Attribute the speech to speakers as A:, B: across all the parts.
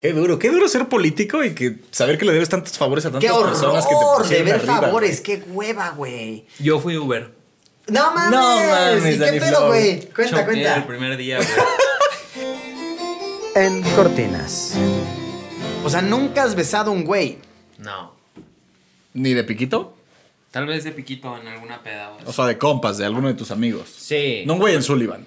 A: Qué duro, qué duro ser político y que saber que le debes tantos favores a tantas
B: ¡Qué
A: personas que te
B: horror!
A: pusieron
B: Deber
A: arriba,
B: favores, qué hueva, güey.
C: Yo fui Uber.
B: No mames.
A: No mames,
B: ¿Y
A: Dani
B: qué
A: Flow.
B: pedo, güey? Cuenta,
C: Choqué el
B: cuenta.
C: primer día, güey.
B: En cortinas. O sea, nunca has besado a un güey.
C: No.
A: ¿Ni de piquito?
C: Tal vez de piquito en alguna peda. güey.
A: O sea, de compas, de alguno de tus amigos.
C: Sí.
A: No un güey en Sullivan.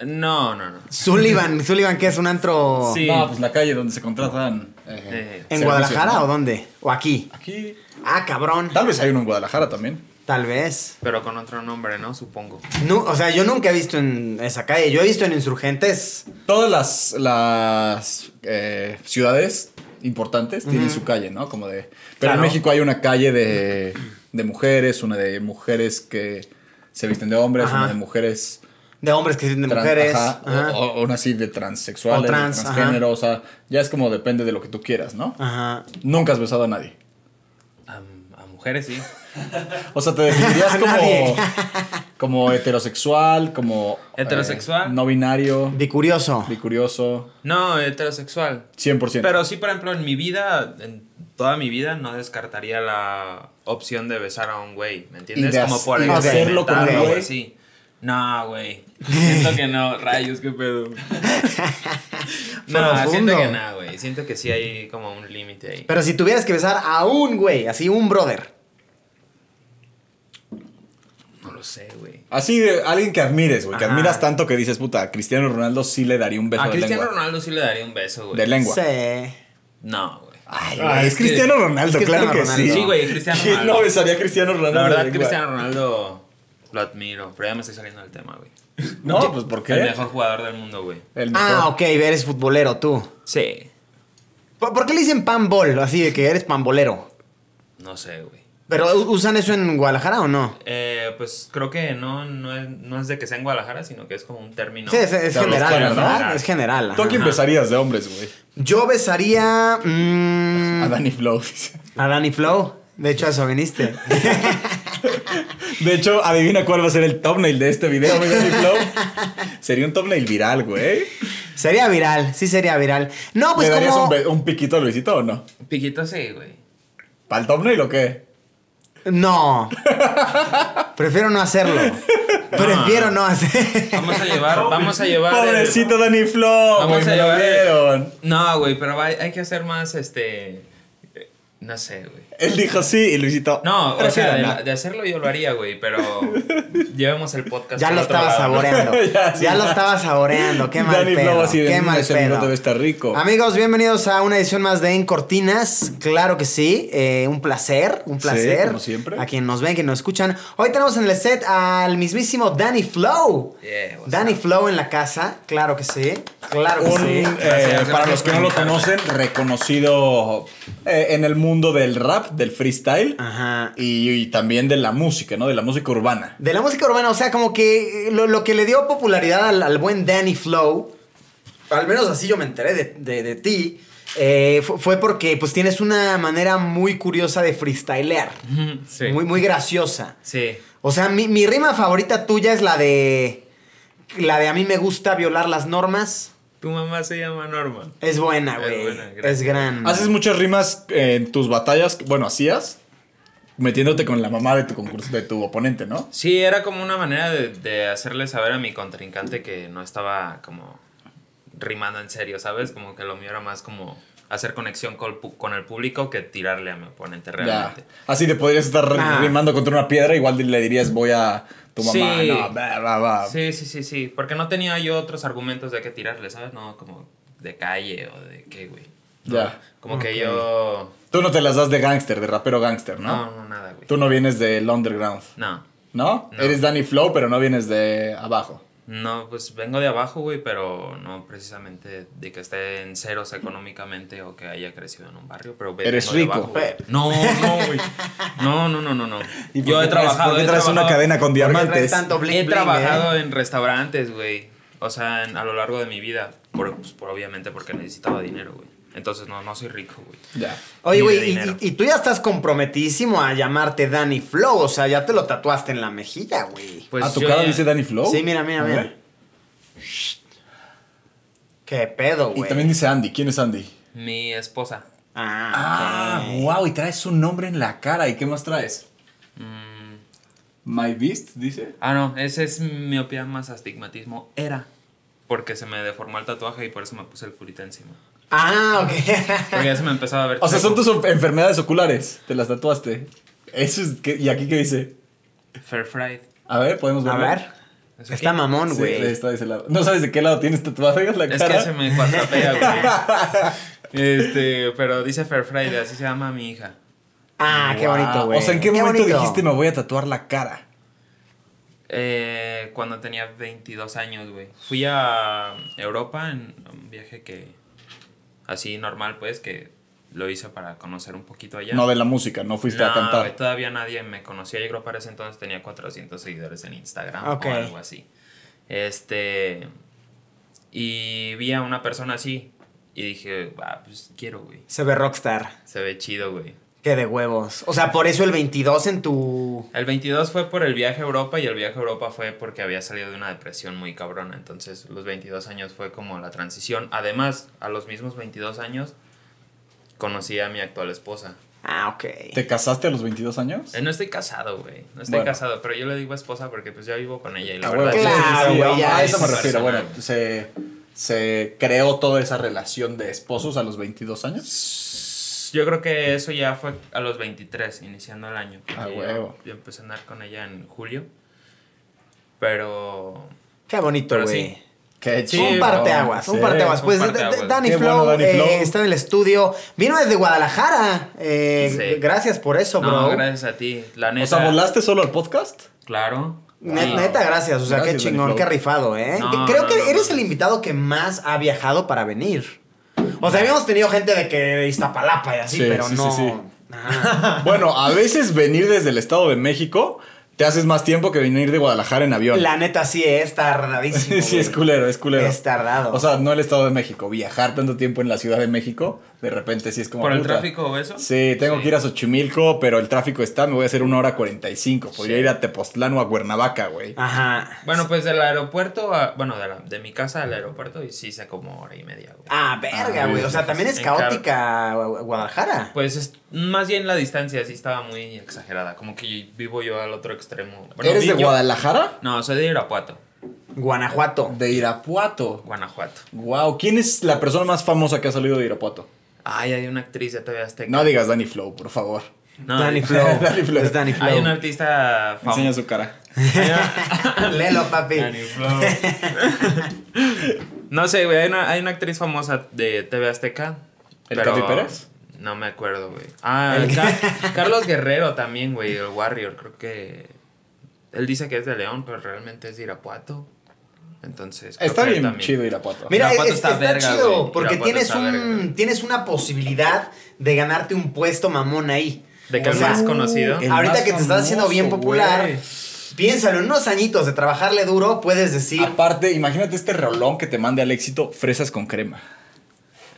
C: No, no, no.
B: Sullivan, Sullivan, ¿qué es un antro
C: Sí.
A: No, pues la calle donde se contratan. eh,
C: Eh,
B: en
A: servicios,
B: Guadalajara
A: ¿no?
B: o dónde? ¿O aquí?
A: Aquí.
B: Ah, cabrón.
A: Tal vez hay uno en Guadalajara también.
B: Tal vez.
C: Pero con otro nombre, ¿no? Supongo.
B: No, o sea, yo nunca he visto en esa calle. Yo he visto en Insurgentes.
A: Todas las, las eh, ciudades importantes tienen su calle, ¿no? Como de. Pero en
C: Claro.
A: México hay una calle de, de mujeres, una de mujeres que se visten de hombres,
B: Ajá.
A: una de mujeres.
B: De hombres que se visten de
A: tran-
B: mujeres.
A: ajá, Oh, o-
B: Ajá.
A: O, una así de transexuales,
B: O trans,
A: de
B: ajá.
A: transgénero. O sea, ya es como depende de lo que tú quieras, ¿no?
B: Ajá.
A: Nunca has besado a nadie.
C: A, a mujeres, sí.
A: O sea, te definirías
B: A nadie.
A: como, como heterosexual, como.
C: Heterosexual.
A: eh, no binario,
B: Bicurioso.
A: bicurioso.
C: No, heterosexual.
A: 100%.
C: Pero sí, por ejemplo, en mi vida, en toda mi vida, no descartaría la opción de besar a un güey, ¿me entiendes?
A: de
C: Como
A: hac-
C: por
A: y de
B: hacerlo con un
C: experimentarlo,
B: güey.
C: güey, sí. No, güey. Siento que no, rayos, qué pedo. no,
B: Profundo.
C: siento que no, güey. Siento que sí hay como un límite ahí.
B: Pero si tuvieras que besar a un güey, así un brother.
C: No lo sé, güey.
A: Así de alguien que admires, güey. Que
C: Ajá.
A: admiras tanto que dices, puta, a Cristiano Ronaldo sí le daría un beso
C: A
A: de
C: Cristiano
A: lengua.
C: Ronaldo sí le daría un beso, güey.
A: De lengua.
B: Sí.
C: No, güey.
A: Ay,
C: Ah,
A: güey, es,
C: es que-
A: Cristiano Ronaldo,
B: es que
A: claro que
B: Cristiano
A: sí.
B: Ronaldo.
C: Sí, güey, Cristiano
A: ¿Quién
C: Ronaldo.
A: no besaría a Cristiano Ronaldo?
C: La
A: de
C: verdad,
A: lengua?
C: Cristiano Ronaldo lo admiro, pero ya me estoy saliendo del tema, güey.
A: No, pues ¿por qué? Eh.
C: El mejor jugador del mundo, güey.
A: El mejor.
B: Ah, ok, eres futbolero tú.
C: Sí.
B: ¿Por, por qué le dicen panbol? Así de que eres pambolero.
C: No sé, güey.
B: ¿Pero u- usan eso en Guadalajara o no?
C: Eh, pues creo que no, no, es, no es de que sea en Guadalajara, sino que es como un término.
B: sí, es, es
A: Claro,
B: general,
A: claro,
B: ¿verdad?
C: ¿no?
B: Es general. ajá.
A: ¿Tú a quién besarías de hombres, güey?
B: Yo besaría mm,
A: A Danny Flow. dice.
B: a Danny Flow. De hecho, a eso viniste.
A: De hecho, adivina cuál va a ser el thumbnail de este video, mi Danny Flow. Sería un thumbnail viral, güey.
B: sería viral, sí sería viral. No, pues
A: ¿Le darías
B: como...
A: un, be- un piquito a Luisito o no?
C: Piquito sí, güey.
A: ¿Para el thumbnail o qué?
B: No. Prefiero no hacerlo. Prefiero no hacer.
C: Vamos a llevar, vamos a llevar. el-
A: Pobrecito Danny Flow, güey,
C: Vamos a
A: me lo
C: llevar el-
A: dieron.
C: No, güey, pero hay, hay que hacer más, este... eh, No sé, güey.
A: Él dijo sí y Luisito.
C: No, o
A: prefiero
C: sea, de,
A: no.
C: la- de hacerlo yo lo haría, güey, pero llevemos el podcast.
B: Ya
C: por
B: lo
C: otro
B: estaba
C: lado, ¿no?
B: saboreando.
A: Ya,
B: ya,
A: sí,
B: lo
A: ya.
B: estaba saboreando. Qué mal
A: Danny Flow
B: pedo.
A: así de,
B: Qué
A: "Mm,
B: mal
A: ese minuto
B: pedo".
A: debe estar rico.
B: Amigos, bienvenidos a una edición más de En Cortinas. Claro que sí. eh, un placer, un placer.
A: como siempre.
B: A quien nos ven, quien nos escuchan. Hoy tenemos en el set al mismísimo Danny Flow.
C: Yeah, what's
B: Danny
C: up?
B: Flow en la casa. Claro que sí. Claro que
A: Un,
B: sí.
A: eh,
C: gracias
A: para
C: por
A: los que no lo
C: invitarme.
A: conocen, reconocido eh, en el mundo del rap, del freestyle
B: Ah. Ajá.
A: y, y también de la música, ¿no? De la música urbana.
B: De la música urbana, o sea, como que eh, lo, lo que le dio popularidad al, al buen Danny Flow, al menos así yo me enteré de, de- de ti, eh, fu- fue porque pues tienes una manera muy curiosa de freestylear,
C: Sí.
B: muy, muy graciosa.
C: Sí.
B: O sea, mi, mi rima favorita tuya es la de... La de a mí me gusta violar las normas.
C: Tu mamá se llama Norma.
B: Es buena,
C: Es
B: güey.
C: buena, gracias.
B: Es gran.
A: Haces muchas rimas eh, en tus batallas, bueno, hacías, metiéndote con la mamá de tu concurso, de tu oponente, ¿no?
C: Sí, era como una manera de, de hacerle saber a mi contrincante que no estaba como rimando en serio, ¿sabes? Como que lo mío era más como hacer conexión col- con, el público que tirarle a mi oponente
A: Ya.
C: realmente.
A: Así te podrías estar
B: Ah.
A: rimando contra una piedra, igual le dirías voy a tu mamá,
C: Sí.
A: no, bla, bla,
B: Ah.
A: bla.
C: Sí, sí, sí, sí. Porque no tenía yo otros argumentos de qué tirarle, ¿sabes? No, como de calle o de qué, güey. No,
A: Ya.
C: Como que yo...
A: Tú no te las das de gángster, de rapero gángster, ¿no?
C: No, no, nada, güey.
A: Tú no vienes del underground,
C: No.
A: ¿no?
C: No.
A: Eres Danny Flow, pero no vienes de abajo.
C: No, pues vengo de abajo, güey, pero no precisamente de que esté en ceros económicamente o que haya crecido en un barrio, pero ve-
A: Eres
C: vengo de
A: rico.
C: abajo, güey. no, no, güey. No, no, no, no, no.
A: ¿Y por
C: Yo
A: qué traes-
C: he trabajado.
A: por qué
C: he
A: traes una
C: trabajado-
A: cadena con
B: ¿Por qué traes
A: diamantes?
B: tanto bling,
C: He
B: bling, eh?
C: trabajado en restaurantes, güey. O sea, en- a lo largo de mi vida. Por, pues, por- obviamente porque necesitaba dinero, güey. Entonces, no, no soy rico, güey.
A: Ya.
B: Oye,
C: ni de
B: güey, y,
C: dinero.
B: y- y tú ya estás comprometidísimo a llamarte Danny Flow. O sea, ya te lo tatuaste en la mejilla, güey.
C: Pues
A: ¿A Ah, tu
C: yo
A: cara
C: ya-
A: dice Danny Flow?
B: Sí, mira, mira,
A: A
B: mira.
A: ver.
B: Qué pedo,
A: Y
B: güey.
A: también dice Andy. ¿Quién es Andy?
C: Mi esposa.
B: Ah,
A: Ah,
B: ok.
A: wow, y traes un nombre en la cara. ¿Y qué más traes?
C: Mm,
A: My Beast, dice.
C: Ah, no, ese es miopía más astigmatismo. Era. Porque se me deformó el tatuaje y por eso me puse el purita encima.
B: Ah, ok.
C: Porque ya se me empezaba a ver.
A: O sea, son
C: chueco.
A: tus enfermedades oculares. Te las tatuaste. Eso es. que- ¿Y aquí qué dice?
C: Fair Fried.
A: A ver, podemos
B: A
A: verlo.
B: ver.
C: Es
B: Está
C: aquí.
B: mamón,
A: Sí,
B: güey.
A: de esta- de ese lado. No sabes de qué lado tienes tatuado la
C: Es
A: cara.
C: que se me cuatrapea, güey.
B: Ah,
C: Este, pero dice Fair Friday, así se llama mi hija.
B: Ah, qué
A: Wow.
B: bonito, güey.
A: O sea, ¿en qué, momento
B: bonito.
A: dijiste me voy a tatuar la cara?
C: Eh, cuando tenía 22 años, güey. Fui a Europa en un viaje que. Así normal, pues, que lo hice para conocer un poquito allá.
A: No de la música, no fuiste a
C: No, güey,
A: cantar.
C: todavía nadie me conocía. Yo creo que para ese entonces tenía 400 seguidores en Instagram
B: Ok.
C: o algo así. Este. Y vi a una persona así. Y dije, ah, pues quiero, güey.
B: Se ve rockstar.
C: Se ve chido, güey.
B: Qué de huevos. O sea, por eso el 22 en tu...
C: El 22 fue por el viaje a Europa y el viaje a Europa fue porque había salido de una depresión muy cabrona. Entonces, los 22 años fue como la transición. Además, a los mismos 22 años conocí a mi actual esposa.
B: Ah, ok.
A: ¿Te casaste a los 22 años?
C: Eh, no estoy casado, güey. No estoy
A: Bueno.
C: casado, pero yo le digo esposa porque pues ya vivo con ella y la
A: Ah,
C: verdad
A: bueno,
C: es que
B: Claro,
C: es
B: güey,
A: a-
B: ya
A: a eso
B: es
A: me refiero. Bueno, pues,
C: personal.
A: se, se creó toda esa relación de esposos a los 22 años.
C: Yo creo que eso ya fue a los 23, iniciando el año.
A: Ah,
C: porque
A: huevo.
C: Yo, yo empecé a andar con ella en julio. Pero
B: Qué bonito,
C: Pero
B: güey.
C: sí.
A: Qué
C: Sí,
B: un parteaguas, un parteaguas.
C: un
B: Pues
C: parteaguas.
B: D- D- Danny
A: Qué bueno,
B: Flow
A: Danny
B: eh,
A: Flow.
B: está en el estudio. Vino desde Guadalajara. eh,
C: Sí.
B: Gracias por eso, bro.
C: no, gracias a ti. La neta.
A: O sea, ¿volaste solo al podcast?
C: Claro.
B: Ne-
C: Sí.
B: Neta, gracias. O sea,
A: Gracias,
B: qué
A: Danny
B: chingón,
A: Flow.
B: qué rifado, ¿eh?
C: No,
B: Que- Creo
C: no,
B: que
C: no,
B: eres
C: no.
B: el invitado que más ha viajado para venir. O sea, habíamos tenido gente de que de Iztapalapa y así,
A: Sí,
B: pero
A: sí, sí,
B: no.
A: sí.
B: Ah.
A: Bueno, a veces venir desde el Estado de México te haces más tiempo que venir de Guadalajara en avión.
B: La neta sí es tardadísimo.
A: sí, es
B: güey.
A: culero, es culero.
B: Es tardado.
A: O sea, no el Estado de México. Viajar tanto tiempo en la Ciudad de México, de repente sí es como.
C: ¿Por el
A: puta.
C: tráfico o eso?
A: Sí, tengo
C: Sí.
A: que ir a Xochimilco, pero el tráfico está, me voy a hacer una hora 45. Podría ir a Tepoztlán o a Cuernavaca, güey.
B: Ajá.
C: Bueno, pues del aeropuerto a. Bueno, de, la- de mi casa al aeropuerto y sí hice como hora y media, güey.
B: Ah, verga,
A: Ah,
B: güey. O sea, también es
C: en car-
B: caótica Gua- Guadalajara.
C: Pues es- más bien la distancia sí estaba muy exagerada. Como que vivo yo al otro extremo. Bueno,
A: ¿Eres
C: vi
A: de
C: yo-
A: Guadalajara?
C: No, soy de Irapuato,
B: Guanajuato.
A: De Irapuato.
C: Guanajuato.
A: Wow, ¿quién es la persona más famosa que ha salido de Irapuato?
C: Ay, hay una actriz de TV Azteca.
A: No digas Danny Flow, por favor.
C: No,
B: Danny
C: hay-
B: Flow.
A: Danny Flow.
B: Es Danny
C: Hay un
B: Flow.
C: artista
A: Me Enseña
C: famoso.
A: su cara.
B: Lelo, papi.
C: Danny Flow. no sé, güey. Hay una, hay una actriz famosa de TV Azteca.
A: ¿El
C: pero
A: Capi Pérez?
C: No me acuerdo, güey. Ah,
B: El-
C: Ca- Carlos Guerrero también, güey. El Warrior, creo que. Él dice que es de León, pero realmente es de Irapuato. Entonces. creo
A: Está
C: que él
A: bien
C: también.
A: chido Irapuato.
B: Mira,
C: Irapuato
B: es-
C: está
B: está,
C: verga,
B: chido
C: güey.
B: porque
C: Irapuato
B: tienes
C: está
B: un
C: verga.
B: tienes una posibilidad de ganarte un puesto mamón ahí.
C: De que
B: O
C: el
B: sea,
C: más conocido.
A: el
B: ahorita
A: más
B: que te estás haciendo bien
A: famoso,
B: popular,
A: güey.
B: piénsalo, en unos añitos de trabajarle duro puedes decir,
A: Aparte, imagínate este rolón que te mande al éxito fresas con crema.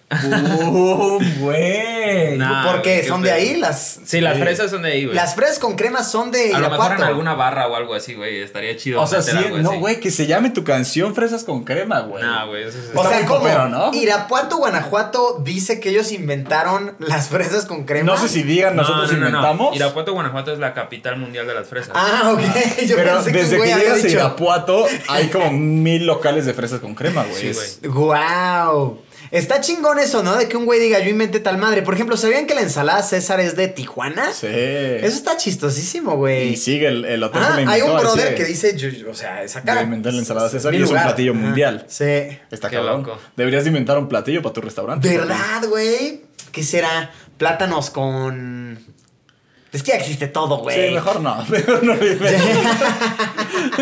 A: ¡Bum, güey!
C: Ah, Nah,
B: porque
C: güey, qué
B: son de
C: pedo.
B: ahí las eh,
C: Sí, las
A: Sí.
C: fresas son de ahí, güey.
B: las fresas con crema son de
C: A lo mejor en
B: Irapuato.
C: alguna barra o algo así, güey. Estaría chido.
A: O sea,
C: meter
A: sí,
C: algo
A: no,
C: así.
A: güey, que se llame tu canción Fresas con crema, güey.
C: Nah, güey. eso es-
B: O
A: Está
B: sea,
A: muy
B: ¿cómo?
A: popero, ¿no?
B: Irapuato, Guanajuato dice que ellos inventaron las fresas con crema.
A: no sé si digan,
C: No,
A: nosotros
C: no, no, no.
A: inventamos.
C: Irapuato, Guanajuato es la capital mundial de las fresas.
B: Ah, ok. Yo
A: Pero
B: pensé que
A: desde
B: un
A: que
B: güey había
A: llegas a
B: dicho.
A: Irapuato, hay como mil locales de fresas con crema, güey.
C: Sí,
A: Es-
C: güey.
B: Wow. Está chingón eso, ¿no? De que un güey diga, yo inventé tal madre. Por ejemplo, ¿sabían que la ensalada César es de Tijuana?
A: Sí.
B: Eso está chistosísimo, güey.
A: Y sigue el, el hotel
B: Ah,
A: que la
B: hay
A: inventó,
B: un brother
A: así de-
B: que dice, yo- yo- o sea, esa cara.
A: Yo inventé la ensalada César y
B: mi
A: es un
B: lugar.
A: platillo
B: Ajá.
A: mundial.
B: Sí.
A: Está
C: Qué
A: cabrón.
C: loco.
A: Deberías de inventar un platillo para tu restaurante.
B: ¿Verdad, güey? ¿Qué será? Plátanos con... Es que ya existe todo, güey.
A: Sí, mejor no. Mejor, no lo inventes.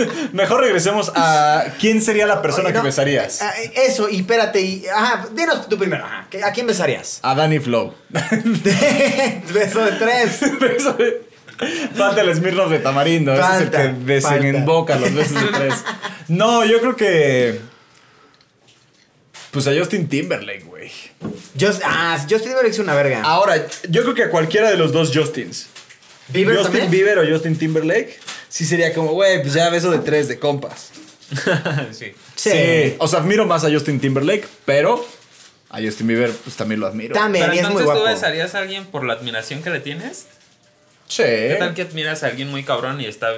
A: Mejor regresemos a quién sería la persona
B: No,
A: que besarías.
B: ah, Eso, y espérate, y... Ajá, dinos tú primero, ajá. ¿A quién besarías?
A: A Danny Flow.
B: Beso de tres.
A: Beso de- Falta el Smirnoff de Tamarindo. ese
B: Falta,
A: es el que desemboca los besos de tres. No, yo creo que. Pues a Justin Timberlake, güey.
B: Yo, ah, Justin Bieber es una verga.
A: Ahora, yo creo que a cualquiera de los dos Justins.
B: ¿Bieber
A: Justin
B: también?
A: Bieber o Justin Timberlake. Sí sería como, güey, pues ya beso de tres de compas.
C: sí.
A: Sí. O sea, admiro más a Justin Timberlake, pero a Justin Bieber pues también lo admiro.
B: También.
C: Pero
B: es muy
C: entonces tú
B: guapo.
C: besarías a alguien por la admiración que le tienes.
A: Sí.
C: ¿Qué
B: ¿Eh?
C: tal que admiras a alguien muy cabrón y está.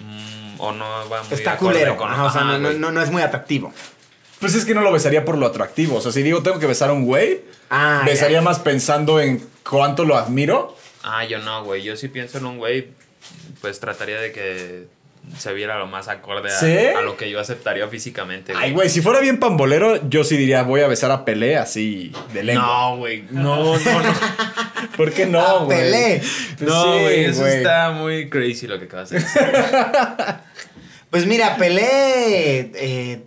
C: mm, o no va muy de
B: Está
C: acuerdo
B: culero.
C: con-
B: ajá, o sea,
C: Ajá,
B: no, no-
C: güey.
B: no- no es muy atractivo.
A: Pues es que no lo besaría por lo atractivo. O sea, si digo tengo que besar a un güey,
B: Ah,
A: besaría
B: ya.
A: más pensando en cuánto lo admiro.
C: Ah, yo no, güey. Yo sí pienso en un güey, pues trataría de que se viera lo más acorde a,
A: ¿Sí?
C: a lo que yo aceptaría físicamente.
A: Ay, güey, si fuera bien pambolero, yo sí diría voy a besar a Pelé así de lengua.
C: No, güey. No, no, no.
A: ¿Por qué
B: A
A: no, güey?
B: Pelé.
A: Pues
C: No,
A: sí,
C: güey. eso está muy crazy lo que acabas de decir.
B: Pues mira, Pelé. eh,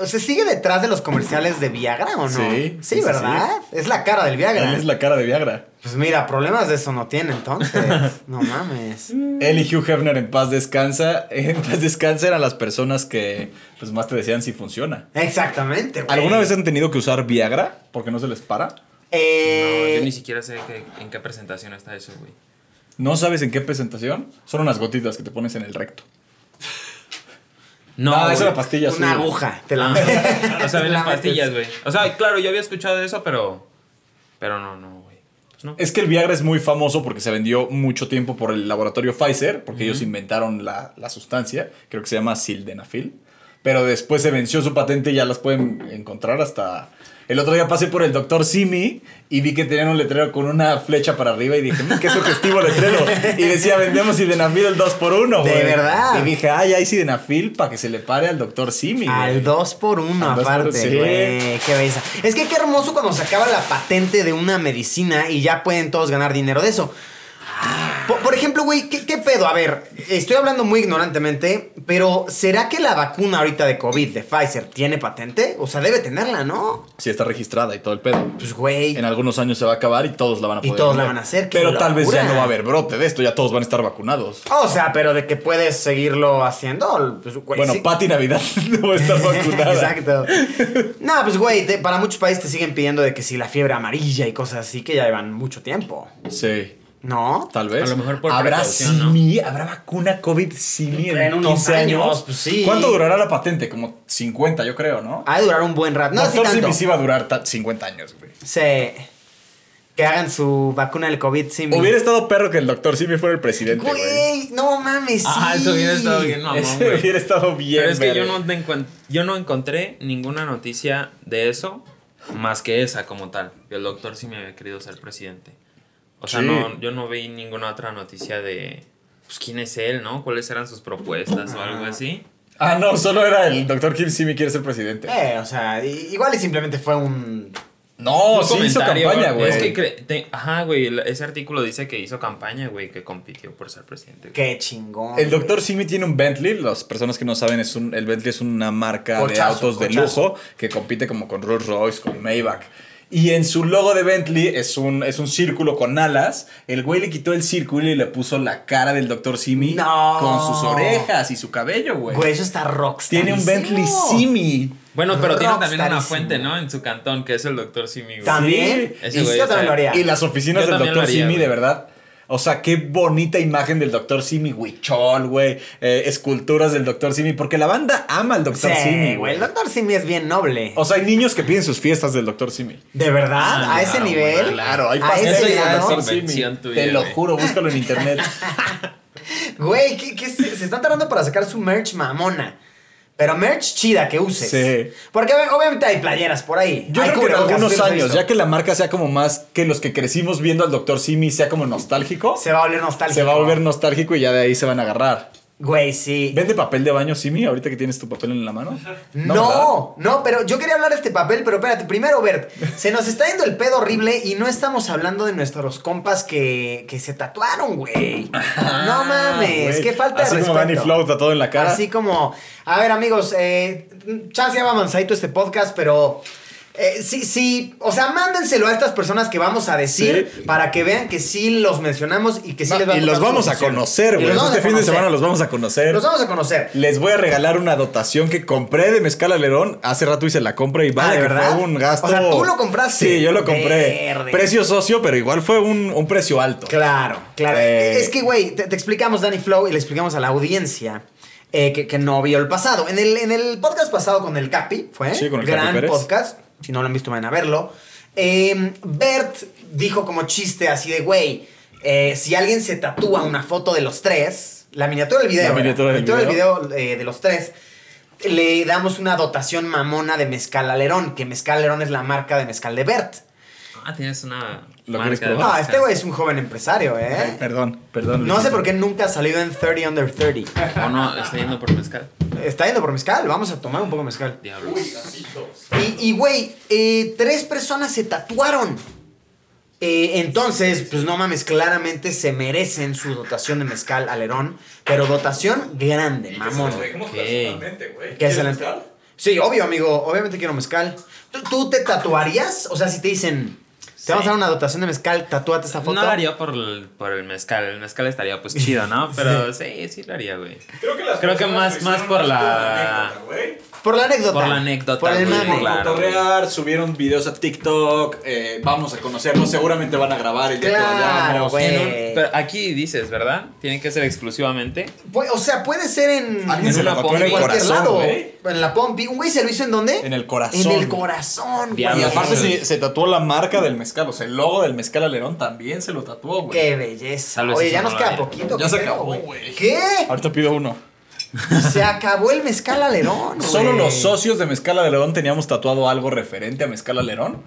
B: o sea, ¿sigue detrás de los comerciales de Viagra o no?
A: Sí, sí,
B: Sí,
A: sí,
B: ¿verdad? Es la cara del Viagra.
A: Él es la cara de Viagra.
B: Pues mira, problemas de eso no tiene entonces. no mames.
A: Él y Hugh Hefner en paz descansa. En paz descansa eran las personas que pues más te decían si funciona.
B: Exactamente. güey.
A: ¿Alguna vez han tenido que usar Viagra porque no se les para?
B: Eh,
C: No, yo ni siquiera sé qué- en qué presentación está eso, güey.
A: ¿No sabes en qué presentación? Son unas gotitas que te pones en el recto.
C: No,
A: ah, es
C: güey.
A: una pastilla azul.
B: una aguja. Te la
C: Ah, o sea, ven las
B: metes.
C: pastillas, güey. O sea, claro, yo había escuchado de eso, pero. Pero no, no, güey. Pues no.
A: Es que el Viagra es muy famoso porque se vendió mucho tiempo por el laboratorio Pfizer, porque ellos inventaron la, la sustancia, creo que se llama sildenafil, pero después se venció su patente y ya las pueden encontrar hasta... El otro día pasé por el doctor Simi y vi que tenían un letrero con una flecha para arriba y dije, "Mm, qué sugestivo letrero. Y decía, vendemos sildenafil el 2x1,
B: De
A: güey.
B: verdad.
A: Y dije, ay, hay sildenafil para que se le pare al doctor Simi.
B: Al
A: güey".
B: 2 por 1
A: Al dos por-
B: aparte,
A: sí.
B: güey. Qué belleza. Es que qué hermoso cuando se acaba la patente de una medicina y ya pueden todos ganar dinero de eso. Por, por ejemplo, güey, ¿qué, qué pedo? A ver, estoy hablando muy ignorantemente, pero ¿será que la vacuna ahorita de COVID de Pfizer tiene patente? O sea, debe tenerla, ¿no?
A: Sí, está registrada y todo el pedo.
B: Pues, güey.
A: en algunos años se va a acabar y todos la van a
B: Y
A: poder
B: todos la
A: vender.
B: van a hacer, qué
A: Pero tal vez ya
B: locura.
A: no va a haber brote de esto, ya todos van a estar vacunados.
B: O sea, pero de que puedes seguirlo haciendo. Pues, güey,
A: bueno,
B: sí.
A: Pati Navidad no va a estar vacunada.
B: Exacto. No, pues güey, te- para muchos países te siguen pidiendo de que si la fiebre amarilla y cosas así que ya llevan mucho tiempo.
A: Sí,
B: ¿No?
A: tal vez.
C: A lo mejor por
A: habrá
C: precaución, ¿no?
A: simi, habrá vacuna COVID simi en,
B: En unos
A: 15 años.
B: años, pues sí.
A: ¿Cuánto durará la patente? Como 50, yo creo, ¿no?
B: Ha de durar un buen rato. Ah, No, sí
A: Doctor
B: tanto.
A: Simi sí va a durar ta- 50 años, güey.
B: Se... Que hagan su vacuna del COVID sin...
A: Hubiera estado perro que el doctor Simi fuera el presidente, güey.
B: Güey, no mames, sí.
C: Ah, eso hubiera estado bien, no,
A: Ese
C: güey.
A: hubiera estado bien.
C: Pero es que yo
A: verga.
C: no, te encuent- yo no encontré ninguna noticia de eso más que esa como tal. que El doctor sí me había querido ser presidente. O sea,
A: Sí.
C: no, yo no vi ninguna otra noticia de pues, quién es él, ¿no? ¿Cuáles eran sus propuestas o algo así?
A: Ah, no, solo era el doctor Kim Simi quiere ser presidente.
B: Eh, o sea, i- igual y simplemente fue un...
A: No,
C: Un
A: sí hizo
C: comentario,
A: campaña, güey.
C: Es que, cre- te- ajá, güey, el- ese artículo dice que hizo campaña, güey, que compitió por ser presidente.
B: Qué chingón.
A: El doctor Simi tiene un Bentley. Las personas que no saben, es un, el Bentley es una marca
B: Cochazo,
A: de autos de
B: cochazo.
A: lujo que compite como con Rolls Royce, con Maybach. Y en su logo de Bentley es un, es un círculo con alas. El güey le quitó el círculo y le puso la cara del doctor Simi
B: No.
A: con sus orejas y su cabello, güey.
B: Güey, eso está rockstar.
A: tiene un Bentley Simi.
C: Bueno, pero tiene también una
B: Rockstarísimo.
C: fuente, ¿no? En su cantón, que es el doctor Simi, güey.
B: También.
C: Sí, ese
B: y
C: güey
B: yo
C: está-
B: también lo haría.
A: Y las oficinas
C: Yo
A: del
C: también lo
A: doctor
C: haría,
A: Simi,
C: güey.
A: de verdad. O sea, qué bonita imagen del doctor Simi, huichol, güey. eh, esculturas del doctor Simi. Porque la banda ama al doctor Simi,
B: Sí, güey.
A: güey.
B: El doctor Simi es bien noble.
A: O sea, hay niños que piden sus fiestas del Dr. Simi.
B: ¿De verdad?
C: Ah,
B: ¿A ese
C: claro,
B: nivel?
C: güey, claro,
A: hay
B: A
A: pasteles
B: ese
A: del
B: grado.
A: Dr.
C: Simi. Invención tuya,
A: Te lo
C: güey.
A: juro, búscalo en internet.
B: Güey, ¿qué, qué se, se están tardando para sacar su merch mamona. Pero merch chida que uses.
A: Sí.
B: Porque ob- obviamente hay playeras por ahí.
A: Yo
B: Hay
A: creo que en
B: cubrebocas, sí
A: algunos
B: los he
A: años,
B: visto.
A: ya que la marca sea como más que los que crecimos viendo al Dr. Simi sea como nostálgico,
B: Se va a volver nostálgico.
A: se va a volver nostálgico y ya de ahí se van a agarrar.
B: Güey, sí.
A: ¿Vende papel de baño, Simi, ahorita que tienes tu papel en la mano?
B: No,
A: ¿verdad?
B: no, pero yo quería hablar de este papel, pero espérate, primero, Bert, se nos está yendo el pedo horrible y no estamos hablando de nuestros compas que, que se tatuaron, güey. No mames,
A: Ah, Güey,
B: qué falta
A: Así
B: de
A: como
B: respeto.
A: Danny Flow tatuado en la cara.
B: Así como, a ver amigos, eh, chance ya va avanzadito este podcast, pero eh, sí, sí, o sea, mándenselo a estas personas que vamos a decir
A: Sí.
B: para que vean que sí los mencionamos y que sí
A: No,
B: les va
A: y los
B: gustar su
A: vamos a
B: sección. Y
A: conocer, güey.
B: los vamos
A: Este
B: a
A: fin de
B: conocer.
A: semana los vamos a conocer.
B: Los vamos a conocer.
A: Les voy a regalar una dotación que compré de Mezcal Alerón. Hace rato hice la compra y vaya
B: Ah, ¿de
A: que
B: verdad?
A: fue un gasto.
B: O sea, ¿tú lo compraste?
A: Sí, yo lo compré.
B: Verde.
A: Precio socio, pero igual fue un, un precio alto.
B: Claro, claro.
A: Eh.
B: Es que, güey, te, te explicamos Danny Flow y le explicamos a la audiencia eh, que, que no vio el pasado. En el, en el podcast pasado con el Capi, fue
A: Sí, con el
B: gran
A: Capi Pérez.
B: podcast. Si no lo han visto, vayan a verlo. Eh, Bert dijo como chiste así de, güey, eh, si alguien se tatúa una foto de los tres, la miniatura del video,
A: La
B: ¿verdad?
A: miniatura del
B: video, eh, de los tres, le damos una dotación mamona de Mezcal Alerón, que Mezcal Alerón es la marca de Mezcal de Bert.
C: Ah, tienes una.
A: ¿Lo
C: marca
A: quieres
C: de
A: probar?
B: No,
C: mezcal.
B: este güey es un joven empresario,
A: Ay,
B: ¿eh?
A: Perdón, perdón.
B: No sé por qué nunca ha salido en 30 Under 30.
C: O no, está yendo por mezcal.
B: Está yendo por mezcal, vamos a tomar un poco de mezcal.
C: Diablos.
B: Y, y, güey, eh, tres personas se tatuaron. Eh, entonces, pues no mames, claramente se merecen su dotación de mezcal alerón, pero dotación grande,
A: Pues,
B: mamón.
C: Ok.
B: Que es el- Sí, obvio, amigo, obviamente quiero mezcal. ¿Tú, tú te tatuarías? O sea, si te dicen, te
C: Sí.
B: vamos a dar una dotación de mezcal, tatúate esta foto.
C: No lo haría por el, por el mezcal. El mezcal estaría pues chido, ¿no? Pero sí, sí lo haría, güey.
D: Creo que, las
C: Creo que
D: personas
C: más-
D: lo
C: más
D: hicieron
C: por
D: más
C: la-
D: anécdota, güey.
B: Por la anécdota.
C: Por la anécdota,
B: Por el
C: güey,
B: mame.
C: claro.
A: Cotorrear, subieron videos a TikTok, eh, vamos a conocernos, seguramente van a grabar el día
B: Claro,
A: que vayamos.
B: güey.
A: En un-
B: Eh.
C: Pero aquí dices, ¿verdad? Tiene que ser exclusivamente.
B: Pu- O sea, puede ser en,
A: Alguien se
C: una
A: lo tatuó en el
C: pompi.
B: cualquier
A: corazón,
B: lado.
A: güey.
B: En la pompi. ¿Un güey se lo hizo en dónde?
A: En el corazón.
B: En el corazón, güey.
A: Y
C: Diablos.
A: aparte se, se tatuó la marca del mezcal, o sea, el logo del mezcal alerón también se lo tatuó, güey.
B: Qué belleza.
C: Tal vez
B: Oye,
C: eso
B: ya
C: no
B: nos
C: lo
B: queda
C: haría.
B: poquito.
A: Ya
B: ¿qué
A: se
B: pedo,
A: acabó, güey.
B: ¿Qué?
A: Ahorita pido uno.
B: Se acabó el mezcal alerón, güey.
A: Solo los socios de Mezcal Alerón teníamos tatuado algo referente a Mezcal Alerón.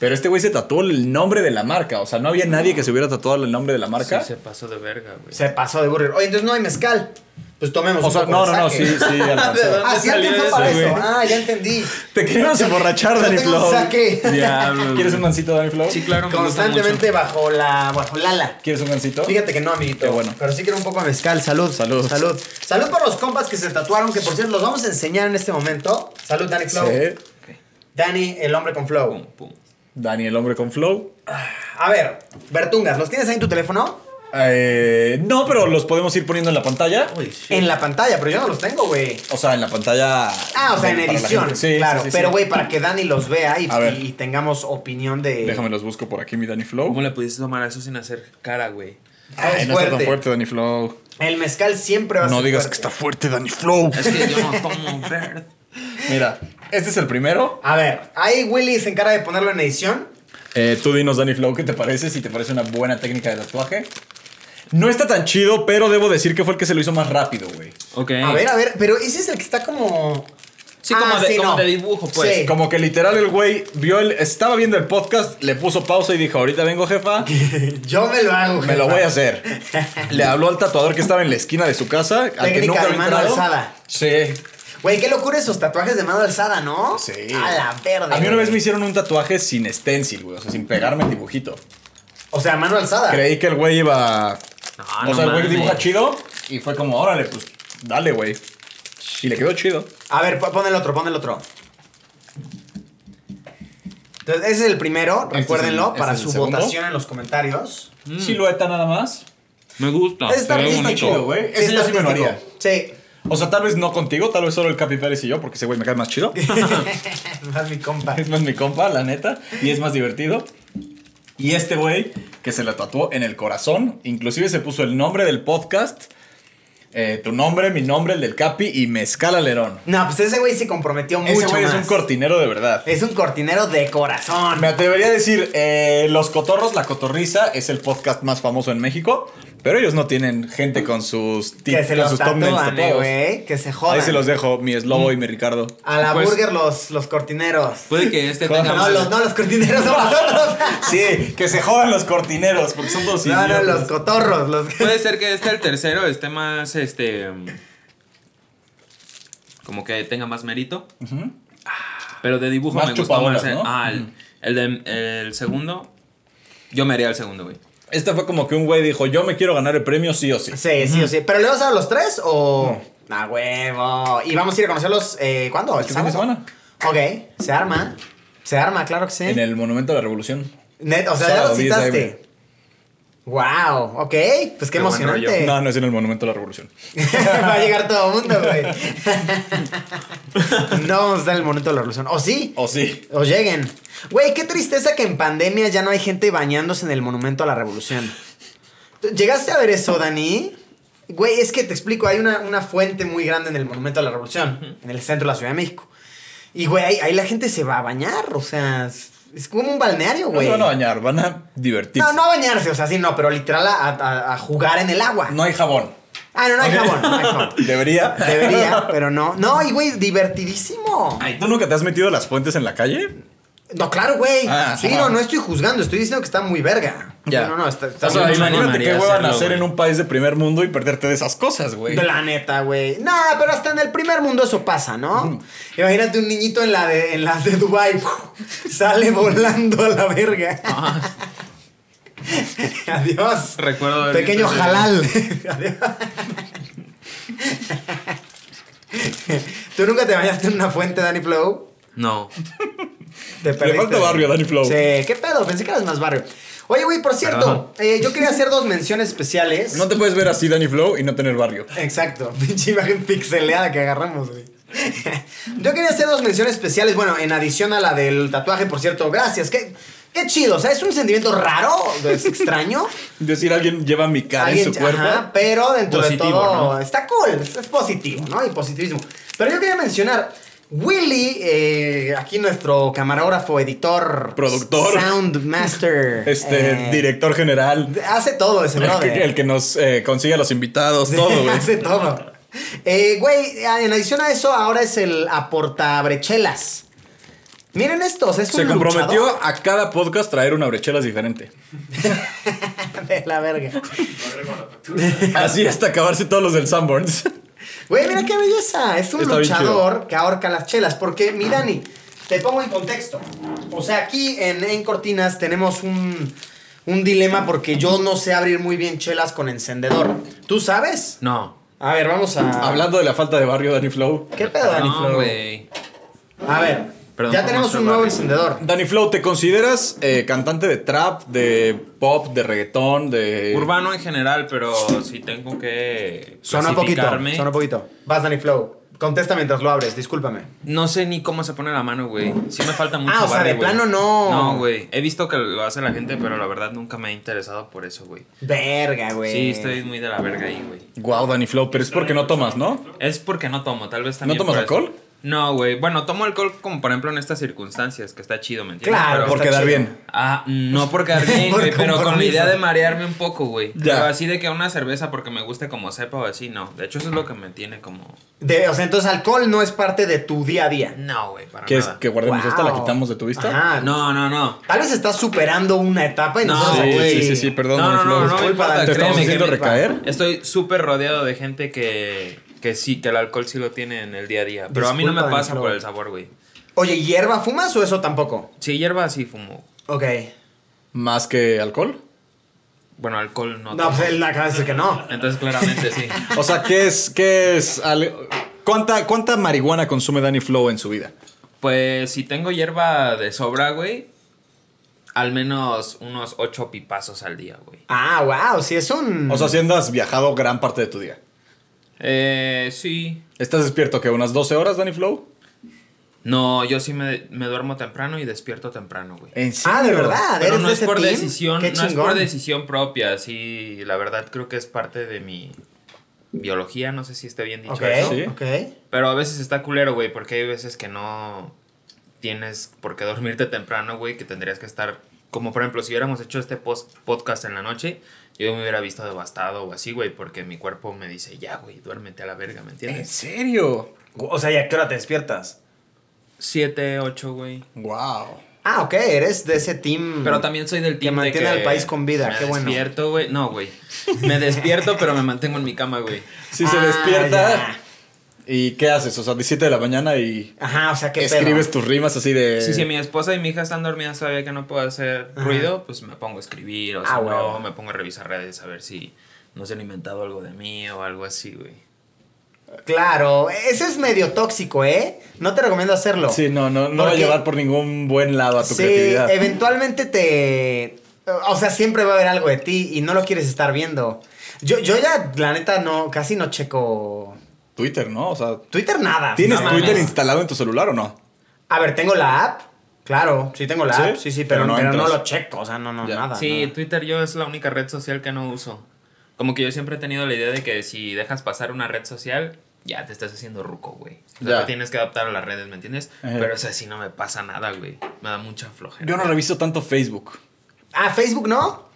A: Pero este güey se tatuó el nombre de la marca. O sea, no había nadie que se hubiera tatuado el nombre de la marca.
C: Sí, se pasó de verga, güey.
B: Se pasó de burger. Oye, entonces no hay mezcal. Pues tomemos
A: O
B: un
A: sea,
B: poco
A: no,
B: de
A: no, no,
B: saque.
A: sí, sí, alcancé.
C: ¿De dónde
B: Ah, sí
C: salió
B: alcanzó
C: eso,
B: para
A: güey?
B: eso. Ah, ya entendí.
A: Te queremos emborrachar,
B: Yo
A: Dani
B: tengo un
A: Flow.
B: saque.
C: Diablos,
A: ¿Quieres un
C: güey.
A: gancito, Dani Flow?
C: Sí, claro, me gusta
B: Constantemente bajo la, bajo la ala.
A: ¿Quieres un gancito?
B: Fíjate que no, amiguito.
A: Qué bueno.
B: Pero sí quiero un poco de mezcal. Salud.
A: Salud.
B: Salud. Salud por los compas que se tatuaron, que por cierto los vamos a enseñar en este momento. Salud, Dani Flow.
A: Sí.
B: Dani, el hombre con flow.
C: mucho. Pum, pum.
A: Dani, el hombre con Flow.
B: A ver, Bertungas, ¿los tienes ahí en tu teléfono?
A: Eh, no, pero los podemos ir poniendo en la pantalla.
B: En la pantalla, pero yo no los tengo, güey.
A: O sea, en la pantalla.
B: Ah, o sea, en
A: para la
B: edición.
A: gente. Sí,
B: claro.
A: sí, sí, sí.
B: pero, güey, para que Dani los vea y,
A: A ver.
B: y tengamos opinión de.
A: Déjame los busco por aquí, mi Dani Flow.
C: ¿Cómo le pudiste tomar a eso sin hacer cara, güey?
B: Ah,
A: Ay,
B: es
A: no está tan
B: fuerte.
A: fuerte, Dani Flow.
B: El mezcal siempre va a
A: No
B: ser
A: digas que
B: fuerte.
A: está fuerte, Dani Flow.
C: Es que yo no tomo verde.
A: Mira, este es el primero.
B: A ver, ahí Willy se encarga de ponerlo en edición.
A: Eh, tú dinos, Danny Flow, ¿qué te parece? Si te parece una buena técnica de tatuaje. No está tan chido, pero debo decir que fue el que se lo hizo más rápido, güey.
C: Ok.
B: A ver, a ver, pero ese es el que está como. Ah,
C: Sí, como de- como de dibujo, pues.
B: Sí.
A: Como que literal el güey vio el. Estaba viendo el podcast, le puso pausa y dijo: Ahorita vengo, jefa,
B: Yo me lo hago.
A: me lo voy a hacer. Le habló al tatuador que estaba en la esquina de su casa. al que
B: Técnica
A: nunca
B: de
A: había
B: mano
A: entrado.
B: alzada.
A: Sí.
B: Güey, qué locura esos tatuajes de mano alzada, ¿no?
A: Sí.
B: A la verde.
A: A mí una
B: güey.
A: vez me hicieron un tatuaje sin stencil, güey. O sea, sin pegarme el dibujito.
B: O sea, mano alzada.
A: Creí que el güey iba.
C: No,
A: o
C: no
A: sea, el güey
C: mames.
A: dibuja chido y fue como, órale, pues dale, güey. Y le quedó chido.
B: A ver, pon pon el otro, pon el otro. Entonces, ese es el primero,
A: es
B: recuérdenlo,
A: el-
B: para
A: este es
B: su
A: el segundo.
B: votación en los comentarios.
A: Silueta nada más.
C: Me gusta.
B: Ese está,
C: se ve
B: ese está
C: bonito.
B: chido,
A: güey. Ese yo sí me lo
B: artístico.
A: haría.
B: Sí.
A: O sea, tal vez no contigo, tal vez solo el Capi Pérez y yo, porque ese güey me cae más chido.
B: Es más mi compa.
A: es más mi compa, la neta, y es más divertido. Y este güey que se la tatuó en el corazón, inclusive se puso el nombre del podcast, eh, tu nombre, mi nombre, el del Capi y Mezcal Alerón.
B: No, pues ese güey se comprometió mucho
A: Ese güey es un
B: más.
A: cortinero de verdad.
B: Es un cortinero de corazón.
A: Me atrevería a decir, eh, Los Cotorros, La Cotorriza es el podcast más famoso en México, pero ellos no tienen gente con sus tip-
B: Que se
A: con
B: los
A: sus thumbnails
B: tatúan, eh,
A: tatuados.
B: güey. Que se jodan.
A: Ahí se los dejo, mi Slobo y mi Ricardo.
B: A la
C: Pues-
B: burger los, los cortineros.
C: Puede que este
A: Joder.
C: tenga
B: No,
C: más.
B: los, no, los cortineros somos nosotros.
A: Sí, que se jodan los cortineros, porque son todos
B: No, no,
A: idiotas.
B: los cotorros. Los...
C: Puede ser que este, el tercero, esté más, este... mm, Como que tenga más mérito. Pero de dibujo
A: Más
C: me gustó más.
A: chupabolas,
C: el-
A: ¿no?
C: Ah, el, el de- el segundo, yo me haría el segundo, güey.
A: Este fue como que un güey dijo, yo me quiero ganar el premio sí o sí.
B: Sí, sí, o sí. ¿Pero le vas a dar los tres o...? A huevo. Y vamos a ir a conocerlos, eh, ¿cuándo? ¿El
A: Este fin de
B: sábado? Ok, se arma. Se arma, claro que sí.
A: En el Monumento a la Revolución.
B: Net, o sea, ya
A: Sábado,
B: los
A: 10 de
B: citaste. Wow, ok. Pues qué,
C: Qué buen
B: emocionante.
A: No, no es en el Monumento a la Revolución.
B: Va a llegar todo el mundo, güey. no vamos a estar en el momento de la revolución. ¿O sí?
A: O sí.
B: O lleguen. Güey, qué tristeza que en pandemia ya no hay gente bañándose en el monumento a la revolución. ¿Llegaste a ver eso, Dani? Güey, es que te explico, hay una, una fuente muy grande en el Monumento a la Revolución, en el centro de la Ciudad de México. Y, güey, ahí, ahí la gente se va a bañar, o sea, es, es como un balneario,
A: No
B: güey.
A: se van a bañar, van a divertirse.
B: No, no a bañarse, o sea, sí, no, pero literal a, a- a jugar en el agua.
A: No hay jabón.
B: Ah, no, no hay jabón, no hay jabón.
A: Debería.
B: Debería, pero no. No, y güey, divertidísimo.
A: Ay, ¿tú nunca te has metido las fuentes en la calle?
B: No, claro, güey.
A: Ah,
B: sí,
A: ajá.
B: no, no estoy juzgando, estoy diciendo que está muy verga.
A: Ya.
B: No, no, no, está, está
A: O sea,
C: Yo
B: muy
C: me
A: imagínate
C: animaría
A: qué
C: a
A: huevan
C: hacerlo,
A: hacer en
C: güey.
A: un país de primer mundo y perderte de esas cosas, güey.
B: La neta, güey. No, pero hasta en el primer mundo eso pasa, ¿no? Imagínate un niñito en la de, en la de Dubai sale volando a la verga. Adiós.
C: Recuerdo haber
B: Pequeño
C: visto
B: jalal.
C: ese
B: Adiós. ¿Tú nunca te bañaste en una fuente, Danny Flow?
C: No.
B: Te perdiste.
A: falta barrio, Danny Flow.
B: Sí, qué pedo, pensé que eras más barrio. Oye, güey, por cierto,
C: Perdón.
B: eh, yo quería hacer dos menciones especiales.
A: No te puedes ver así, Danny Flow, y no tener barrio.
B: Exacto, pinche imagen pixeleada que agarramos, güey. Yo quería hacer dos menciones especiales, bueno, en adición a la del tatuaje, por cierto, gracias. Qué, qué chido, o sea, es un sentimiento raro, es extraño.
A: Decir alguien lleva mi cara en
B: Alguien-
A: su cuerpo.
B: ajá, pero dentro de
C: Positivo,
B: todo
C: ¿no?
B: está cool, es, es positivo, ¿no? Y positivismo. Pero yo quería mencionar, Willy, eh, aquí nuestro camarógrafo, editor,
A: Productor.
B: sound master,
A: Este,
B: eh,
A: director general.
B: hace todo ese
A: El
B: brother.
A: que, el que nos eh, consigue a los invitados, todo, güey.
B: Hace todo. Eh, güey, en adición a eso, ahora es el aportabrechelas. Miren esto, o sea, es un
A: Se comprometió
B: luchador
A: a cada podcast traer una brechelas diferente.
B: de la verga.
A: Así hasta acabarse todos los del Sanborns.
B: Güey, mira qué belleza. Es un
A: Está bien
B: luchador que ahorca las chelas. Porque, mi Dani, te pongo en contexto. O sea, aquí en, en Cortinas tenemos un, un dilema porque yo no sé abrir muy bien chelas con encendedor. ¿Tú sabes?
C: No.
B: A ver, vamos a...
A: Hablando de la falta de barrio, Danny Flow.
B: ¿Qué pedo, Dani
C: No,
B: Flow?
C: güey.
B: A ver,
C: Perdón
B: ya
C: por
B: tenemos
C: mostrar
B: un nuevo
C: barrio.
B: encendedor.
A: Danny Flow, ¿te consideras eh, cantante de trap, de pop, de reggaetón,
B: Eh.
A: de.
C: Urbano en general, pero sí tengo que.
B: Sonó poquito,
C: clasificarme.
B: sonó poquito. Vas, Danny Flow. Contesta mientras lo abres, discúlpame.
C: No sé ni cómo se pone la mano, güey. Sí me falta mucho
B: Ah, o sea,
C: barrio,
B: de
C: güey.
B: plano no.
C: No, güey. He visto que lo hace la gente, pero la verdad nunca me he interesado por eso, güey.
B: Verga, güey.
C: Sí, estoy muy de la verga ahí, güey.
A: Wow, Danny Flow, pero es porque no tomas, ¿no?
C: Es porque no tomo, tal vez también.
A: ¿No tomas
C: por eso.
A: alcohol?
C: No, güey. Bueno, tomo alcohol como por ejemplo en estas circunstancias, que está chido, ¿me entiendes?
B: Claro,
A: Por
B: está
A: quedar
B: chido.
A: bien.
C: Ah, no por quedar bien,
B: Por
C: güey, pero con la
B: compromiso.
C: idea de marearme un poco, güey.
A: Ya.
C: Pero así de que una cerveza porque me guste como sepa o así, no. De hecho, eso es lo que me tiene como.
B: De- o sea, entonces alcohol no es parte de tu día a día.
C: No, güey, para
A: Que es
C: nada.
A: que guardemos pues, esta,
B: Wow.
A: la quitamos de tu vista.
B: Ajá, no.
C: No, no, no.
B: Tal vez estás superando una etapa y
C: No,
B: nosotros
A: Sí,
B: aquí-
A: sí, sí, sí, perdón,
C: no,
A: Danny
C: no,
A: Flow.
C: no, no me
B: Disculpa,
C: importa.
B: Dani.
A: ¿Te estamos
C: créeme que
A: haciendo
C: me-
A: recaer?
C: Estoy súper rodeado de gente que, que sí, que el alcohol sí lo tiene en el día a día. Pero a mí no me
B: Disculpa, Dani
C: pasa
B: Flow.
C: por el sabor, güey.
B: Oye, ¿hierba fumas o eso tampoco?
C: Sí, hierba sí fumo.
B: Ok.
A: ¿Más que alcohol?
C: Bueno, alcohol no.
B: No,
C: tomo.
B: pues él acaba de decir que no.
C: Entonces, claramente sí.
A: O sea, ¿qué es? ¿Qué es? al- ¿Cuánta, ¿Cuánta marihuana consume Danny Flow en su vida?
C: Pues si tengo hierba de sobra, güey, al menos unos ocho pipazos al día, güey.
B: Ah, wow, sí es un...
A: O sea, si andas viajado gran parte de tu día.
C: Eh, sí.
A: ¿Estás despierto que unas 12 horas, Danny Flow?
C: No, yo sí me, me duermo temprano y despierto temprano, güey.
A: ¿En
B: Ah, de verdad,
C: Pero
B: ¿eres
C: no
B: de
C: es
B: ese
C: por
B: team?
C: decisión,
B: Qué
C: no es por
B: chingón.
C: decisión propia, sí, la verdad creo que es parte de mi biología, no sé si está bien dicho
B: Ok,
C: eso.
A: Sí.
B: ok.
C: Pero a veces está culero, güey, porque hay veces que no tienes por qué dormirte temprano, güey, que tendrías que estar. Como por ejemplo, si hubiéramos hecho este post- podcast en la noche, yo me hubiera visto devastado o así, güey, porque mi cuerpo me dice, ya, güey, duérmete a la verga, ¿me
A: ¿En
C: entiendes?
A: serio?
D: O sea, ¿y a qué hora te despiertas?
C: Siete, ocho, güey.
A: Wow.
B: Ah, ok, eres de ese team.
C: Pero también soy del
B: Que
C: team de
B: mantiene al país con vida,
C: me
B: qué bueno.
C: despierto, güey. No, güey. Me despierto, pero me mantengo en mi cama, güey.
A: Si se
B: Ah,
A: despierta.
B: ya.
A: ¿Y qué haces? O sea, 17 de la mañana y
B: Ajá, o sea, qué pedo.
A: escribes tus rimas así de.
C: Sí, si mi esposa y mi hija están dormidas todavía que no puedo hacer
B: Eh, Ajá.
C: ruido, pues me pongo a escribir o
B: Ah,
C: si no,
B: huevo.
C: me pongo a revisar redes a ver si no se han inventado algo de mí o algo así, güey.
B: Claro, eso es medio tóxico, ¿eh? No te recomiendo hacerlo.
A: Sí, no, no, no va a
B: Porque-
A: llevar por ningún buen lado a tu
B: Sí,
A: creatividad.
B: eventualmente te... O sea, siempre va a haber algo de ti y no lo quieres estar viendo. Yo, yo ya, la neta, no, casi no checo
A: Twitter, ¿no? O sea,
B: Twitter nada.
A: ¿tienes
B: Ah, No mames.
A: Twitter instalado en tu celular o no?
B: A ver, tengo la app. Claro, sí tengo la
A: ¿Sí?
B: app. Sí, sí, pero,
A: Pero no
B: pero no
A: entras.
B: lo checo. O sea, no, no,
A: Ya.
B: nada.
C: sí,
B: nada.
C: Twitter yo es la única red social que no uso. Como que yo siempre he tenido la idea de que si dejas pasar una red social, ya te estás haciendo ruco, güey. O sea,
A: Ya.
C: te tienes que adaptar a las redes, ¿me entiendes?
A: Ajá.
C: Pero, o sea, si no me pasa nada, güey. Me da mucha flojera.
A: Yo no reviso tanto Facebook.
B: Ah, Facebook no.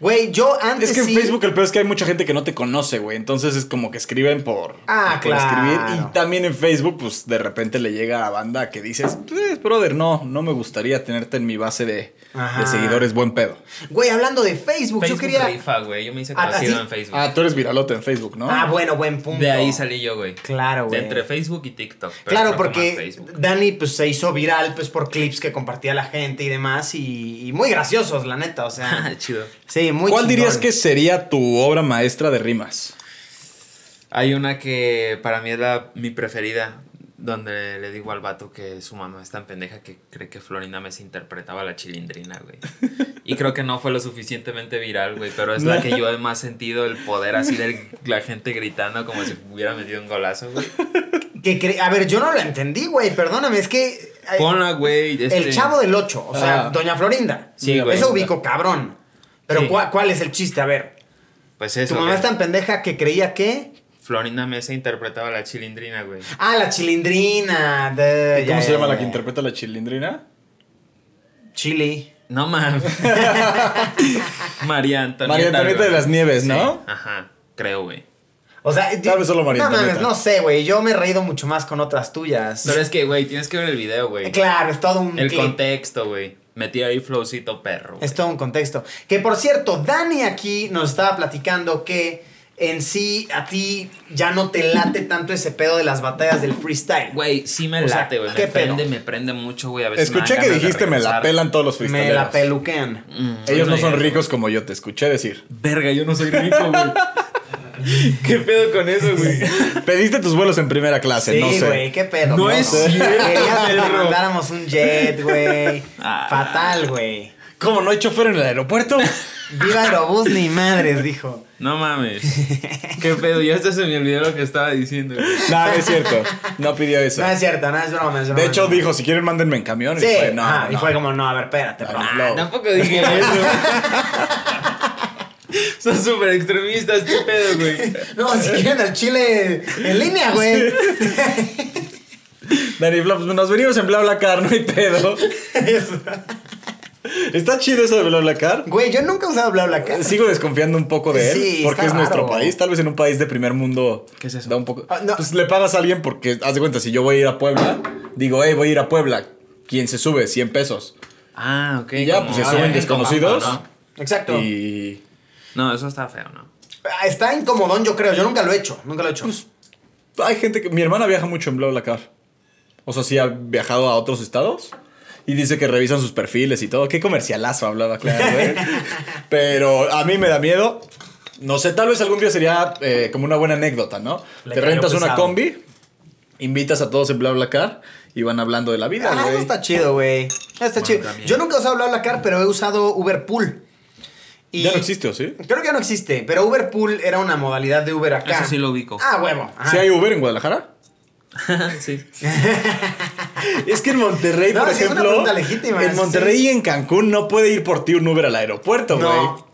B: Güey, yo antes.
A: Es que en
B: sí-
A: Facebook el peor es que hay mucha gente que no te conoce, güey. Entonces es como que escriben por,
B: Ah,
A: por
B: claro.
A: escribir. Y también en Facebook, pues de repente le llega a banda que dices, "Pues, brother, no, no me gustaría tenerte en mi base de,
B: Ajá.
A: de seguidores buen pedo.
B: Güey, hablando de Facebook,
C: Facebook
B: yo quería.
C: rifa, güey. Yo me hice
B: Ah,
C: conocido
B: ¿sí?
C: en Facebook.
A: Ah, tú eres viralote en Facebook, ¿no?
B: Ah, bueno, buen punto.
C: de ahí salí yo, güey.
B: Claro,
C: De
B: güey.
C: entre Facebook y TikTok. pero
B: Claro,
C: creo que más
B: porque
C: Facebook.
B: Dani pues, se hizo viral pues, por clips que compartía la gente y demás, y, y muy graciosos, la neta, o sea.
C: Chido.
B: sí, muy
A: ¿Cuál dirías
B: chingón.
A: que sería tu obra maestra de rimas?
C: Hay una que para mí es la, mi preferida, donde le digo al vato que su mamá es tan pendeja que cree que Florinda Mesa interpretaba la chilindrina, güey. Y creo que no fue lo suficientemente viral, güey, pero es la que yo he más sentido el poder así de la gente gritando como si hubiera metido un golazo, güey.
B: Que cre- A ver, yo no lo entendí, güey, perdóname, es que. eh,
C: Ponla, güey.
B: El
C: este-
B: chavo del 8, o sea,
A: Ah.
B: Doña Florinda.
C: Sí, güey.
B: Eso ubico, cabrón. Pero
C: Sí.
B: ¿cuál, cuál es el chiste? A ver,
C: Pues eso.
B: tu mamá
C: güey.
B: es tan pendeja que creía que.
C: Florinda Mesa interpretaba la chilindrina, güey.
B: Ah, la chilindrina. de-
A: ¿Cómo
B: ya,
A: se
B: ya,
A: llama
B: ya,
A: la que
B: ya.
A: interpreta la chilindrina?
B: Chili.
C: No mames. María Antonieta.
A: María Antonieta
C: güey.
A: de las Nieves, ¿no?
C: Sí, Ajá, creo, güey.
B: O sea,
A: Tal vez solo María
B: No mames,
A: Antonieta.
B: no sé, güey. Yo me he reído mucho más con otras tuyas.
C: Pero es que, güey, tienes que ver el video, güey.
B: Eh, Claro, es todo un
C: El
B: clip,
C: contexto, güey. Metí ahí flowcito perro. güey.
B: Es todo un contexto. Que por cierto, Dani aquí nos estaba platicando que en sí a ti ya no te late tanto ese pedo de las batallas del freestyle.
C: Güey, sí me
B: O sea,
C: late, güey.
B: ¿qué
C: Me
B: pedo?
C: prende, me prende mucho, güey. A veces me
A: Escuché
C: dan
A: que
C: Pues ganas de
A: dijiste me la
C: regresar".
A: pelan todos los
B: me
A: freestaleros.
B: la peluquean.
C: Mm,
A: Ellos no son
C: güey.
A: ricos como yo, te escuché decir.
C: Verga, yo no soy rico, güey. ¿Qué pedo con eso, güey?
A: Pediste tus vuelos en primera clase, no
B: Sí,
A: sé.
B: güey, qué pedo.
C: No es cierto,
B: Querías que te
C: perro.
B: mandáramos un jet, güey.
C: Ah.
B: Fatal, güey.
A: ¿Cómo no hay chofer en el aeropuerto?
B: Viva Aerobús ni madres, dijo.
C: No mames. ¿Qué pedo? Ya hasta se me olvidó lo que estaba diciendo, güey.
A: no, no es cierto. No pidió eso.
B: No es cierto, no es broma, es broma.
A: De hecho,
B: no.
A: dijo, si quieren, mándenme en camión.
B: Sí,
A: y fue, no,
B: ajá, y
A: no.
B: fue como, "Ah, no, a ver, espérate,
A: Dani
B: bro.
A: Flow.
C: Tampoco dije eso. Son súper extremistas, qué pedo, güey.
B: No, si quieren al chile en línea, güey.
A: Dani Flow, pues, nos venimos en BlaBlaCar, no hay pedo. Está chido eso de BlaBlaCar.
B: Güey, yo nunca he usado BlaBlaCar.
A: Eh, Sigo desconfiando un poco de él
B: Sí,
A: porque
B: está
A: es nuestro
B: raro.
A: país. Tal vez en un país de primer mundo
C: ¿Qué es eso?
A: da un poco.
B: Ah, no.
A: Pues le pagas a alguien porque, haz de cuenta, si yo voy a ir a Puebla, digo, hey, voy a ir a Puebla. ¿Quién se sube? 100 pesos.
C: Ah, ok.
A: Y ya, pues, se
C: ah,
A: suben
C: bien,
A: desconocidos.
C: como, ¿no?
B: Exacto.
A: Y.
C: No, eso está feo, ¿no?
B: Ah, Está incomodón, yo creo. Yo nunca lo he hecho. Nunca lo he hecho.
A: Pues,
B: Ah,
A: Hay gente que. Mi hermana viaja mucho en BlaBlaCar. O sea, sí ha viajado a otros estados. Y dice que revisan sus perfiles y todo. Qué comercialazo hablaba, claro, güey. Pero a mí me da miedo. No sé, tal vez algún día sería eh, como una buena anécdota, ¿no?
B: Le
A: Te
B: cayó
A: rentas una
B: pesado.
A: combi, invitas a todos en BlaBlaCar y van hablando de la vida,
B: Ah, eso
A: güey.
B: está chido, güey. Eso Está
C: Bueno,
B: chido.
C: también.
B: Yo nunca he usado BlaBlaCar, pero he usado Uberpool. Y
A: Ya no existe, ¿o sí?
B: Creo que ya no existe, pero Uberpool era una modalidad de Uber acá.
C: Eso sí lo ubico.
B: Ah, huevo. ajá.
A: ¿Sí hay Uber en Guadalajara?
C: sí.
A: Es que en Monterrey,
B: No,
A: por
B: sí, es una
A: ejemplo.
B: pregunta legítima,
A: en
B: eso
A: Monterrey
B: sí.
A: y en Cancún no puede ir por ti un Uber al aeropuerto, güey.
B: No.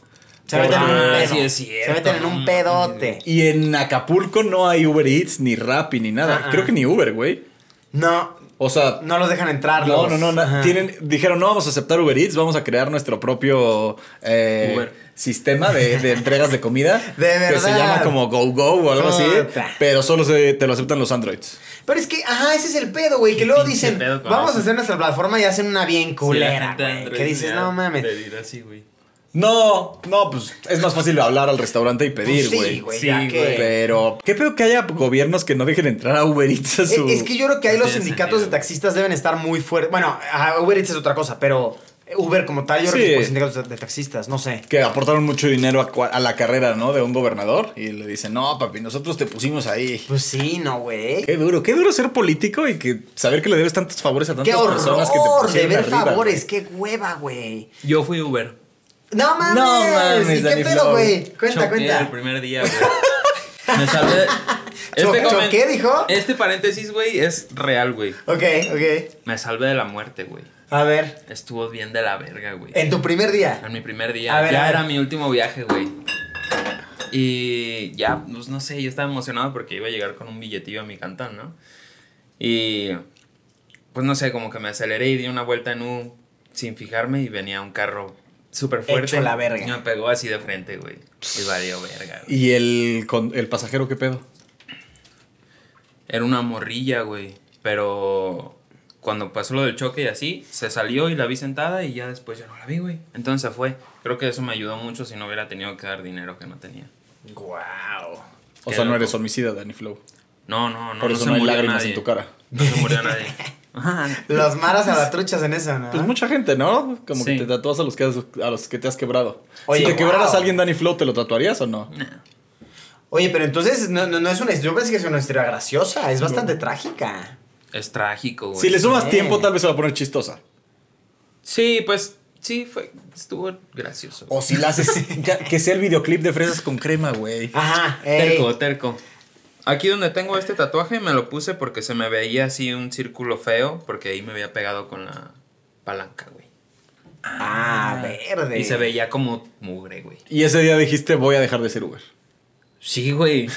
B: Se meten en un
C: Ah,
B: pedo.
C: sí es cierto,
B: Se meten en un
C: no
B: pedote.
A: Y en Acapulco no hay Uber Eats, ni Rappi, ni nada.
B: Ah, ah.
A: Creo que ni Uber, güey.
B: No,
A: O sea,
B: no los dejan entrar.
A: no,
B: los-
A: no, no. na-
B: ajá.
A: tienen, dijeron, no vamos a aceptar Uber Eats, vamos a crear nuestro propio eh,
C: Uber.
A: sistema de, de entregas de comida.
B: De
A: Que se
B: verdad.
A: llama como GoGo o algo así.
B: Puta.
A: Pero solo se- te lo aceptan los Androids.
B: Pero es que, ajá, ese es el pedo, güey. Que luego
C: pinche
B: dicen,
C: pedo con
B: vamos
C: eso.
B: a hacer nuestra plataforma y hacen una bien culera,
C: Sí, la gente
B: güey.
C: Android
B: que dices,
C: ya
B: no
C: Te
B: mames.
C: dirá así, güey.
A: No, no, pues es más fácil hablar al restaurante y pedir,
B: Pues
A: güey.
B: sí, güey,
C: Sí,
B: ya
C: güey.
B: que.
A: Pero, ¿qué pedo que haya gobiernos que no dejen entrar a Uber Eats a
B: Es,
A: su...
B: es que yo creo que ahí
C: No
B: los
C: tiene
B: sindicatos de
C: sentido.
B: taxistas deben estar muy fuertes. Bueno, ajá, Uber Eats es otra cosa, pero Uber como tal, yo creo
A: Sí.
B: que es por sindicatos de taxistas, no sé.
A: que aportaron mucho dinero a, cua- a la carrera, ¿no? De un gobernador. Y le dicen, no, papi, nosotros te pusimos ahí.
B: Pues sí, no, güey.
A: Qué duro, qué duro ser político y que saber que le debes tantos favores a tantas
B: Qué
A: personas que te
B: horror de
A: pusieron
B: ver
A: arriba,
B: favores, qué hueva, güey.
C: Yo fui Uber.
B: No mames,
A: No mames,
B: ¿y qué
A: Dani
B: pedo,
A: Flow.
B: güey? Eh, Cuenta,
C: Choqué el
B: cuenta.
C: primer día, güey. Me salvé. este
B: Choqué,
C: comen-
B: choqué, dijo.
C: Este paréntesis, güey, es real, güey.
B: Ok, ok.
C: Me salvé de la muerte, güey.
B: A ver,
C: Estuvo bien de la verga, güey.
B: en tu primer día.
C: En mi primer día.
B: A ver,
C: ya
B: a ver.
C: era mi último viaje, güey. Y ya, pues no sé, yo estaba emocionado porque iba a llegar con un billetillo a mi cantón, ¿no? Y pues no sé, como que me aceleré y di una vuelta en U sin fijarme y venía un carro súper fuerte.
D: Hecho la verga.
C: Y me pegó así de frente, güey. Y valió verga. güey.
A: ¿Y el, con- el pasajero qué pedo?
C: Era una morrilla, güey. Pero cuando pasó lo del choque y así, se salió y la vi sentada y ya después ya no la vi, güey. Entonces se fue. Creo que eso me ayudó mucho si no hubiera tenido que dar dinero que no tenía.
D: Wow.
A: O
C: Qué
A: sea, no
C: loco.
A: eres homicida, Danny Flow.
C: No, no, no.
A: Por eso
C: se
A: no hay
C: murió
A: lágrimas
C: nadie.
A: en tu cara.
C: No se murió nadie. Ajá.
B: Los maras a las truchas en eso, ¿no?
A: Pues mucha gente, ¿no? Como
C: Sí.
A: que te tatúas a los que, has- a los que te has quebrado.
B: Oye,
A: si te
B: wow.
A: quebraras a alguien, Danny Flow, ¿te lo tatuarías o no?
B: Oye, pero entonces no, no, no es una yo pensé que es una historia graciosa, es bastante trágica.
C: Es trágico, güey.
A: Si le sumas
B: sí.
A: tiempo, tal vez se va a poner chistosa.
C: Sí, pues sí, fue, estuvo gracioso.
A: O si la haces. ya, que sea el videoclip de fresas con crema, güey.
B: Ajá, ey.
C: Terco, terco. Aquí donde tengo este tatuaje me lo puse porque se me veía así un círculo feo, porque ahí me había pegado con la palanca, güey.
B: Ah, verde.
C: Y se veía como mugre, güey.
A: Y ese día dijiste, voy a dejar de ser Uber.
C: Sí, güey.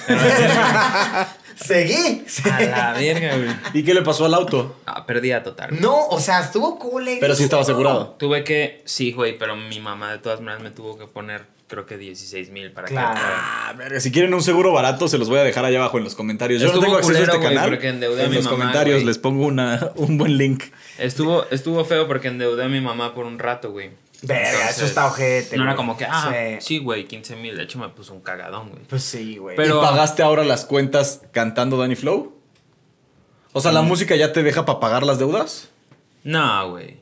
B: Seguí.
A: Ah.
C: A la verga, güey.
A: ¿Y qué le pasó al auto?
C: Ah, perdida total.
B: No, o sea, estuvo cool. eh.
A: Pero sí estaba asegurado.
C: Tuve que, sí, güey, pero mi mamá de todas maneras me tuvo que poner, creo que 16 mil para
B: Claro.
C: que...
A: Ah, verga, si quieren un seguro barato, se los voy a dejar allá abajo en los comentarios. Yo no
C: Estuvo
A: tengo acceso
C: culero,
A: a este
C: güey,
A: canal.
C: porque endeudé a
A: en
C: mi
A: los
C: mamá,
A: comentarios
C: güey.
A: les pongo una, un buen link.
C: Estuvo, estuvo feo porque endeudé a mi mamá por un rato, güey.
B: Verga,
C: Entonces,
B: eso está ojete,
C: No era
B: güey.
C: como que, ah,
B: Sí.
C: sí, güey, 15 mil. De hecho, me puso un cagadón, güey.
B: Pues sí, güey.
C: Pero-
A: ¿Y pagaste ahora las cuentas cantando Danny Flow? O sea,
C: Mm.
A: ¿la música ya te deja para pagar las deudas?
C: No, güey.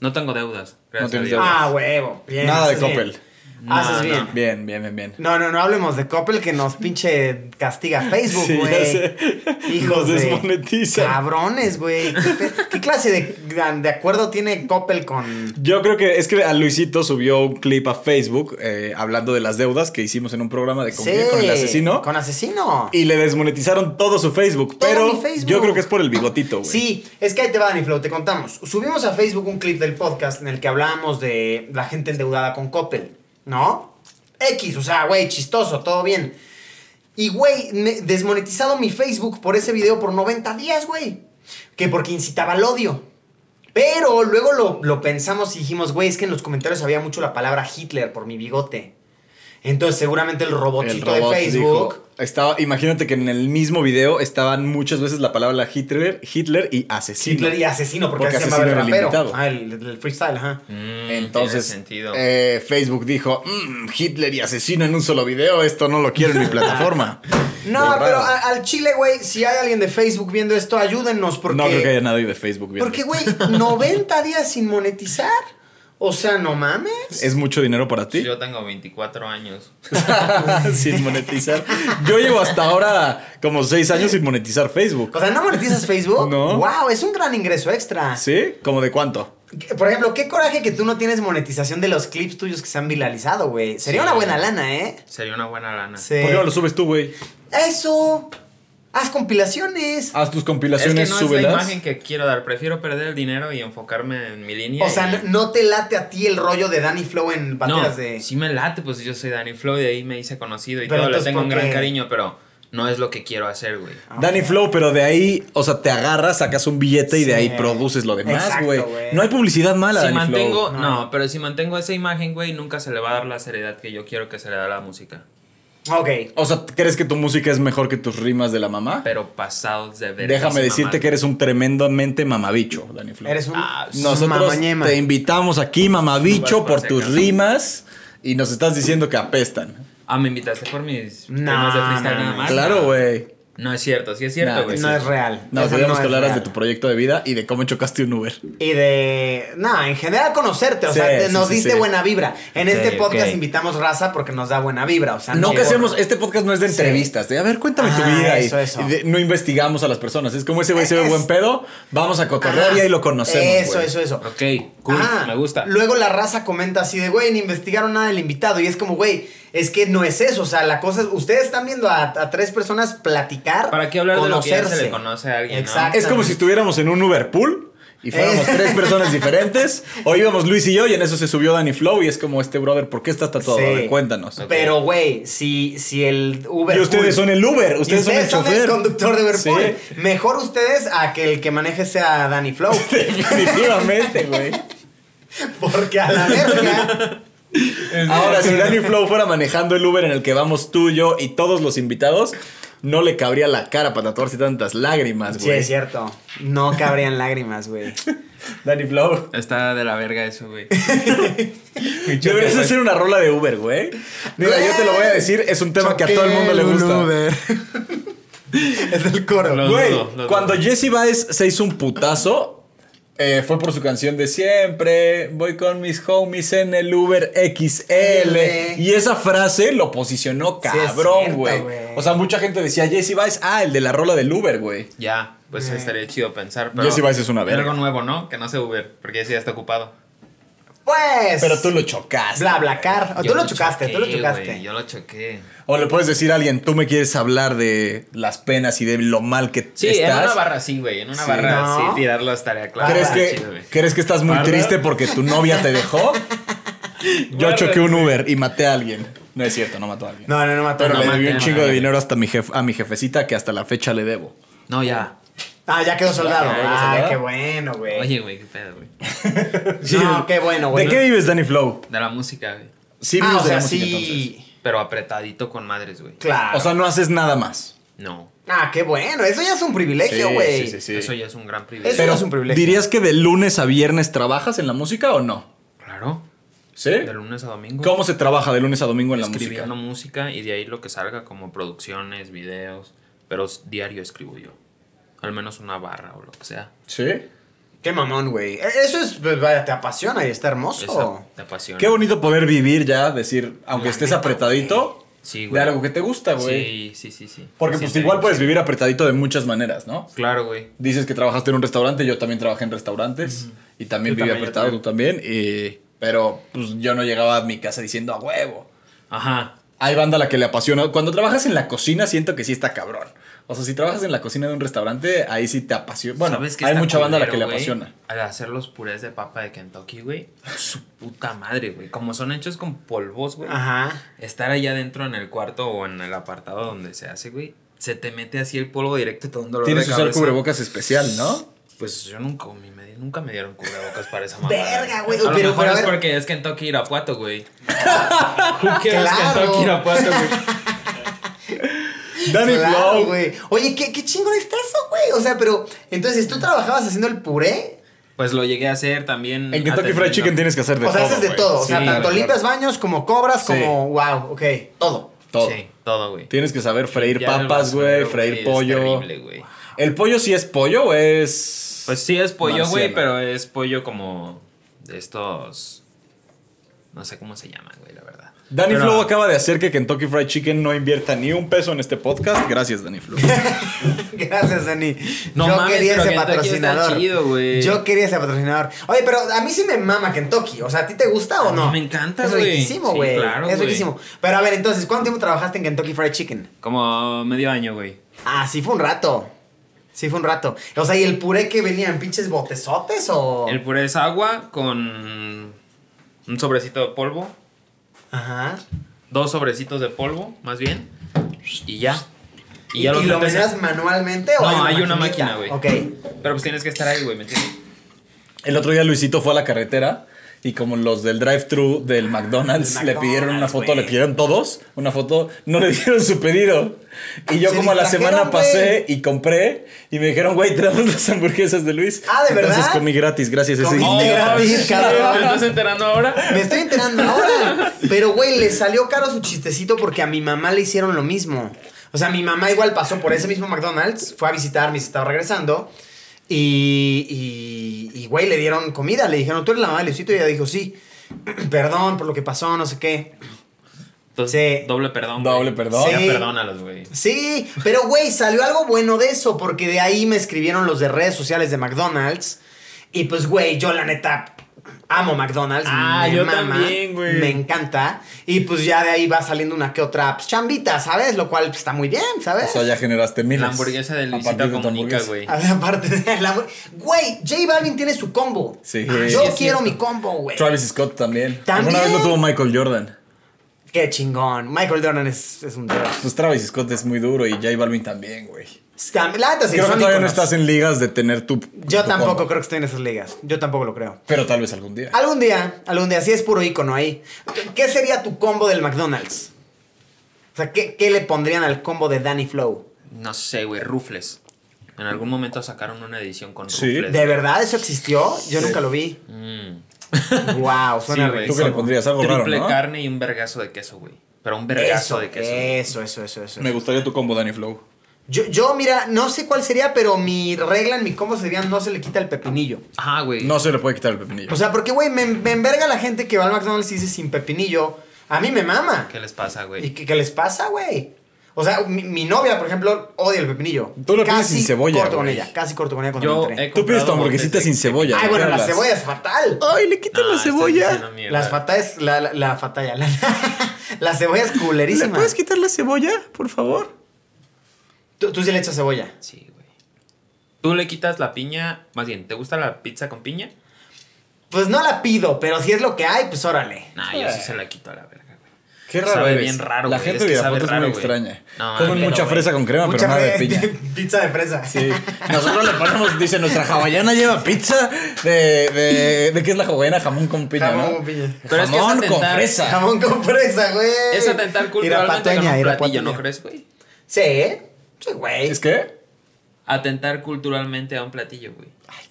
C: No tengo deudas.
A: No
C: Gracias
A: tienes
C: a Dios.
A: deudas.
B: Ah, huevo. Bien,
A: Nada de
B: haces bien.
A: Coppel.
C: No,
B: haces
C: no.
B: bien.
A: Ah, Bien, bien, bien, bien.
B: No, no, no hablemos de Coppel que nos pinche castiga Facebook,
A: Sí, ya
B: güey.
A: sé.
B: Hijos
A: Nos
B: de-
A: desmonetiza.
B: Cabrones, güey. ¿Qué, pe- qué clase de, de acuerdo tiene Coppel con.
A: Yo creo que es que a Luisito subió un clip a Facebook eh, hablando de las deudas que hicimos en un programa de con, con el asesino.
B: Con asesino.
A: Y le desmonetizaron todo su Facebook.
B: Todo
A: pero
B: mi Facebook.
A: yo creo que es por el bigotito, güey.
B: Sí, es que ahí te va, Dani Flow, te contamos. Subimos a Facebook un clip del podcast en el que hablábamos de la gente endeudada con Coppel, ¿no? X, o sea, güey, chistoso, todo bien. Y, güey, me- desmonetizado mi Facebook por ese video por 90 días, güey. Que porque incitaba al odio. Pero luego lo, lo pensamos y dijimos, güey, es que en los comentarios había mucho la palabra Hitler por mi bigote. Entonces, seguramente el
A: El
B: robotito
A: robot
B: de Facebook.
A: dijo- estaba, imagínate que en el mismo video estaban muchas veces la palabra Hitler, Hitler y asesino.
B: Hitler y asesino, porque,
A: Porque
B: así se llamaba el
A: asesino era el
B: rapero.
A: invitado.
B: ah, el, el freestyle, ajá.
C: Mm, tiene
A: Entonces,
C: sentido.
A: eh, Facebook dijo, "Mm, Hitler y asesino en un solo video, esto no lo quiero en mi plataforma.
B: No,
A: Muy
B: pero
A: raro.
B: ah, a- al chile, güey, si hay alguien de Facebook viendo esto, ayúdennos porque...
A: No creo que haya nadie de Facebook viendo.
B: Porque, güey, 90 días sin monetizar. O sea, no mames.
A: ¿Es mucho dinero para ti?
C: Yo tengo 24 años.
A: sin monetizar. Yo llevo hasta ahora como seis años sin monetizar Facebook.
B: O sea, ¿no monetizas Facebook?
A: No.
B: Wow, es un gran ingreso extra.
A: ¿Sí? ¿Como de cuánto?
B: Por ejemplo, qué coraje que tú no tienes monetización de los clips tuyos que se han viralizado, güey. Sería
C: Sí.
B: una buena lana, ¿eh?
C: Sería una buena lana.
B: Sí.
A: ¿Por qué no lo subes tú, güey?
B: Eso. Haz compilaciones.
A: Haz tus
C: Es que no
A: compilaciones,
C: es la
A: súbelas.
C: imagen que quiero dar. Prefiero perder el dinero y enfocarme en mi línea.
B: O sea,
C: y-
B: no- no te late a ti el rollo de Danny Flow en
C: no,
B: bateras de...
C: sí me late, pues yo soy Danny Flow, de ahí me hice conocido y
B: Pero
C: todo, le
B: entonces,
C: tengo un
B: ¿por
C: gran
B: qué?
C: cariño, pero no es lo que quiero hacer, güey.
A: Danny Flow, pero de ahí, o sea, te agarras, sacas un billete y
B: Sí.
A: de ahí produces lo demás,
B: Exacto,
A: güey.
B: güey.
A: No hay publicidad
B: Ah,
A: mala,
C: Si
A: Danny
C: mantengo,
A: Flow.
C: no.
B: No.
C: pero si mantengo esa imagen, güey, nunca se le va a dar la seriedad que yo quiero que se le da a la música.
B: Ok.
A: O sea, ¿crees que tu música es mejor que tus rimas de la mamá?
C: Pero pasados de ver.
A: Déjame decirte que eres un tremendamente mamabicho, Danny Flow.
B: Eres un
C: Ah,
A: Nosotros
B: mamañema.
A: te invitamos aquí, mamabicho,
C: Por
A: por
C: si
A: tus
C: acaso.
A: rimas y nos estás diciendo que apestan.
C: Ah, me invitaste por mis
B: No,
C: temas de freestyle
B: no,
C: nada más.
A: Claro, güey.
C: No es cierto, sí es cierto,
A: Nah,
C: güey.
B: No es real.
A: Nos
B: Eso
A: olvidamos
B: no
A: que
B: es
A: hablaras de
B: real.
A: tu proyecto de vida y de cómo chocaste un Uber.
B: Y de. No, en general conocerte. O
A: Sí,
B: sea, te-
A: sí,
B: nos
A: sí,
B: diste
A: sí.
B: buena vibra. En
C: Ok,
B: este podcast
C: ok.
B: invitamos raza porque nos da buena vibra. O sea,
A: No que
B: por-
A: hacemos, este podcast no es de
B: Ah, Sí.
A: entrevistas, de a ver, cuéntame tu
B: Ah,
A: vida y-
B: eso, eso.
A: y, de- no investigamos a las personas. Es como ese güey se ve
B: Es-
A: buen pedo, vamos a cotorrear
B: Ajá.
A: y ahí lo conocemos.
B: Eso,
A: güey.
B: eso, eso.
C: Ok, cool,
B: Ajá.
C: me gusta.
B: Luego la raza comenta así de, güey, ni investigaron nada del invitado. Y es como, güey, es que no es eso. O sea, la cosa es. Ustedes están viendo a, a tres personas platicar.
C: ¿Para qué hablar de lo que ya se
B: conocerse.
C: le conoce a alguien, no?
B: Exacto.
A: Es como si estuviéramos en un Uberpool y
B: Eh.
A: fuéramos tres personas diferentes, o íbamos Luis y yo y en eso se subió Danny Flow y es como este brother, ¿por qué estás tatuado? A ver,
B: Sí.
A: cuéntanos.
B: Pero, güey, si, si el Uber.
A: Y ustedes son el Uber,
B: Y
A: ustedes, son el chofer.
B: conductor de Uberpool.
A: Sí.
B: Mejor ustedes a que el que maneje sea Danny Flow.
A: Definitivamente, güey.
B: Porque a la verga.
A: Ahora, si Danny Flow fuera manejando el Uber en el que vamos tú, yo y todos los invitados, no le cabría la cara para tatuarse tantas lágrimas,
B: Sí,
A: güey.
B: es cierto. No cabrían lágrimas, güey.
A: Danny Flow.
C: Está de la verga eso, güey.
A: Deberías hacer una rola de Uber, güey. Mira, yo te lo voy a decir, es un tema que a todo el mundo le
B: Choqué en un
A: gusta.
B: Uber. es el coro.
C: Lo
A: Güey,
C: dudo, lo
A: cuando
C: dudo.
A: Jesse Baez se hizo un putazo, eh, fue por su canción de siempre, voy con mis homies en el Uber XL. Y esa frase lo posicionó
B: Sí, es
A: cabrón,
B: cierto,
A: güey.
B: güey.
A: o sea, mucha gente decía, Jesse Baez, ah, el de la rola del Uber, güey.
C: Ya, pues
B: Eh.
C: estaría chido pensar. Pero
A: Yo sí, Vice es una verga.
C: Algo nuevo, ¿no? Que no sea Uber, porque ese ya está ocupado.
B: Pues.
A: Pero tú lo chocaste.
B: Bla, bla, car.
C: Yo
B: Ah, Tú lo chocaste, tú lo
C: choqué,
B: chocaste.
C: güey, yo lo choqué.
A: O le puedes decir a alguien, tú me quieres hablar de las penas y de lo mal que
C: Sí,
A: estás.
C: en una barra sí, güey. En una
A: Sí.
C: barra
B: No.
C: sí, tirarlo estaría claro.
A: ¿Crees
B: Ah,
A: que,
C: Chido, güey.
A: ¿Crees que estás muy
C: Barra.
A: triste porque tu novia te dejó? Yo choqué un Uber y maté a alguien. No es cierto, no mató a alguien.
B: No, no, no mató
A: Pero
B: a
A: le
C: nadie.
A: debí un
C: No,
A: chingo
C: no,
A: de
C: no.
A: dinero hasta mi jef- a mi jefecita que hasta la fecha le debo.
C: No, ya.
B: Ah, ya quedó soldado.
A: Ya quedó
B: Ay,
A: soldado.
B: qué bueno, güey.
C: Oye, güey, qué pedo, güey.
B: No, qué Ah, bueno, güey.
A: ¿De qué vives, Danny Flow?
C: De la música, güey.
A: Sí,
B: Ah,
A: vives
B: o
A: de la
B: sea,
A: música,
B: sí.
C: Pero apretadito con madres, güey.
B: Claro.
A: entonces. O sea, no haces nada más.
C: No.
B: ah, qué bueno. Eso ya es un privilegio,
A: Sí,
B: güey.
A: sí, sí, sí.
C: Eso ya es un gran
B: Eso
C: privilegio.
B: no
A: Pero,
B: es un privilegio.
A: ¿dirías que de lunes a viernes trabajas en la música o no?
C: Claro.
A: ¿Sí?
C: De lunes a domingo.
A: ¿Eh? ¿Cómo se trabaja de lunes a domingo en la música?
C: Escribiendo música. y de ahí lo que salga como producciones, videos. Pero s- diario escribo yo. Al menos una barra o lo que sea.
A: ¿Sí?
B: Qué mamón, güey. E- Eso es, pues, vaya, te apasiona y está hermoso.
C: Esa te apasiona.
A: Oh. Qué bonito poder vivir ya, decir, aunque
B: La
A: estés
B: neta,
A: apretadito,
C: Sí,
A: de
C: güey.
A: algo que te gusta, güey.
C: Sí, sí, sí, sí.
A: Porque
C: Sí,
A: pues
C: te
A: igual
C: digo,
A: puedes
C: sí.
A: vivir apretadito de muchas maneras, ¿no?
C: Claro, güey.
A: Dices que trabajaste en un restaurante, yo también trabajé en restaurantes y también
C: Yo
A: viví
C: también, yo
A: apretado, tú también. Y, pero pues yo no llegaba a mi casa diciendo a huevo.
C: Ajá.
A: Hay banda a la que le apasiona. Cuando trabajas en la cocina siento que sí está cabrón. O sea, si trabajas en la cocina de un restaurante, ahí sí te apasiona. Bueno,
C: ¿Sabes qué
A: hay
C: está
A: mucha banda a la que le
C: culero, güey?
A: apasiona.
C: Al hacer los purés de papa de Kentucky, güey. Su puta madre, güey. Como son hechos con polvos, güey.
B: Ajá.
C: Estar allá adentro en el cuarto o en el apartado donde se hace, güey. Se te mete así el polvo directo y todo un dolor
A: Tienes
C: de
A: que usar
C: cabeza.
A: cubrebocas especial, ¿no?
C: Pues yo nunca, me, me- nunca me dieron cubrebocas para esa mamada.
B: Verga, güey.
C: A lo
B: Pero,
C: mejor
B: pero, a
C: es
B: ver.
C: porque es Kentucky Irapuato, güey. Who cares
B: Claro.
C: Kentucky Irapuato, güey?
A: Danny
B: Claro,
A: Flow.
B: güey. Oye, ¿qué, qué chingón está eso, güey. O sea, pero entonces tú trabajabas haciendo el puré.
C: Pues lo llegué a hacer también.
A: En Kentucky Fried
C: atendiendo.
A: Chicken tienes que hacer de
B: O sea,
A: todo,
B: haces de
A: güey.
B: todo. o sea,
C: Sí,
B: tanto
C: claro.
B: limpias baños como cobras,
A: Sí.
B: como wow, ok, todo.
A: Todo.
C: Sí, todo, güey.
A: Tienes que saber freír
C: Ya en el
A: papas, güey,
C: basurero,
A: freír
C: es
A: pollo.
C: terrible, güey.
A: ¿El pollo sí es pollo o es.?
C: Pues sí es pollo, güey,
A: marciano?
C: pero es pollo como de estos. No sé cómo se llaman, güey, la verdad.
A: Danny
C: Pero-
A: Flow acaba de hacer que Kentucky Fried Chicken no invierta ni un peso en este podcast. Gracias, Danny Flow.
B: Gracias, Dani.
C: No
B: Yo
C: mames,
B: quería
C: pero
B: ese
C: Kentucky está
B: patrocinador.
C: chido, güey.
B: Yo quería ese patrocinador. Oye, pero a mí sí me mama Kentucky. O sea, ¿a ti te gusta o
C: A mí
B: no?
C: me encanta,
B: Es
C: güey.
B: riquísimo,
C: Sí,
B: güey.
C: claro,
B: es
C: güey.
B: riquísimo. Pero a ver, entonces, ¿cuánto tiempo trabajaste en Kentucky Fried Chicken?
C: Como medio año, güey.
B: Ah, sí fue un rato. Sí fue un rato. O sea, ¿y el puré que venía en pinches botezotes o...?
C: El puré es agua con un sobrecito de polvo,
B: Ajá.
C: dos sobrecitos de polvo, más bien, y ya.
B: ¿Y, y lo
C: metes-
B: metías manualmente o
C: No,
B: hay una,
C: hay una
B: maquinita?
C: máquina, güey.
B: Ok.
C: Pero pues tienes que estar ahí, güey, ¿me entiendes?
A: El otro día Luisito fue a la carretera y como los del drive-thru del McDonald's,
B: Ah, Del
A: le pidieron una
B: McDonald's,
A: foto,
B: güey.
A: le pidieron todos una foto, no le dieron su pedido. Y yo
B: Se
A: como a la
B: distrajeron,
A: semana
B: güey.
A: pasé y compré y me dijeron, güey, te damos las hamburguesas de Luis.
B: Ah, ¿de
A: Entonces
B: verdad?
A: comí gratis, gracias. ese
B: Comiste
A: idiota.
B: gratis,
C: Oh, shit,
B: cabrón.
C: ¿Te estás enterando ahora?
B: Me estoy enterando ahora. Pero, güey, le salió caro su chistecito porque a mi mamá le hicieron lo mismo. O sea, mi mamá igual pasó por ese mismo McDonald's, fue a visitarme y se estaba regresando. Y, y, y, güey, le dieron comida. Le dijeron, ¿tú eres la mamá de Luisito? Y ella dijo, sí. Perdón por lo que pasó, no sé qué.
C: Entonces,
B: Sí.
C: doble perdón. güey.
A: Doble perdón.
C: Ya
B: Sí.
C: perdónalos, güey.
B: Sí, pero güey, salió algo bueno de eso, porque de ahí me escribieron los de redes sociales de McDonald's. Y pues, güey, yo la neta Amo McDonald's.
E: Ah,
B: me
E: yo
B: mama,
E: también, güey.
B: Me encanta. Y pues ya de ahí va saliendo una que otra pues, chambita, ¿sabes? Lo cual pues, está muy bien, ¿sabes?
A: O sea, ya generaste miles.
C: La hamburguesa de
A: A
C: Luisita
A: partir de tu
C: Comunica,
A: hamburguesa.
C: güey.
B: A ver, aparte de la... Güey, J Balvin tiene su combo.
A: Sí.
B: Yo
A: Sí, es
B: quiero
C: cierto.
B: mi combo, güey.
A: Travis Scott también.
B: También.
A: Alguna vez lo tuvo Michael Jordan.
B: Qué chingón. Michael Jordan es, es un dios.
A: Pues Travis Scott es muy duro y J Balvin también, güey.
B: La neta, sí,
A: Creo que
B: son
A: todavía no
B: íconos.
A: estás en ligas de tener tu.
B: Yo
A: tu
B: tampoco
A: combo.
B: creo que estoy en esas ligas. Yo tampoco lo creo.
A: Pero tal vez algún día.
B: Algún día, algún día, sí es puro icono ahí. ¿Qué sería tu combo del McDonald's? O sea, ¿qué, qué le pondrían al combo de Danny Flow?
C: No sé, güey, rufles. En algún momento sacaron una edición con
A: Sí.
C: rufles.
B: ¿De verdad eso existió? Yo nunca lo vi.
C: Mm.
B: Wow, suena
C: Sí, güey,
A: ¿Tú qué
B: rico.
A: le pondrías? Algo raro,
C: Triple
A: ¿no?
C: carne y un vergazo de queso, güey. Pero un
B: Eso,
C: vergazo de
B: eso,
C: queso.
B: eso, eso, eso.
A: Me gustaría tu combo, Danny Flow.
B: Yo, yo, mira, no sé cuál sería, pero mi regla en mi combo sería no se le quita el pepinillo.
C: Ajá, güey.
A: No se le puede quitar el pepinillo.
B: O sea, porque, güey, me, me enverga la gente que va al McDonald's y dice sin pepinillo. A mí me mama.
C: ¿Qué les pasa,
B: ¿Y
C: güey?
B: qué, qué les pasa, güey? O sea, mi, mi novia, por ejemplo, odia el pepinillo.
A: Tú lo pides
B: casi
A: sin cebolla,
B: Corto con
A: güey.
B: ella, casi corto con ella cuando
C: Yo eh,
B: entré.
C: he
A: Tú pides tu
C: comprado
A: hamburguesita
C: botes de-
A: sin cebolla.
B: Ay, bueno, la
A: Las-
B: cebolla es fatal.
A: Ay, le quitan
C: No,
A: la
C: estás
A: cebolla.
C: Ah, diciendo mierda.
B: Las fatallas, la, la, la fatalla, la, la cebolla es
A: ¿Le
B: culerísima.
A: puedes quitar la cebolla, por favor?
B: Tú, tú sí le echas cebolla.
C: Sí, güey. Tú le quitas la piña. Más bien, ¿te gusta la pizza con piña?
B: Pues no la pido, pero si es lo que hay, pues órale.
C: Nah, yo sí se la quito a la verga, güey.
A: Qué raro.
C: Sabe
A: eres.
C: bien raro,
A: La
C: güey.
A: gente
C: Es que
A: de Irapuato
C: sabe
A: es
C: raro,
A: muy
C: güey.
A: extraña.
C: No,
A: Comen
C: pero,
A: mucha
C: güey.
A: fresa con crema,
B: Mucha
A: pero nada de
B: fe-
A: piña.
B: pizza de fresa.
A: Sí. Nosotros le ponemos, dice, nuestra hawaiana lleva pizza de. ¿De, de qué es la hawaiana? Jamón con piña.
B: Jamón
A: ¿no?
B: con piña.
C: Pero es que es
A: Jamón con
C: atentar-
A: fresa.
B: Jamón con fresa, güey.
C: Es atentar culturalmente con un
B: Irapateña,
C: platillo, ¿no
B: irapateña.
C: crees, güey?
B: Sí, ¿eh? Sí, güey.
A: ¿Es que?
C: Atentar culturalmente a un platillo, güey.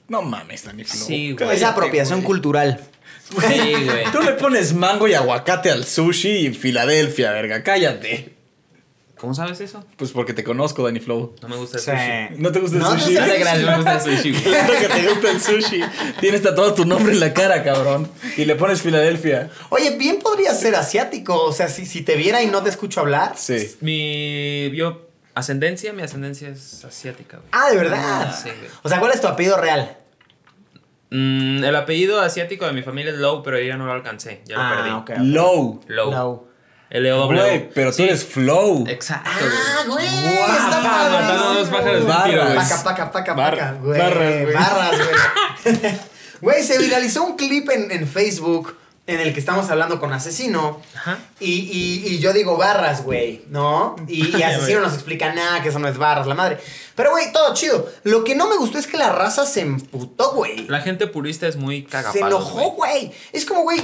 A: No mames, Dani Flow.
C: Sí, güey.
B: Es apropiación cultural.
C: Sí, güey.
A: Tú le pones mango y aguacate al sushi y Filadelfia, verga. Cállate.
C: ¿Cómo sabes eso?
A: Pues porque te conozco, Danny Flow.
C: No me gusta el
B: Sí.
C: sushi.
A: ¿No te gusta el
B: No, no
A: sushi?
B: sé.
C: No te creas, no me gusta el sushi, güey.
A: Claro que te gusta el sushi. Tienes tatuado tu nombre en la cara, cabrón. Y le pones Filadelfia.
B: Oye, bien podría ser asiático. O sea, si, si te viera y no te escucho hablar.
A: Sí.
C: Mi bio ascendencia, mi ascendencia es asiática, güey.
B: Ah, de verdad.
C: Sí, güey.
B: o sea, ¿cuál es tu apellido real?
C: Mm, el apellido asiático de mi familia es Low, pero yo ya no lo alcancé. Ya lo
B: ah,
C: perdí.
B: ok, ok.
A: Low.
C: Low.
B: Low.
C: L-O-W.
A: Güey, pero tú
C: Sí,
A: eres Flow.
C: Exacto.
B: Ah,
C: güey.
B: güey.
A: Guau,
B: está
C: matando
B: padrísimo.
C: dos pájaros de un
A: Barras.
C: tiro, güey.
B: Paca, paca, paca,
A: Bar-
B: paca, güey.
A: barras, güey.
B: Barras, güey. Güey, se viralizó un clip en, en Facebook en el que estamos hablando con Asesino.
C: Ajá.
B: Y, y- y yo digo barras, güey, ¿no? Y, y Asesino nos explica nada, que eso no es barras, la madre. Pero, güey, todo chido. Lo que no me gustó es que la raza se emputó, güey.
C: La gente purista es muy cagapalos,
B: Se enojó, güey. Es como, güey,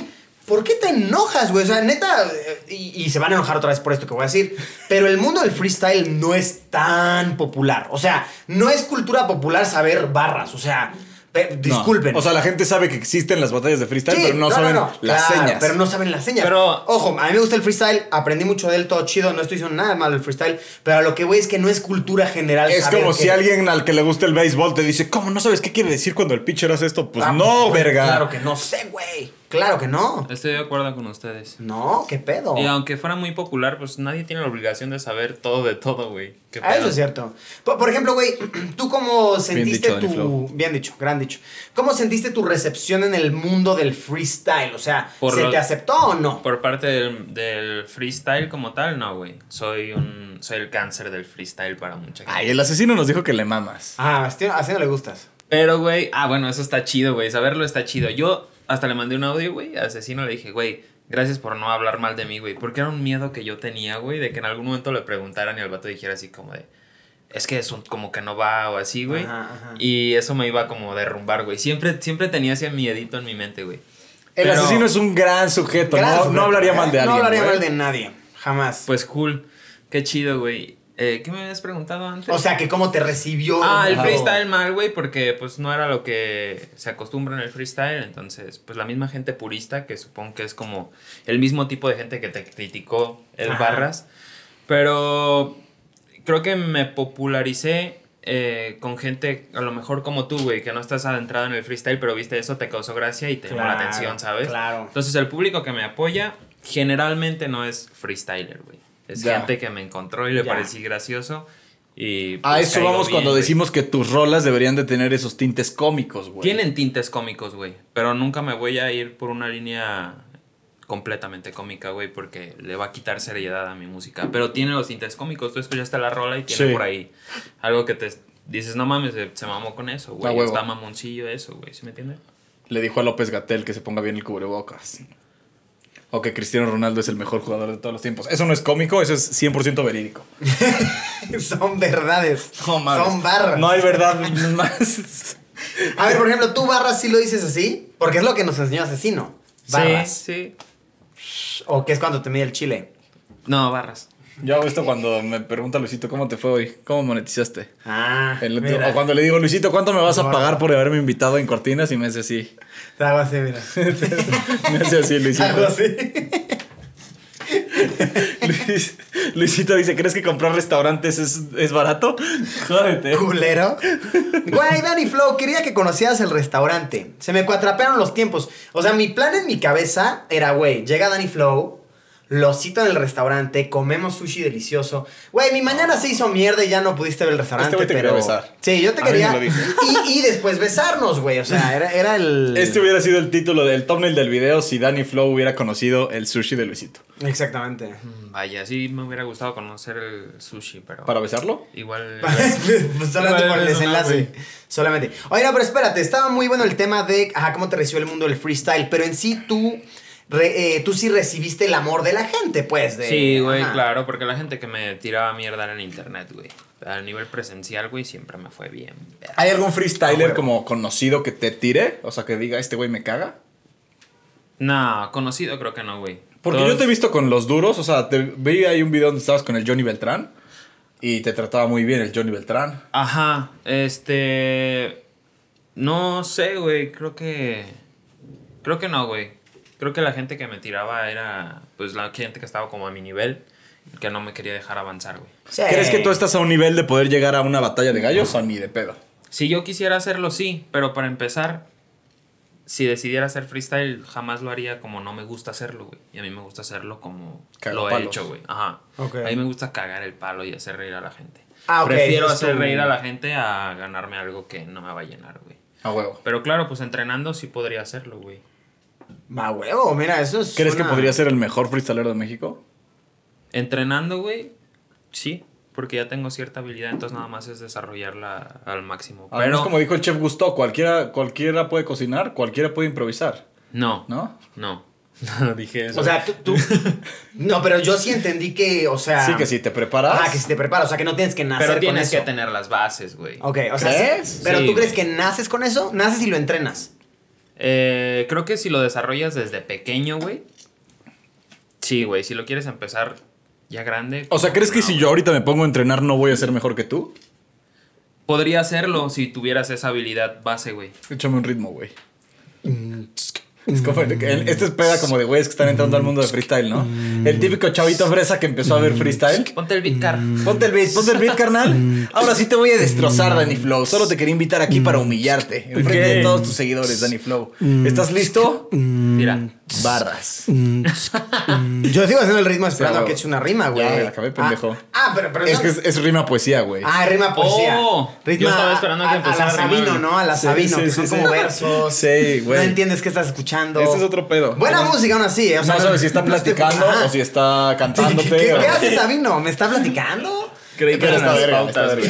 B: ¿por qué te enojas, güey? O sea, neta, eh, y, y se van a enojar otra vez por esto que voy a decir. Pero el mundo del freestyle no es tan popular. O sea, no es cultura popular saber barras. O sea, pe-
A: No.
B: disculpen.
A: O sea, la gente sabe que existen las batallas de freestyle,
B: Sí,
A: pero no, saben las
B: claro,
A: señas.
B: Pero no saben las señas.
C: Pero-
B: Ojo, a mí me gusta el freestyle, aprendí mucho de él, todo chido, no estoy diciendo nada malo del freestyle, pero a lo que voy es que no es cultura general.
A: Es
B: saber
A: como
B: que-
A: si alguien al que le gusta el béisbol te dice, ¿cómo no sabes qué quiere decir cuando el pitcher hace esto? Pues
B: Ah,
A: no,
B: güey,
A: verga.
B: Claro que no sé, güey. Claro que no.
C: Estoy de acuerdo con ustedes.
B: No, qué pedo.
C: Y aunque fuera muy popular, pues nadie tiene la obligación de saber todo de todo, güey. Qué
B: Ah, eso
C: pedo.
B: es cierto. Por, por ejemplo, güey, ¿tú cómo sentiste
A: dicho, Danny
B: tu.
A: Flow.
B: Bien dicho, gran dicho. ¿Cómo sentiste tu recepción en el mundo del freestyle? O sea,
C: Por
B: ¿se
C: lo-
B: te aceptó o no?
C: Por parte del, del freestyle como tal, no, güey. Soy un soy el cáncer del freestyle para mucha gente.
A: Ay, el asesino nos dijo que le mamas.
B: Ah, así, así no le gustas.
C: Pero, güey, ah, bueno, eso está chido, güey. Saberlo está chido. Yo hasta le mandé un audio, güey, a Asesino. Le dije, güey, gracias por no hablar mal de mí, güey. Porque era un miedo que yo tenía, güey, de que en algún momento le preguntaran y al vato dijera así como de... Es que es un- como que no va o así, güey.
B: Ajá, ajá.
C: Y eso me iba como a derrumbar, güey. Siempre, siempre tenía ese miedito en mi mente, güey.
A: El
C: Pero-
A: asesino es un gran sujeto.
B: Gran
A: no, no
B: sujeto,
A: hablaría
B: ¿eh?
A: mal de alguien.
B: No hablaría
A: güey.
B: mal de nadie. Jamás.
C: Pues cool. Qué chido, güey. Eh, ¿Qué me habías preguntado antes?
B: o sea, que cómo te recibió.
C: Ah, el
B: Ajá.
C: freestyle mal, güey, porque pues no era lo que se acostumbra en el freestyle, entonces pues la misma gente purista, que supongo que es como el mismo tipo de gente que te criticó el
B: Ajá.
C: Barras, pero creo que me popularicé eh, con gente a lo mejor como tú, güey, que no estás adentrado en el freestyle, pero viste eso, te causó gracia y te llamó la
B: Claro,
C: atención, ¿sabes?
B: claro.
C: Entonces el público que me apoya generalmente no es freestyler, güey. Es
A: Ya.
C: gente que me encontró y le
B: Ya.
C: parecí gracioso Y,
A: A
C: pues,
A: eso
C: caigo
A: vamos
C: bien,
A: cuando
C: güey.
A: decimos que tus rolas deberían de tener esos tintes cómicos, güey.
C: Tienen tintes cómicos, güey. Pero nunca me voy a ir por una línea completamente cómica, güey, porque le va a quitar seriedad a mi música. Pero tiene los tintes cómicos. Tú escuchaste la rola y tiene
A: Sí.
C: por ahí algo que te dices, no mames, se, se mamó con eso,
A: A
C: güey.
A: huevo.
C: Está mamoncillo eso, güey. ¿Sí me entiendes?
A: Le dijo a López Gatel que se ponga bien el cubrebocas. O que Cristiano Ronaldo es el mejor jugador de todos los tiempos. Eso no es cómico, eso es 100% verídico.
B: Son verdades.
A: No mames.
B: Son barras.
A: No hay verdad más.
B: A ver, por ejemplo, tú barras sí lo dices así, porque es lo que nos enseñó Asesino. Barras.
C: Sí, sí.
B: O que es cuando te mide el chile.
C: No, barras.
A: Yo hago esto cuando me pregunta Luisito, ¿cómo te fue hoy? ¿Cómo monetizaste?
B: Ah,
A: El otro-
B: mira.
A: o cuando le digo, Luisito, ¿cuánto me vas a
B: No,
A: pagar
B: no.
A: por haberme invitado en Cortinas? Y me hace así.
B: Te hago así, mira.
A: Me hace así,
B: Te hago
A: Luisito.
B: así.
A: Luis- Luisito dice, ¿crees que comprar restaurantes es, es barato? Jódete.
B: Culero. ¿Eh? Güey, Danny Flow, quería que conocieras el restaurante. Se me cuatrapearon los tiempos. O sea, mi plan en mi cabeza era, güey, llega Danny Flow, lo cito en el restaurante, comemos sushi delicioso. Güey, mi mañana se hizo mierda y ya no pudiste ver el
A: Este
B: restaurante.
A: güey te
B: pero...
A: quería besar.
B: Sí, yo te
A: A mí
B: quería.
A: me lo dijo.
B: Y, y después besarnos, güey. O sea, era, era el.
A: Este hubiera sido el título del thumbnail del video si Danny Flow hubiera conocido el sushi de Luisito.
B: Exactamente.
C: Mm, Vaya, sí me hubiera gustado conocer el sushi, pero.
A: ¿Para besarlo?
C: Igual.
B: Pues solamente por el
C: Eso no,
B: desenlace.
C: güey.
B: solamente. Oye, no, pero espérate, estaba muy bueno el tema de ajá, cómo te recibió el mundo del freestyle, pero en sí tú, re- eh, tú sí recibiste el amor de la gente, pues. De,
C: Sí, güey,
B: ajá.
C: claro, porque la gente que me tiraba mierda era en internet, güey. A nivel presencial, güey, siempre me fue bien. verga.
A: ¿Hay algún freestyler
B: Ah, bueno.
A: como conocido que te tire? O sea, que diga, este güey me caga.
C: No, conocido creo que no, güey.
A: Porque
C: Todos-
A: yo te he visto con los duros, o sea, te vi ahí un video donde estabas con el Johnny Beltrán y te trataba muy bien el Johnny Beltrán.
C: Ajá, este... No sé, güey, creo que... Creo que no, güey. Creo que la gente que me tiraba era, pues, la gente que estaba como a mi nivel, que no me quería dejar avanzar, güey.
B: Sí.
A: ¿Crees que tú estás a un nivel de poder llegar a una batalla de gallos o ni de pedo?
C: Si yo quisiera hacerlo, sí, pero para empezar, si decidiera hacer freestyle, jamás lo haría como no me gusta hacerlo, güey. Y a mí me gusta hacerlo como lo he
A: Cagapalos.
C: hecho, güey. Ajá.
B: Ok.
C: A mí me gusta cagar el palo y hacer reír a la gente.
B: Ah, ok,
C: Prefiero
B: ese es
C: hacer
B: tu-
C: reír a la gente a ganarme algo que no me va a llenar, güey.
A: A huevo.
C: Pero claro, pues entrenando sí podría hacerlo, güey.
B: Ma huevo, mira, eso es.
A: ¿Crees que
B: una-
A: podría ser el mejor freestylero de México?
C: Entrenando, güey, sí, porque ya tengo cierta habilidad, entonces nada más es desarrollarla al máximo.
A: Además,
C: Pero
A: como dijo el chef Gusto, cualquiera, cualquiera puede cocinar, cualquiera puede improvisar,
C: no, no,
A: ¿no?
C: no, dije eso.
B: O sea, tú. tú- no, pero yo sí entendí que, o sea.
A: Sí, que si te preparas.
B: Ah, que si te preparas, o sea, que no tienes que nacer
C: pero
B: con
C: tienes
B: eso.
C: que tener las bases, güey.
B: Ok, o sea,
A: ¿Crees?
B: sí, pero
C: Sí,
B: tú crees
C: güey.
B: que naces con eso, naces y lo entrenas.
C: Eh, creo que si lo desarrollas desde pequeño, güey. Sí, güey, si lo quieres empezar ya grande.
A: O sea, ¿crees que
C: no,
A: si
C: güey.
A: yo ahorita me pongo a entrenar no voy a ser mejor que tú?
C: Podría hacerlo si tuvieras esa habilidad base, güey.
A: Échame un ritmo, güey. Es como el- el- este es peda como de güeyes que están entrando al mundo de freestyle, ¿no? El típico chavito fresa que empezó a ver freestyle.
C: Ponte el beatcar.
A: Ponte el beat, ponte el beat, carnal. Ahora sí te voy a destrozar, Danny Flow. Solo te quería invitar aquí para humillarte. En frente de todos tus seguidores, Danny Flow. ¿Estás listo?
C: Mira.
A: Barras.
B: Yo sigo haciendo el ritmo esperando
A: Mm. Sí,
B: a que
A: güey.
B: eche una rima, güey.
A: Ya, la acabé, pendejo.
B: Ah, ah, pero, pero
A: Es
B: no-
A: que es, es rima poesía, güey.
B: Ah, rima poesía.
C: Oh,
B: Ritmo
C: yo estaba esperando que
B: a- a,
C: empezara
B: la
C: a rimar,
B: Sabino,
C: güey.
B: ¿no? A la
A: Sí,
B: Sabino,
A: sí,
B: que
A: sí,
B: son
A: sí.
B: como versos.
A: Sí, güey.
B: No entiendes qué estás escuchando.
A: Ese es otro pedo.
B: Buena
A: No-
B: música aún así, ¿eh? O sea,
A: no sabes si está
B: no estoy-
A: platicando
B: Ajá.
A: o si está cantándote.
B: ¿Qué, qué-
A: o-
B: qué hace Sabino? ¿Me está platicando?
A: Creí que
C: Pero
A: eran
C: las
A: las
C: pautas,
A: güey.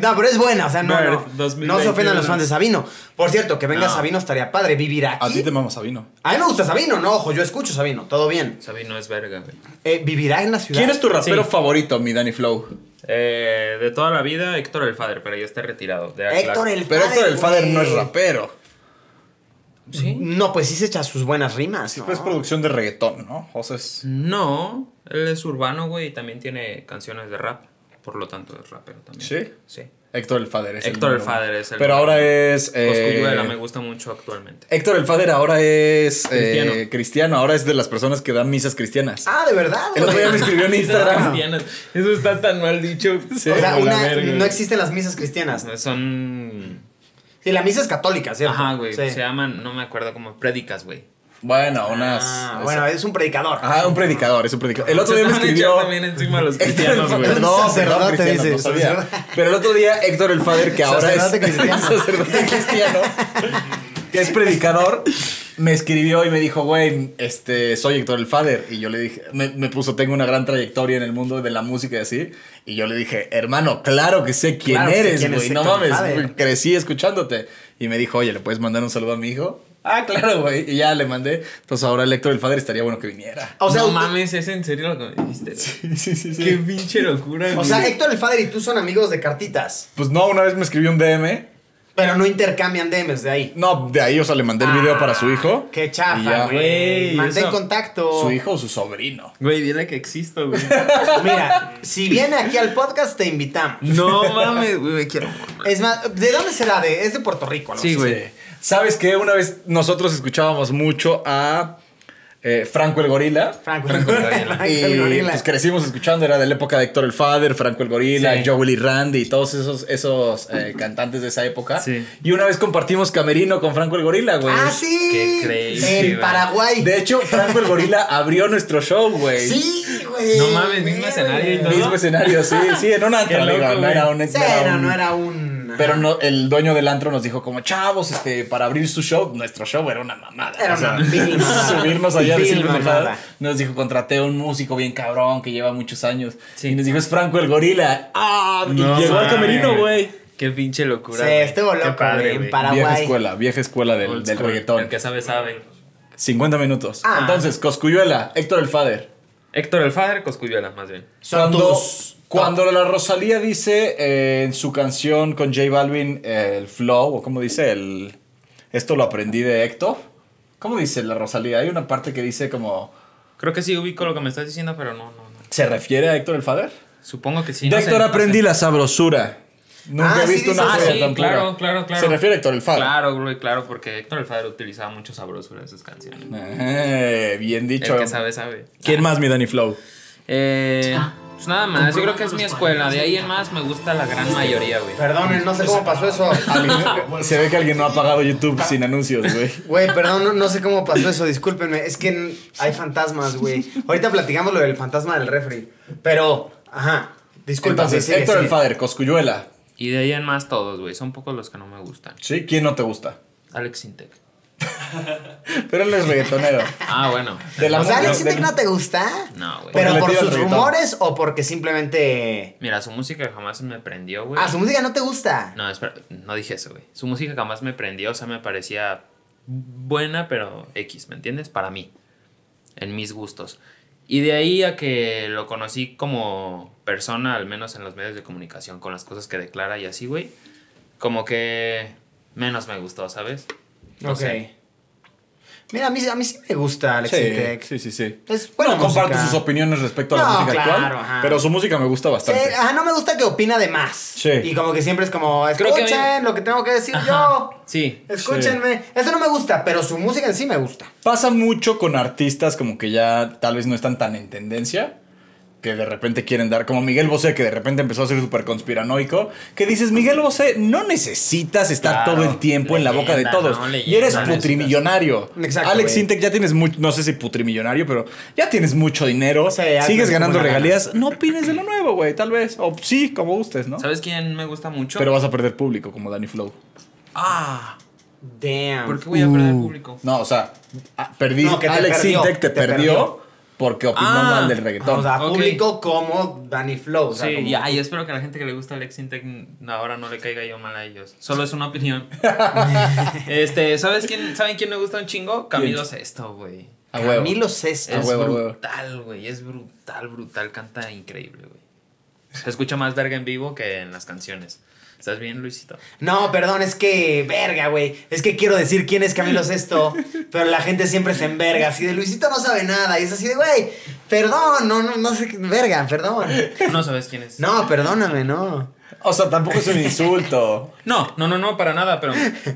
B: no, pero es buena, o sea, no,
C: Birth,
B: no. No se
C: 2021.
B: ofendan los fans de Sabino. Por cierto, que venga
C: No.
B: Sabino estaría padre vivir aquí.
A: A ti te mama Sabino.
B: A mí me gusta Sabino, no, ojo, yo escucho Sabino, todo bien.
C: Sabino es verga, güey.
B: Eh, ¿Vivirá en la ciudad?
A: ¿Quién es tu rapero
C: Sí.
A: favorito, mi Danny Flow?
C: Eh, de toda la vida, Héctor el Fader, pero ya está retirado. De
B: Héctor
C: Aclac.
B: el
A: Pero Héctor el Fader no es
B: güey.
A: rapero.
C: Sí.
B: No, pues sí se echa sus buenas rimas, ¿no?
A: Es producción de reggaetón, ¿no? O sea, es...
C: No, él es urbano, güey, y también tiene canciones de rap. Por lo tanto, es rapero también.
A: ¿Sí?
C: Sí.
A: Héctor el Fader es
C: Héctor el
A: número
C: Fader
A: uno.
C: es el
A: Pero
C: número
A: ahora
C: uno.
A: es...
C: Cosculluela
A: eh,
C: me gusta mucho actualmente.
A: Héctor el Fader ahora es... eh, cristiano.
C: Cristiano.
A: Ahora es de las personas que dan misas cristianas.
B: Ah, de verdad.
A: El otro
B: güey?
A: día me escribió en Instagram.
C: Eso está tan mal dicho.
B: o sea,
A: la
B: una-
A: verga.
B: no existen las misas cristianas.
C: Son.
B: Sí, la misa es católica, ¿cierto?
C: Ajá, güey.
B: Sí.
C: Se llaman, no me acuerdo cómo, prédicas, güey.
A: Bueno, unas.
B: Ah, bueno, es un predicador.
A: Ah, un predicador, es un predicador. El otro día me
C: Se están
A: escribió. Este
C: echando bien encima a los
A: Héctor el
C: cristianos,
A: Fa-
C: güey.
B: Perdón, perdón, te
A: cristiano,
B: dices,
A: no sabía.
B: sacerdote.
A: Pero el otro día Héctor el Fader, que ahora es
B: Sacerdote cristiano.
A: sacerdote cristiano, que es predicador, me escribió y me dijo, güey, este, soy Héctor el Fader. Y yo le dije, me, me puso, tengo una gran trayectoria en el mundo de la música y así. Y yo le dije, hermano, claro que sé quién
B: Claro que sé
A: eres,
B: quién es
A: güey. No
B: Héctor el
A: mames,
B: Fader.
A: güey, crecí escuchándote. Y me dijo, oye, ¿le puedes mandar un saludo a mi hijo? Ah, claro, güey. Y ya le mandé. Entonces ahora el Héctor el Fader estaría bueno que viniera.
B: O sea,
C: no
B: usted-
C: mames, ¿es en serio lo que me dijiste?
A: Sí, sí, sí.
C: Qué pinche locura,
B: o
C: güey.
B: sea, Héctor el Fader y tú son amigos de cartitas,
A: Pues no, una vez me escribió un DM.
B: pero no intercambian DMs de ahí.
A: No, de ahí, o sea, le mandé el video para su hijo.
B: Ah, Qué
A: Y ya,
B: chafa, güey.
C: güey,
B: Mantén
C: eso-
B: contacto.
A: Su hijo o su sobrino.
C: Güey, dile que existo, güey.
B: Mira, si viene aquí al podcast, te invitamos.
C: No mames, güey, me quiero.
B: Es más, ¿de dónde será? De, es de Puerto Rico, ¿no?
C: Sí, güey.
A: Sí. ¿Sabes qué? Una vez nosotros escuchábamos mucho a eh, Franco el Gorila.
B: Franco,
C: Franco
B: el
C: Gabriela.
B: Franco
A: Y
B: el Gorila.
A: pues crecimos escuchando, era de la época de Héctor el Father, Franco el Gorila,
C: Sí.
A: Joel y Randy y todos esos, esos eh, cantantes de esa época.
C: Sí.
A: Y una vez compartimos camerino con Franco el Gorila, güey.
B: ah, sí.
C: Qué crazy,
B: En
C: güey.
B: Paraguay.
A: De hecho, Franco el Gorila abrió nuestro show, güey.
B: sí, güey.
C: No mames, mismo
B: Güey.
C: escenario y todo.
A: Mismo escenario, sí, sí, en un antro,
C: Qué loco,
A: digo, no
C: güey.
A: era un
B: Sí,
A: no era
B: no,
A: un-
B: no era un.
A: Pero no, el dueño del antro nos dijo como, chavos, este, para abrir su show, nuestro show era una mamada.
B: Era una vil mamada.
A: subirnos allá a decir
B: Vil
A: pendejadas.
B: mamada.
A: Nos dijo, contraté a un músico bien cabrón que lleva muchos años.
C: Sí.
A: Y nos dijo, es Franco el Gorila. Ah,
C: No
A: y llegó al
C: mames.
A: camerino, güey.
C: Qué pinche locura.
B: Sí,
C: güey.
B: estuvo
C: Qué
B: loco,
C: padre,
B: güey, en
C: güey.
B: Paraguay.
A: Vieja escuela, vieja escuela del,
C: Old
A: del
C: school.
A: reggaetón.
C: El que sabe, sabe.
A: 50 minutos.
B: Ah.
A: Entonces, Coscuyuela, Héctor el Fader.
C: Héctor el Fader, Coscuyuela, más bien.
B: Son
A: Cuando,
B: tus-
A: cuando la Rosalía dice eh, en su canción con J Balvin eh, el flow, o como dice el. Esto lo aprendí de Héctor. ¿Cómo dice la Rosalía? Hay una parte que dice como.
C: Creo que sí ubico lo que me estás diciendo, pero no, no, no.
A: ¿Se refiere a Héctor el Fader?
C: Supongo que sí.
A: de
C: no sé,
A: Héctor
C: no sé.
A: aprendí la sabrosura. Nunca
B: Ah,
A: he
B: sí
A: visto una
B: dice
A: joya
B: eso.
C: Ah, sí,
A: tan pura.
C: claro, claro, claro.
A: Se refiere a Héctor el Fader.
C: Claro, güey, claro, porque Héctor el Fader utilizaba mucho sabrosura en sus canciones.
A: Eh, bien dicho.
C: El que sabe, sabe.
A: ¿Quién más, mi Danny Flow?
C: Eh, pues nada más, yo creo que es mi escuela. De ahí en más me gusta la gran mayoría, güey.
B: Perdonen, no sé cómo pasó eso.
A: Alguien- Se ve que alguien no ha pagado YouTube sin anuncios, güey.
B: Güey, perdón, no, no sé cómo pasó eso, discúlpenme. Es que n- hay fantasmas, güey. Ahorita platicamos lo del fantasma del refri. Pero, ajá, disculpa.
A: Entonces,
B: sí, sigue,
A: Héctor el
B: sigue.
A: Fader, Coscuyuela.
C: Y de ahí en más todos, güey. Son pocos los que no me gustan.
A: ¿Sí? ¿Quién no te gusta?
C: Alex Sintek.
A: Pero él es reggaetonero.
C: Ah, bueno.
A: De la
B: O sea,
A: música-
B: Alex Intec
A: de-
B: no te gusta.
C: No, güey.
A: Porque
B: Pero
A: le
B: por
A: tira el
B: sus
A: reggaetón.
B: rumores o porque simplemente.
C: Mira, su música jamás me prendió, güey.
B: Ah, su música no te gusta.
C: No, espera, no dije eso, güey. Su música jamás me prendió, o sea, me parecía buena, pero X, ¿me entiendes? Para mí, en mis gustos. Y de ahí a que lo conocí como persona, al menos en los medios de comunicación, con las cosas que declara y así, güey, como que menos me gustó, ¿sabes? No
B: ok.
C: sé.
B: Mira, a mí, a mí sí me gusta Alex
A: Sí,
B: Intec.
A: sí, sí, sí.
B: Es buena
A: no comparto
B: música.
A: sus opiniones respecto a la
B: No,
A: música
B: claro,
A: actual,
B: ajá.
A: pero su música me gusta
B: Sí, ah.
A: bastante.
B: ajá, no me gusta que opina de más.
A: Sí.
B: Y como que siempre es como,
C: Creo que a
B: escuchen
C: mí-
B: lo que tengo que decir
C: Ajá,
B: yo.
C: Sí.
B: Escúchenme. Eso no me gusta, pero su música en sí me gusta.
A: Pasa mucho con artistas como que ya tal vez no están tan en tendencia, que de repente quieren dar, como Miguel Bosé, que de repente empezó a ser súper conspiranoico, que dices, Miguel Bosé, no necesitas estar
C: Claro,
A: todo el tiempo en la boca de
C: leyenda,
A: todos.
C: ¿no? Leyenda,
A: y eres
C: no necesitas.
A: putrimillonario.
B: Exacto,
A: Alex
B: güey.
A: Intec ya tienes mucho, no sé si putrimillonario, pero ya tienes mucho dinero,
B: Sí, ya
A: sigues
B: tienes
A: ganando
B: buena lana.
A: regalías, no opines de lo nuevo, güey, tal vez, o sí, como gustes, ¿no?
C: ¿Sabes quién me gusta mucho?
A: Pero vas a perder público como Danny Flow.
C: Ah,
B: Damn.
C: ¿por qué voy a perder público?
A: No, o sea, a- perdí.
B: No, que te
A: Alex
B: perdió,
A: Intec te,
B: te
A: perdió,
B: perdió.
A: porque opinó
C: Ah,
A: mal del
B: O
A: reggaetón.
B: sea,
C: Ok.
B: público como Danny Flow. o sea,
C: sí,
B: como-
C: y ay, espero que a la gente que le gusta Alex Intec n- ahora no le caiga yo mal a ellos. Solo es una opinión. este, ¿sabes quién, ¿saben quién me gusta un chingo? Camilo Sesto, güey.
A: A huevo.
B: Camilo Sesto.
A: A
C: Es
A: huevo, a huevo.
C: brutal, güey. Es brutal, brutal. Canta increíble, güey. Se escucha más verga en vivo que en las canciones. ¿Estás bien, Luisito?
B: No, perdón, es que, verga, güey. Es que quiero decir quién es Camilo Sesto, pero la gente siempre se enverga. Así de Luisito no sabe nada. Y es así de, güey, perdón, no, no, no sé, qué- verga, perdón.
C: No sabes quién es.
B: No, perdóname, no.
A: O sea, tampoco es un insulto.
C: No, no, no, no, para nada, pero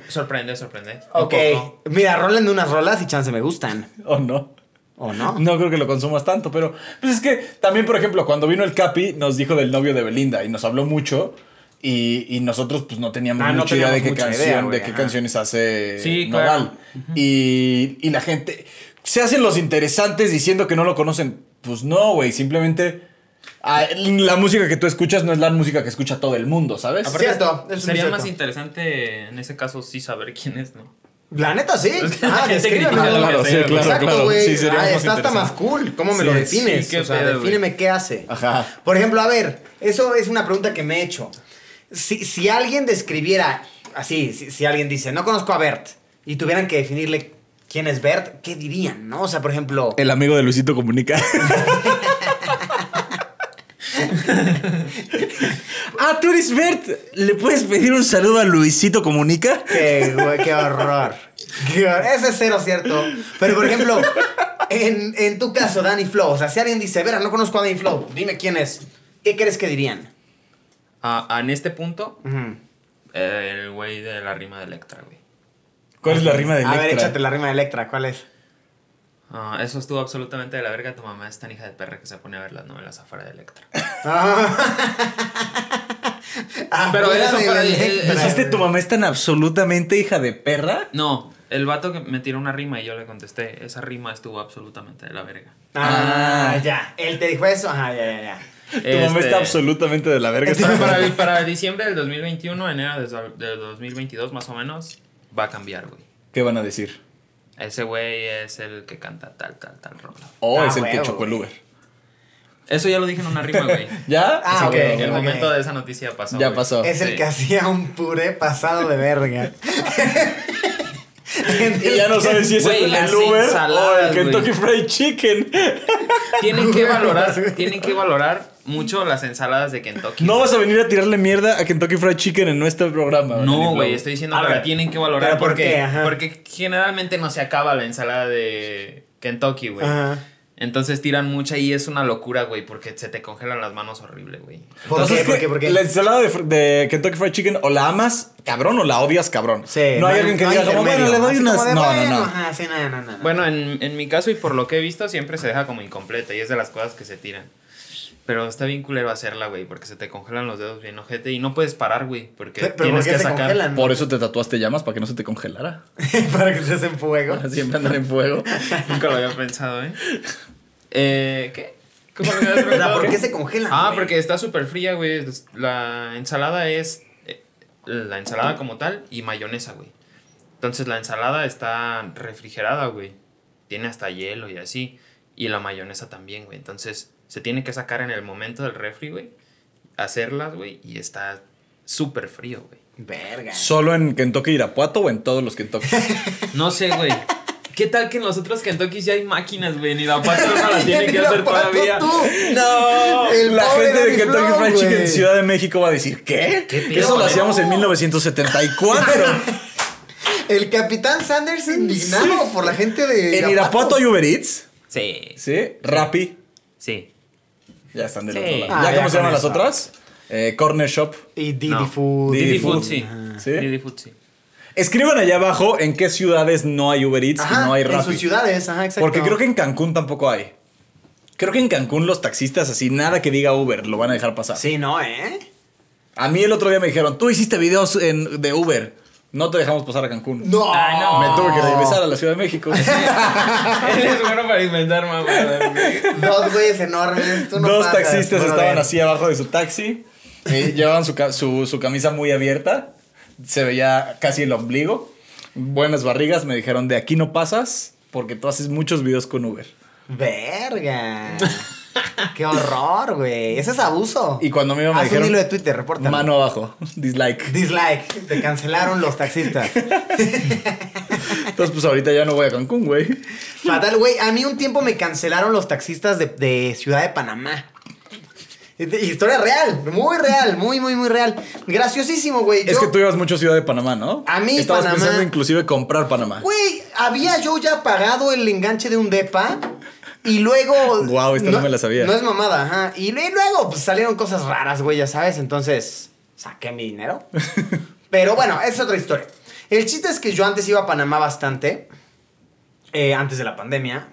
C: sorprende, sorprende. Un
B: Ok.
C: poco.
B: Mira, rolen de unas rolas y chance me gustan.
A: ¿O no?
B: ¿O no?
A: No creo que lo consumas tanto, pero pues es que también, por ejemplo, cuando vino el Capi, nos dijo del novio de Belinda y nos habló mucho. Y, y nosotros pues no teníamos
E: Ah, no
A: mucha idea de qué,
E: teníamos mucha
A: canción,
E: idea, güey,
A: de qué
E: ajá.
A: canciones hace
C: Sí,
A: Nodal. Y, y la gente se hacen los interesantes diciendo que no lo conocen. Pues no, güey, simplemente ah, la música que tú escuchas no es la música que escucha todo el mundo, ¿sabes?
B: Aparte- Cierto, eso es
C: Sería
B: muy
C: más
B: cierto.
C: interesante en ese caso sí saber quién es, ¿no?
B: La neta, sí.
C: Es que la
B: Ah,
C: gente
B: descríbeme.
C: critica lo
A: Claro,
C: que
A: sí,
C: sea, güey.
A: claro,
B: Exacto,
A: claro.
B: güey.
A: Sí, sería
B: Ah,
A: más
B: está hasta
A: interesante.
B: más cool. ¿Cómo me
C: Sí,
B: lo
C: sí,
B: defines?
C: qué
B: o sea,
C: pedo, güey.
B: defíneme qué hace.
A: Ajá.
B: Por ejemplo, a ver, eso es una pregunta que me he hecho. Si, si alguien describiera, así, si, si alguien dice, no conozco a Bert, y tuvieran que definirle quién es Bert, ¿qué dirían? ¿No? O sea, por ejemplo,
A: El amigo de Luisito Comunica. ah, tú eres Bert. ¿Le puedes pedir un saludo a Luisito Comunica?
B: qué, güey, qué horror. Qué hor- Ese es cero cierto. Pero por ejemplo, en, en tu caso, Danny Flow, o sea, si alguien dice, Vera, no conozco a Danny Flow, dime quién es, ¿qué crees que dirían?
C: Ah, ah, en este punto,
B: Ujú.
C: eh, el güey de la rima de Electra, güey.
A: ¿Cuál es la rima de
B: A ver,
A: Electra?
B: échate la rima de Electra, ¿cuál es?
C: Ah, eso estuvo absolutamente de la verga. Tu mamá es tan hija de perra que se pone a ver las novelas afuera de Electra.
B: Ah,
C: Pero
B: Afuera
C: eso
B: de
C: para-
B: Electra.
A: ¿Dijiste tu mamá es tan absolutamente hija de perra?
C: No, el vato que me tiró una rima y yo le contesté, esa rima estuvo absolutamente de la verga.
B: Ah, ya. Él te dijo eso. Ajá, ya, ya, ya.
A: Tu mamá está absolutamente de la verga.
C: Este, Para, para- para diciembre del 2021, enero de do- del 2022 más o menos, va a cambiar, güey.
A: ¿Qué van a decir?
C: Ese güey es el que canta tal, tal, tal rola.
A: Oh,
B: Ah,
A: es el que
B: huevo,
A: chocó el
B: güey.
A: Uber.
C: Eso ya lo dije en una rima, güey.
A: ¿Ya?
B: Ah,
C: Así
B: ok,
C: que el
B: ok.
C: momento de esa noticia pasó.
A: Ya
C: güey.
A: pasó.
B: Es el
C: Sí.
B: que hacía un puré pasado de verga.
A: Y ya no sabes si es
C: Güey,
A: el,
C: las
A: el Uber o el
C: ensaladas,
A: Kentucky
C: güey.
A: Fried Chicken.
C: Tienen que valorar, tienen que valorar mucho las ensaladas de Kentucky.
A: No
C: güey.
A: vas a venir a tirarle mierda a Kentucky Fried Chicken en nuestro programa.
C: No,
A: Dani
C: güey,
A: Flow.
C: estoy diciendo
B: A
C: que la
B: ver.
C: tienen que valorar.
B: ¿Pero por
C: porque,
B: qué? Ajá.
C: porque generalmente no se acaba la ensalada de Kentucky, güey.
B: Ajá.
C: Entonces tiran mucha y es una locura, güey, porque se te congelan las manos horrible, güey.
B: ¿Por
A: Entonces,
B: qué? ¿Por
A: que
B: qué? ¿Por qué?
A: La ensalada de, fr- de Kentucky Fried Chicken o la amas, cabrón, o la odias, cabrón.
B: Sí,
A: no hay alguien que diga, como,
B: intermedio.
A: bueno, le doy
B: Así
A: unas.
B: como de,
A: No, no,
B: bueno,
A: no.
B: Ajá, sí, no, no, no, no.
C: Bueno, en, en mi caso y por lo que he visto, siempre se deja como incompleta y es de las cosas que se tiran. Pero está bien culero hacerla, güey, porque se te congelan los dedos bien ojete y no puedes parar, güey, porque
B: Pero ¿por
C: tienes
B: qué
C: que
B: se
C: sacar.
B: congelan?
A: Por eso te tatuaste llamas, para que no se te congelara.
B: Para que estés en fuego.
A: Para Siempre andar en fuego.
C: Nunca lo había pensado, ¿eh? Eh, ¿Qué? ¿Cómo lo habías
B: O sea,
C: preguntado?
B: ¿Por qué se congelan?
C: Ah,
B: güey?
C: porque está súper fría, güey. Es- La ensalada es eh, la ensalada como tal y mayonesa, güey. Entonces la ensalada está refrigerada, güey. Tiene hasta hielo y así. Y la mayonesa también, güey. Entonces se tiene que sacar en el momento del refri, güey. Hacerlas, güey. Y está súper frío, güey.
B: Verga.
A: ¿Solo en Kentucky Irapuato o en todos los Kentucky?
C: No sé, güey. ¿Qué tal que en los otros Kentucky ya hay máquinas, güey? Ni la pata no la tienen que
B: Ni la
C: hacer
B: pato
C: todavía.
B: tú.
C: No.
B: El
A: la
B: pobre
A: gente de
B: Danny
A: Kentucky
B: Flow,
A: Fried Chicken
B: güey.
A: en Ciudad de México va a decir, ¿qué?
C: ¿Qué pedo,
A: eso lo
C: güey?
A: hacíamos en 1974.
B: El capitán Sanders indignado por la gente de.
A: en Irapuato hay Uber Eats,
C: Sí.
A: ¿sí? Rappi.
C: Sí.
A: Ya están del
C: Sí.
A: otro lado.
B: Ah,
A: ¿Ya
B: ya
A: cómo se
B: con
A: llaman las
B: eso.
A: otras? Eh, Corner Shop.
B: Y Didi
C: No.
B: Food.
A: Didi
C: Didi Food,
A: Food.
C: sí.
A: ¿Sí?
C: Didi Food, sí.
A: Escriban allá abajo en qué ciudades no hay Uber Eats
B: Ajá,
A: y no hay
B: en
A: Rappi.
B: sus ciudades, ajá, exacto.
A: Porque creo que en Cancún tampoco hay. Creo que en Cancún los taxistas así, nada que diga Uber, lo van a dejar pasar.
B: Sí, no, ¿eh?
A: A mí el otro día me dijeron, tú hiciste videos en- de Uber, no te dejamos pasar a Cancún.
B: No.
C: Ay, no.
A: Me tuve que regresar a la Ciudad de México.
C: Él es bueno para inventar mamadas, güey.
B: Dos güeyes enormes. tú no
A: Dos
B: pasas,
A: taxistas
B: brother.
A: estaban así abajo de su taxi, y llevaban su, ca- su- su camisa muy abierta, se veía casi el ombligo, buenas barrigas, me dijeron, de aquí no pasas porque tú haces muchos videos con Uber.
B: Verga. Qué horror, güey. Ese es abuso.
A: Y cuando me iba me
B: Haz
A: dijeron,
B: un hilo de Twitter, repórtalo.
A: Mano abajo, dislike.
B: Dislike. Te cancelaron los taxistas.
A: Entonces, pues ahorita ya no voy a Cancún, güey.
B: Fatal, güey. A mí un tiempo me cancelaron los taxistas de, de Ciudad de Panamá. Este, Historia real, muy real, muy, muy, muy real. Graciosísimo, güey.
A: Es
B: Yo-
A: que tú ibas mucho a Ciudad de Panamá, ¿no?
B: A mí,
A: Estabas
B: Panamá-
A: pensando inclusive comprar Panamá.
B: Güey, había yo ya pagado el enganche de un depa. Y luego.
A: Guau, esta no me la sabía.
B: No es mamada, ajá. Y, lu- y luego pues, salieron cosas raras, güey, ya sabes. Entonces, saqué mi dinero. Pero bueno, es otra historia. El chiste es que yo antes iba a Panamá bastante. eh, antes de la pandemia.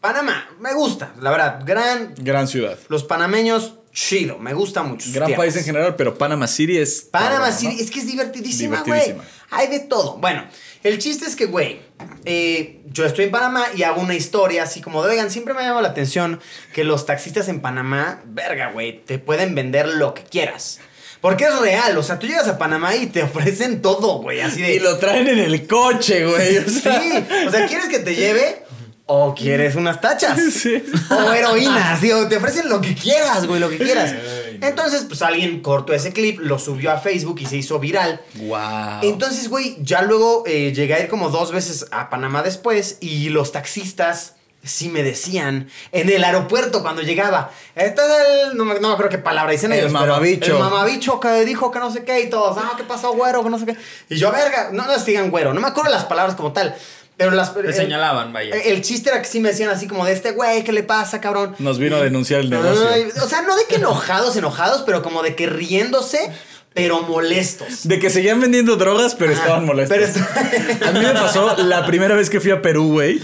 B: Panamá, me gusta, la verdad. Gran.
A: Gran ciudad.
B: Los panameños chido, me gusta mucho. sus
A: Gran
B: tierras.
A: país en general, pero Panama City es.
B: Panamá
A: cabrón,
B: City,
A: ¿no?
B: es que es divertidísima, güey.
A: Divertidísima.
B: Hay de todo. Bueno, el chiste es que, güey, eh, yo estoy en Panamá y hago una historia así como de, oigan, siempre me ha llamado la atención que los taxistas en Panamá, verga, güey, te pueden vender lo que quieras. Porque es real, o sea, tú llegas a Panamá y te ofrecen todo, güey, así de...
A: Y lo traen en el coche, güey. o sea.
B: Sí, o sea, ¿quieres que te lleve? O quieres unas tachas.
A: Sí.
B: O heroínas. Digo, te ofrecen lo que quieras, güey, lo que quieras. Entonces, pues alguien cortó ese clip, lo subió a Facebook y se hizo viral.
A: Wow.
B: Entonces, güey, ya luego eh, llegué a ir como dos veces a Panamá después y los taxistas sí me decían en el aeropuerto cuando llegaba. Este es el. No me, no me acuerdo qué palabra dicen
A: El
B: ellos. pero
A: mamabicho.
B: El mamabicho que dijo que no sé qué y todos. Ah, ¿qué pasó, güero? Que no sé qué. Y yo, verga, no nos digan güero. No me acuerdo las palabras como tal. Pero las.
C: Te
B: el-
C: señalaban, vaya.
A: Eh,
B: El, el chiste era que sí me decían así como de este güey, ¿qué le pasa, cabrón?
A: Nos vino a denunciar el negocio.
B: Ay, o sea, no de que enojados, enojados, pero como de que riéndose, pero molestos.
A: De que seguían vendiendo drogas, pero
B: Ajá,
A: estaban molestos.
B: pero está-
A: A mí me pasó la primera vez que fui a Perú, güey.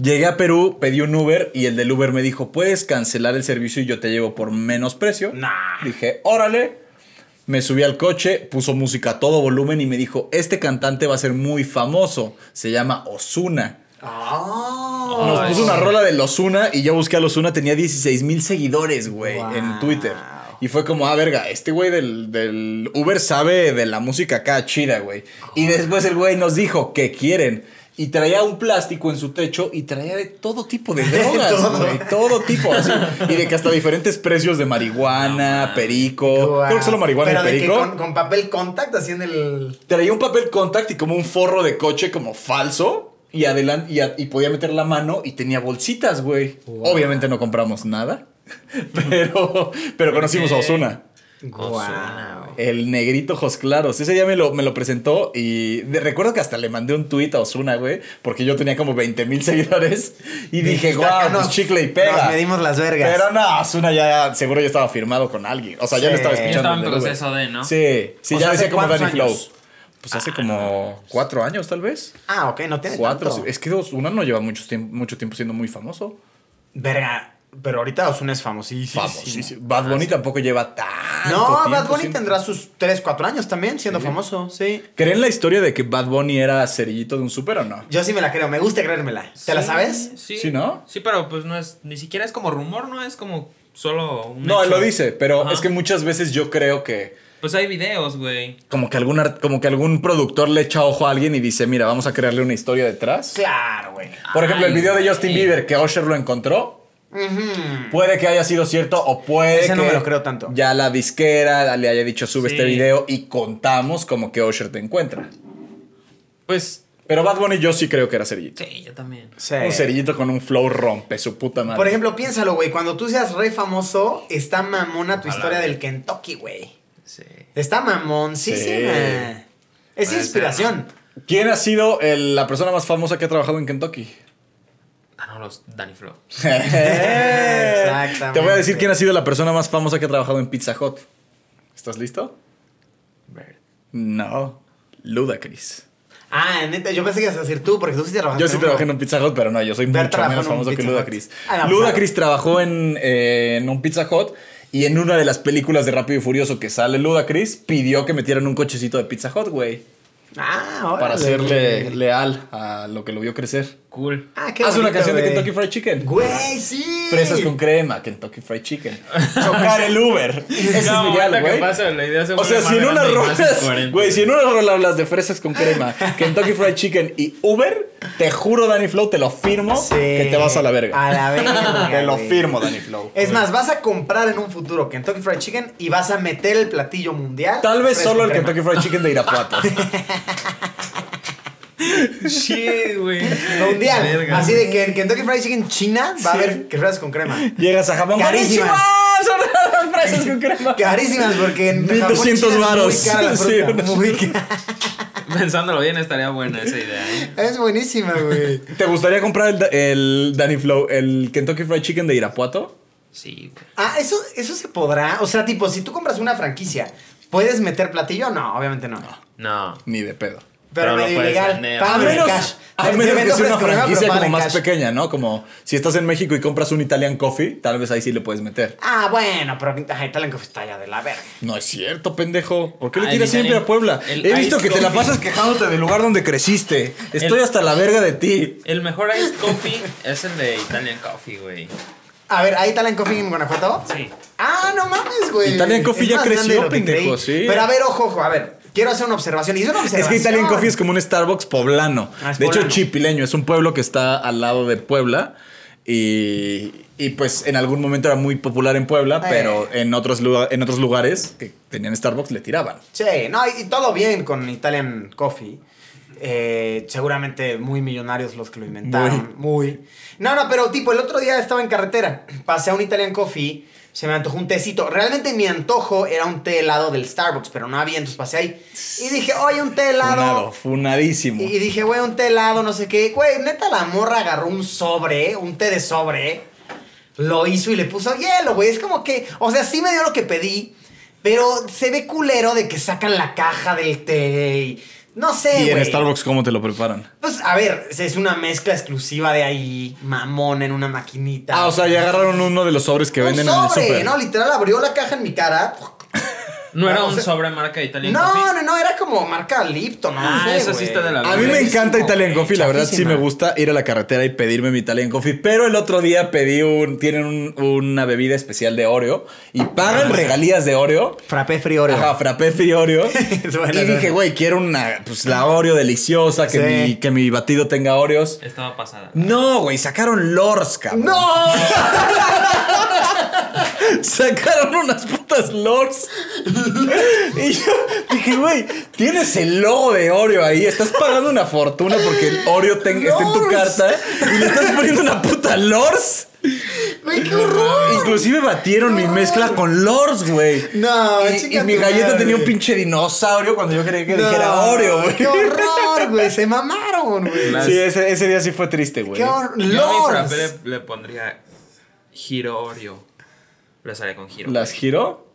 A: Llegué a Perú, pedí un Uber y el del Uber me dijo, puedes cancelar el servicio y yo te llevo por menos precio.
B: Nah.
A: Dije, órale. Me subí al coche, puso música a todo volumen y me dijo, este cantante va a ser muy famoso. Se llama Osuna.
B: Ah.
A: Nos
C: Ay,
A: puso
C: sí.
A: una rola de Lozuna y yo busqué a Lozuna, tenía 16 mil seguidores, güey,
B: Wow.
A: en Twitter. Y fue como, ah, verga, este güey del, del Uber sabe de la música acá chida, güey. Y después el güey nos dijo, ¿qué quieren? Y traía un plástico en su techo y traía de todo tipo de drogas,
B: Todo.
A: güey. Todo tipo, así. Y de que hasta diferentes precios de marihuana, perico. Creo que solo marihuana
B: Pero
A: y
B: de que
A: perico.
B: con, con papel contact así en el.
A: Traía un papel contact y como un forro de coche como falso. Y, adelan- y, a- y podía meter la mano y tenía bolsitas, güey. Obviamente no compramos nada. Pero, pero conocimos a Osuna.
C: Ozuna,
B: Guau.
A: El negrito ojos claros. Ese día me lo, me lo presentó y de- recuerdo que hasta le mandé un tuit a Osuna, güey. Porque yo tenía como 20 mil seguidores. Y dije,
B: Dijiste, acá
A: guau, pues
B: nos-
A: chicle y pega.
B: Nos medimos las vergas.
A: Pero no, Osuna ya seguro ya estaba firmado con alguien. O sea, ya
B: Sí.
A: le estaba escuchando.
C: Ya estaba en
A: desde luego.
C: proceso de, ¿no?
A: Sí, sí,
B: O
A: ya
B: sea,
A: decía
B: ¿hace
A: como Danny
B: cuántos
A: Flow.
B: años?
A: Pues hace como cuatro años, tal vez.
B: Ah, ok, no tiene
A: Cuatro. sí.
B: tanto.
A: Es que Osuna no lleva mucho tiempo, mucho tiempo siendo muy famoso.
B: Verga. Pero ahorita Ozuna es famosísimo.
A: Famosísimo. Bad
C: Ah,
A: Bunny tampoco lleva tanto
B: No,
A: tiempo
B: Bad Bunny
A: siendo-
B: tendrá sus 3, 4 años también siendo famoso, sí.
A: ¿Creen la historia de que Bad Bunny era cerillito de un super o no?
B: Yo sí me la creo, me gusta creérmela. ¿Te la
C: Sí,
B: sabes?
C: Sí.
A: Sí, ¿no?
C: Sí, pero pues no es, ni siquiera es como rumor, no es como solo un
A: No, él
C: hecho.
A: lo dice, pero
C: Ajá.
A: es que muchas veces yo creo que
C: Pues hay videos, güey.
A: como que algún art- como que algún productor le echa ojo a alguien y dice, mira, vamos a crearle una historia detrás.
B: Claro, güey.
A: Por ejemplo, el
C: Ay,
A: video de Justin
C: güey.
A: Bieber que Usher lo encontró. Puede que haya sido cierto o puede
B: Ese
A: que
B: no me lo creo tanto.
A: ya la disquera le haya dicho sube
C: Sí.
A: este video y contamos como que Usher te encuentra.
C: Pues
A: Pero Bad Bunny yo sí creo que era cerillito.
C: sí, yo también.
B: Sí.
A: Un cerillito con un flow rompe su puta madre.
B: Por ejemplo, piénsalo, güey. Cuando tú seas re famoso, está mamona tu
C: Ojalá.
B: historia del Kentucky, güey.
C: Sí.
B: Está mamoncísima. Es
C: Puede
B: inspiración.
A: ¿quién ha sido el- la persona más famosa que ha trabajado en Kentucky?
C: Ah, no, los Danny Flow.
B: Exactamente.
A: Te voy a decir quién ha sido la persona más famosa que ha trabajado en Pizza Hut. ¿Estás listo?
C: Verde.
A: No. Ludacris.
B: Ah, neta, yo pensé que ibas a decir tú, porque tú sí trabajaste.
A: Yo sí
B: en
A: trabajé en
B: uno.
A: un Pizza Hut, pero no, yo soy
B: Ver
A: mucho
B: trabajó
A: menos
B: en un
A: famoso que
B: Pizza
A: Ludacris.
B: Hut. Ah, no,
A: Ludacris trabajó en, eh, en un Pizza Hut y en una de las películas de Rápido y Furioso que sale Ludacris pidió que metieran un cochecito de Pizza Hut, güey,
B: Ah, ahora.
A: para serle leal a lo que lo vio crecer.
C: Cool.
B: Ah, qué
A: Haz una
B: bonito,
A: canción de
B: güey.
A: Kentucky Fried Chicken.
B: Güey, sí.
A: Fresas con crema, Kentucky Fried Chicken. Chocar el Uber. Ese es mi ideal, güey.
C: la idea se
A: O sea, si en unas rolas, güey, si en una rola hablas de fresas con crema, Kentucky Fried Chicken y Uber, te juro, Danny Flow, te lo firmo
B: Sí.
A: que te vas a la verga.
B: A la verga.
A: te lo
B: güey.
A: firmo, Danny Flow.
B: Es más, vas a comprar en un futuro Kentucky Fried Chicken y vas a meter el platillo mundial.
A: Tal vez
B: fresco
A: solo el
B: crema.
A: Kentucky Fried Chicken de Irapuato.
C: Shit, güey.
B: Mundial.
C: Verga.
B: Así de que en Kentucky Fried Chicken China va a
A: Sí.
B: haber fresas con crema.
A: Llegas a Japón.
B: Carísimas.
A: ¡Carísimas! Son fresas con crema.
B: Carísimas porque en
A: 1200
B: Japón, China
A: varos.
B: es muy cara la
A: Sí,
B: fruta,
A: una-
B: muy cara.
C: Pensándolo bien, estaría buena esa idea. ¿eh?
B: Es buenísima, güey.
A: ¿Te gustaría comprar el, el Danny Flow, el Kentucky Fried Chicken de Irapuato?
C: Sí, güey.
B: Ah, eso, eso se podrá. O sea, tipo, si tú compras una franquicia, ¿puedes meter platillo? No, obviamente no.
C: No.
A: Ni de pedo.
B: Pero
C: Pero lo
B: medio
C: puedes
B: ilegal.
C: vender.
A: A
B: Págame en
A: menos,
B: cash.
A: a
B: Te-
A: menos
B: te
A: que
B: vendo
A: sea una
B: fresco, pero
A: franquicia
B: págame
A: como
B: en
A: más
B: cash.
A: pequeña, ¿no? Como si estás en México y compras un Italian Coffee, tal vez ahí sí le puedes meter.
B: Ah, bueno, pero ay, Italian Coffee está allá de la verga.
A: No es cierto, pendejo. ¿Por qué le
C: Ah,
A: tiras
C: el
A: siempre
C: Italian-
A: a Puebla?
C: el
A: He visto
C: Ice
A: que te la
C: Coffee.
A: pasas quejándote del lugar donde creciste. Estoy
C: El-
A: hasta la verga de ti.
C: El mejor iced coffee es el de Italian Coffee, güey.
B: A ver, ¿hay Italian Coffee en Guanajuato?
C: Sí.
B: Ah, no mames, güey.
A: Italian Coffee
B: Es
A: ya
B: más grande
A: creció,
B: de lo que
A: pendejo,
B: creí.
A: sí.
B: Pero a ver, ojo, ojo, a ver. Quiero hacer una observación. Y es una
A: Es
B: observación.
A: que Italian Coffee es como un Starbucks poblano.
B: Ah, es
A: de hecho,
B: poblano.
A: chipileño. Es un pueblo que está al lado de Puebla. Y, y, pues en algún momento era muy popular en Puebla,
B: Eh.
A: pero en otros, lugar- en otros lugares que tenían Starbucks le tiraban.
B: Sí, no, y, y todo bien con Italian Coffee. Eh, seguramente muy millonarios los que lo inventaron. Muy. No, no, pero tipo, el otro día estaba en carretera. Pasé a un Italian Coffee. Se me antojó un tecito. Realmente mi antojo era un té helado del Starbucks, pero no había, entonces pasé ahí. Y dije, oye, un té helado.
A: Funado, funadísimo.
B: Y, eh, y dije, güey, un té helado, no sé qué. Güey, neta, la morra agarró un sobre, un té de sobre. Lo hizo y le puso hielo, güey. Es como que, o sea, sí me dio lo que pedí, pero se ve culero de que sacan la caja del té y. No sé,
A: Y
B: güey.
A: en Starbucks, ¿cómo te lo preparan?
B: Pues, a ver, es una mezcla exclusiva de ahí, mamón, en una maquinita.
A: Ah, o sea, ya agarraron uno de los sobres que
B: Un
A: venden
B: sobre,
A: en el súper.
B: ¿no? Literal, abrió la caja en mi cara.
C: No
B: Ah,
C: era
B: o
C: un
B: sea-
C: sobre marca Italian Coffee.
B: No, no, no, era como marca Lipton, no
C: Ah,
B: sé,
C: eso sí
B: güey.
C: está de la
A: A mí me
C: Buenísimo,
A: encanta Italian Coffee, la verdad sí
B: chafísima.
A: me gusta ir a la carretera y pedirme mi Italian Coffee, pero el otro día pedí un, tienen un- una bebida especial de Oreo y
B: Ah,
A: pagan regalías de Oreo.
B: Frappé frío. Oreo.
A: Ajá, frappé Fiorio.
B: Es buena,
A: y
B: es
A: dije,
B: buena.
A: güey, quiero una, pues la Oreo deliciosa, que,
B: Sí.
A: mi, que mi batido tenga Oreos.
C: Estaba pasada.
A: No, güey, sacaron Lors, cabrón.
B: ¡No!
A: Sacaron unas putas Lors. y yo dije, güey, tienes el logo de Oreo ahí. Estás pagando una fortuna porque el Oreo ten- esté en tu
B: Lors.
A: carta y le estás poniendo una puta Lors.
B: ¡Güey, qué horror!
A: Inclusive batieron mi mezcla con Lors, güey.
B: No,
A: y,
B: chinga
A: y mi
B: tu
A: galleta
B: madre.
A: tenía un pinche dinosaurio cuando yo creía que
B: No,
A: dijera Oreo, güey.
B: ¡Qué horror, güey! Se mamaron, güey.
C: Las-
A: Sí, ese, ese día sí fue triste, güey.
B: ¡Qué horror!
C: Yo a mi
B: ¡Lord!
C: frappé le, le pondría giro Oreo. Lo salía con giro.
A: ¿Las giró?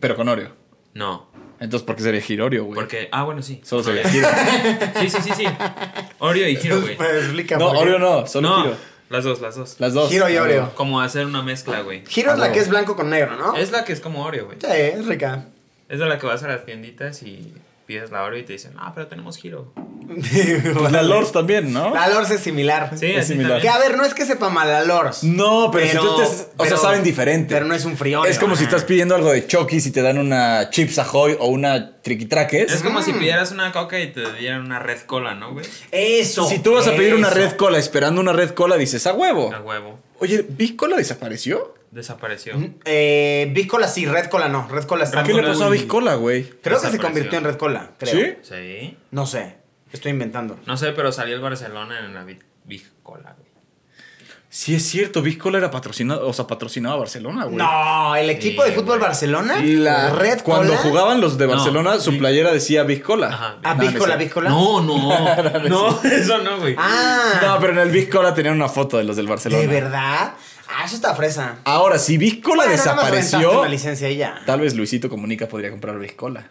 A: Pero con Oreo.
C: No,
A: Entonces, ¿por qué sería girorio, güey?
C: porque... Ah, bueno, sí.
A: Solo sería
C: Oreo.
A: giro.
C: Sí, sí, sí, sí. Oreo y giro, güey.
B: Pues, explica
A: No,
B: por qué.
A: Oreo no, solo
C: No,
A: giro.
C: las dos, las dos.
A: Las dos.
B: Giro y
A: Ah,
B: Oreo.
A: güey.
C: Como hacer una mezcla, güey.
B: Giro es
A: Ah,
B: la
A: no.
B: que es blanco con negro, ¿no?
C: Es la que es como Oreo, güey.
B: Sí, es rica.
C: Es de la que vas a las tienditas y pides la Oreo y te dicen, ah, pero tenemos giro.
A: Pues la Lords también, ¿no?
B: La Lors es similar.
C: Sí,
A: Es
C: así
A: similar.
C: similar.
B: Que a ver, no es que sepa mal la Lors.
A: No, pero, si tú estás- O sea,
B: pero-
A: saben diferente.
B: Pero no es un frío.
A: Es como si estás pidiendo algo de Chucky si te dan una Chips Ahoy o una Triquitraques.
C: Es como si pidieras una coca y te dieran una red cola, ¿no, güey?
B: Eso.
A: Si tú vas a pedir una
B: eso.
A: red cola esperando una red cola, dices a
B: Oh.
A: huevo.
C: A huevo.
A: Oye, ¿Big Cola desapareció?
C: Desapareció.
B: Eh, Big Cola sí, Red Cola Ah, no. Red Cola está
A: ¿Qué le
C: Cola,
A: pasó a
C: uy.
A: Big Cola, güey?
B: Creo que se
C: Desapareció.
B: convirtió en Red Cola, creo.
A: ¿Sí?
C: Sí.
B: No sé. Estoy inventando.
C: No sé, pero salió el Barcelona en la Big, Big Cola, güey.
A: Sí, es cierto. Big Cola era patrocinado, o sea, patrocinaba a Barcelona, güey.
B: No, el equipo
C: Sí,
B: de fútbol
C: güey.
B: Barcelona.
A: Y la red cuando
B: Cola?
A: jugaban los de
C: No,
A: Barcelona, su
C: sí.
A: playera decía Big Cola.
C: Ajá.
A: No,
B: Ah,
A: no es
B: Vícola,
A: cierto.
B: Vícola.
C: No, no. no, eso no, güey.
B: Ah,
A: No, pero en el Big Cola tenían una foto de los del Barcelona.
B: ¿de verdad? Ah, eso está fresa.
A: Ahora, si Big Cola
B: Bueno, nada más rentaste
A: desapareció,
B: una licencia y ya.
A: tal vez Luisito Comunica podría comprar Big Cola.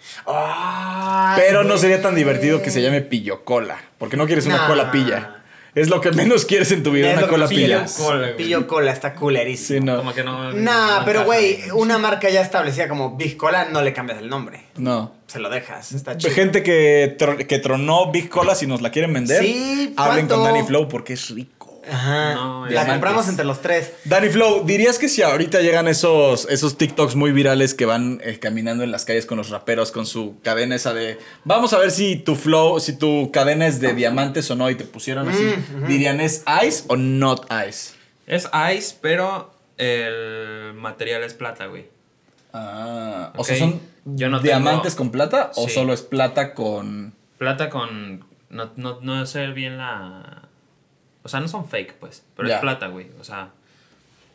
B: Ay,
A: Pero no
B: Ah, güey.
A: sería tan divertido que se llame Pillo Cola, porque no quieres una
B: Nah.
A: cola pilla. Es lo que menos quieres en tu vida,
B: Es
A: una
B: lo que
A: cola
B: pillo
A: pilla.
C: pillas. Cola, güey.
B: Pillo cola, está
A: Sí,
B: culerísimo.
A: no.
C: Como que no.
B: Nah,
C: no
B: pero
C: encaja,
B: güey, una marca ya establecida como Big Cola, no le cambias el nombre.
A: No.
B: Se lo dejas, está chido.
A: Gente que, tro- que tronó Big Cola, si nos la quieren vender,
B: Sí,
A: hablen
B: ¿cuánto?
A: con Danny Flow porque es rico.
B: Ajá.
C: No,
B: la
C: diamantes.
B: compramos entre los tres.
A: Danny Flow, ¿dirías que si ahorita llegan esos, esos TikToks muy virales que van eh, caminando en las calles con los raperos con su cadena esa de vamos a ver si tu flow, si tu cadena es de diamantes o no y te pusieron así,
B: Mm,
A: ¿dirían es ice o not ice?
C: Es ice, pero el material es plata, güey.
A: Ah, o
C: Ok.
A: sea, ¿son
C: Yo no
A: diamantes
C: tengo-
A: con plata o
C: Sí.
A: solo es plata con...
C: Plata con. No, no, no sé bien la. O sea, no son fake, pues. Pero
A: Ya.
C: es plata, güey. O sea.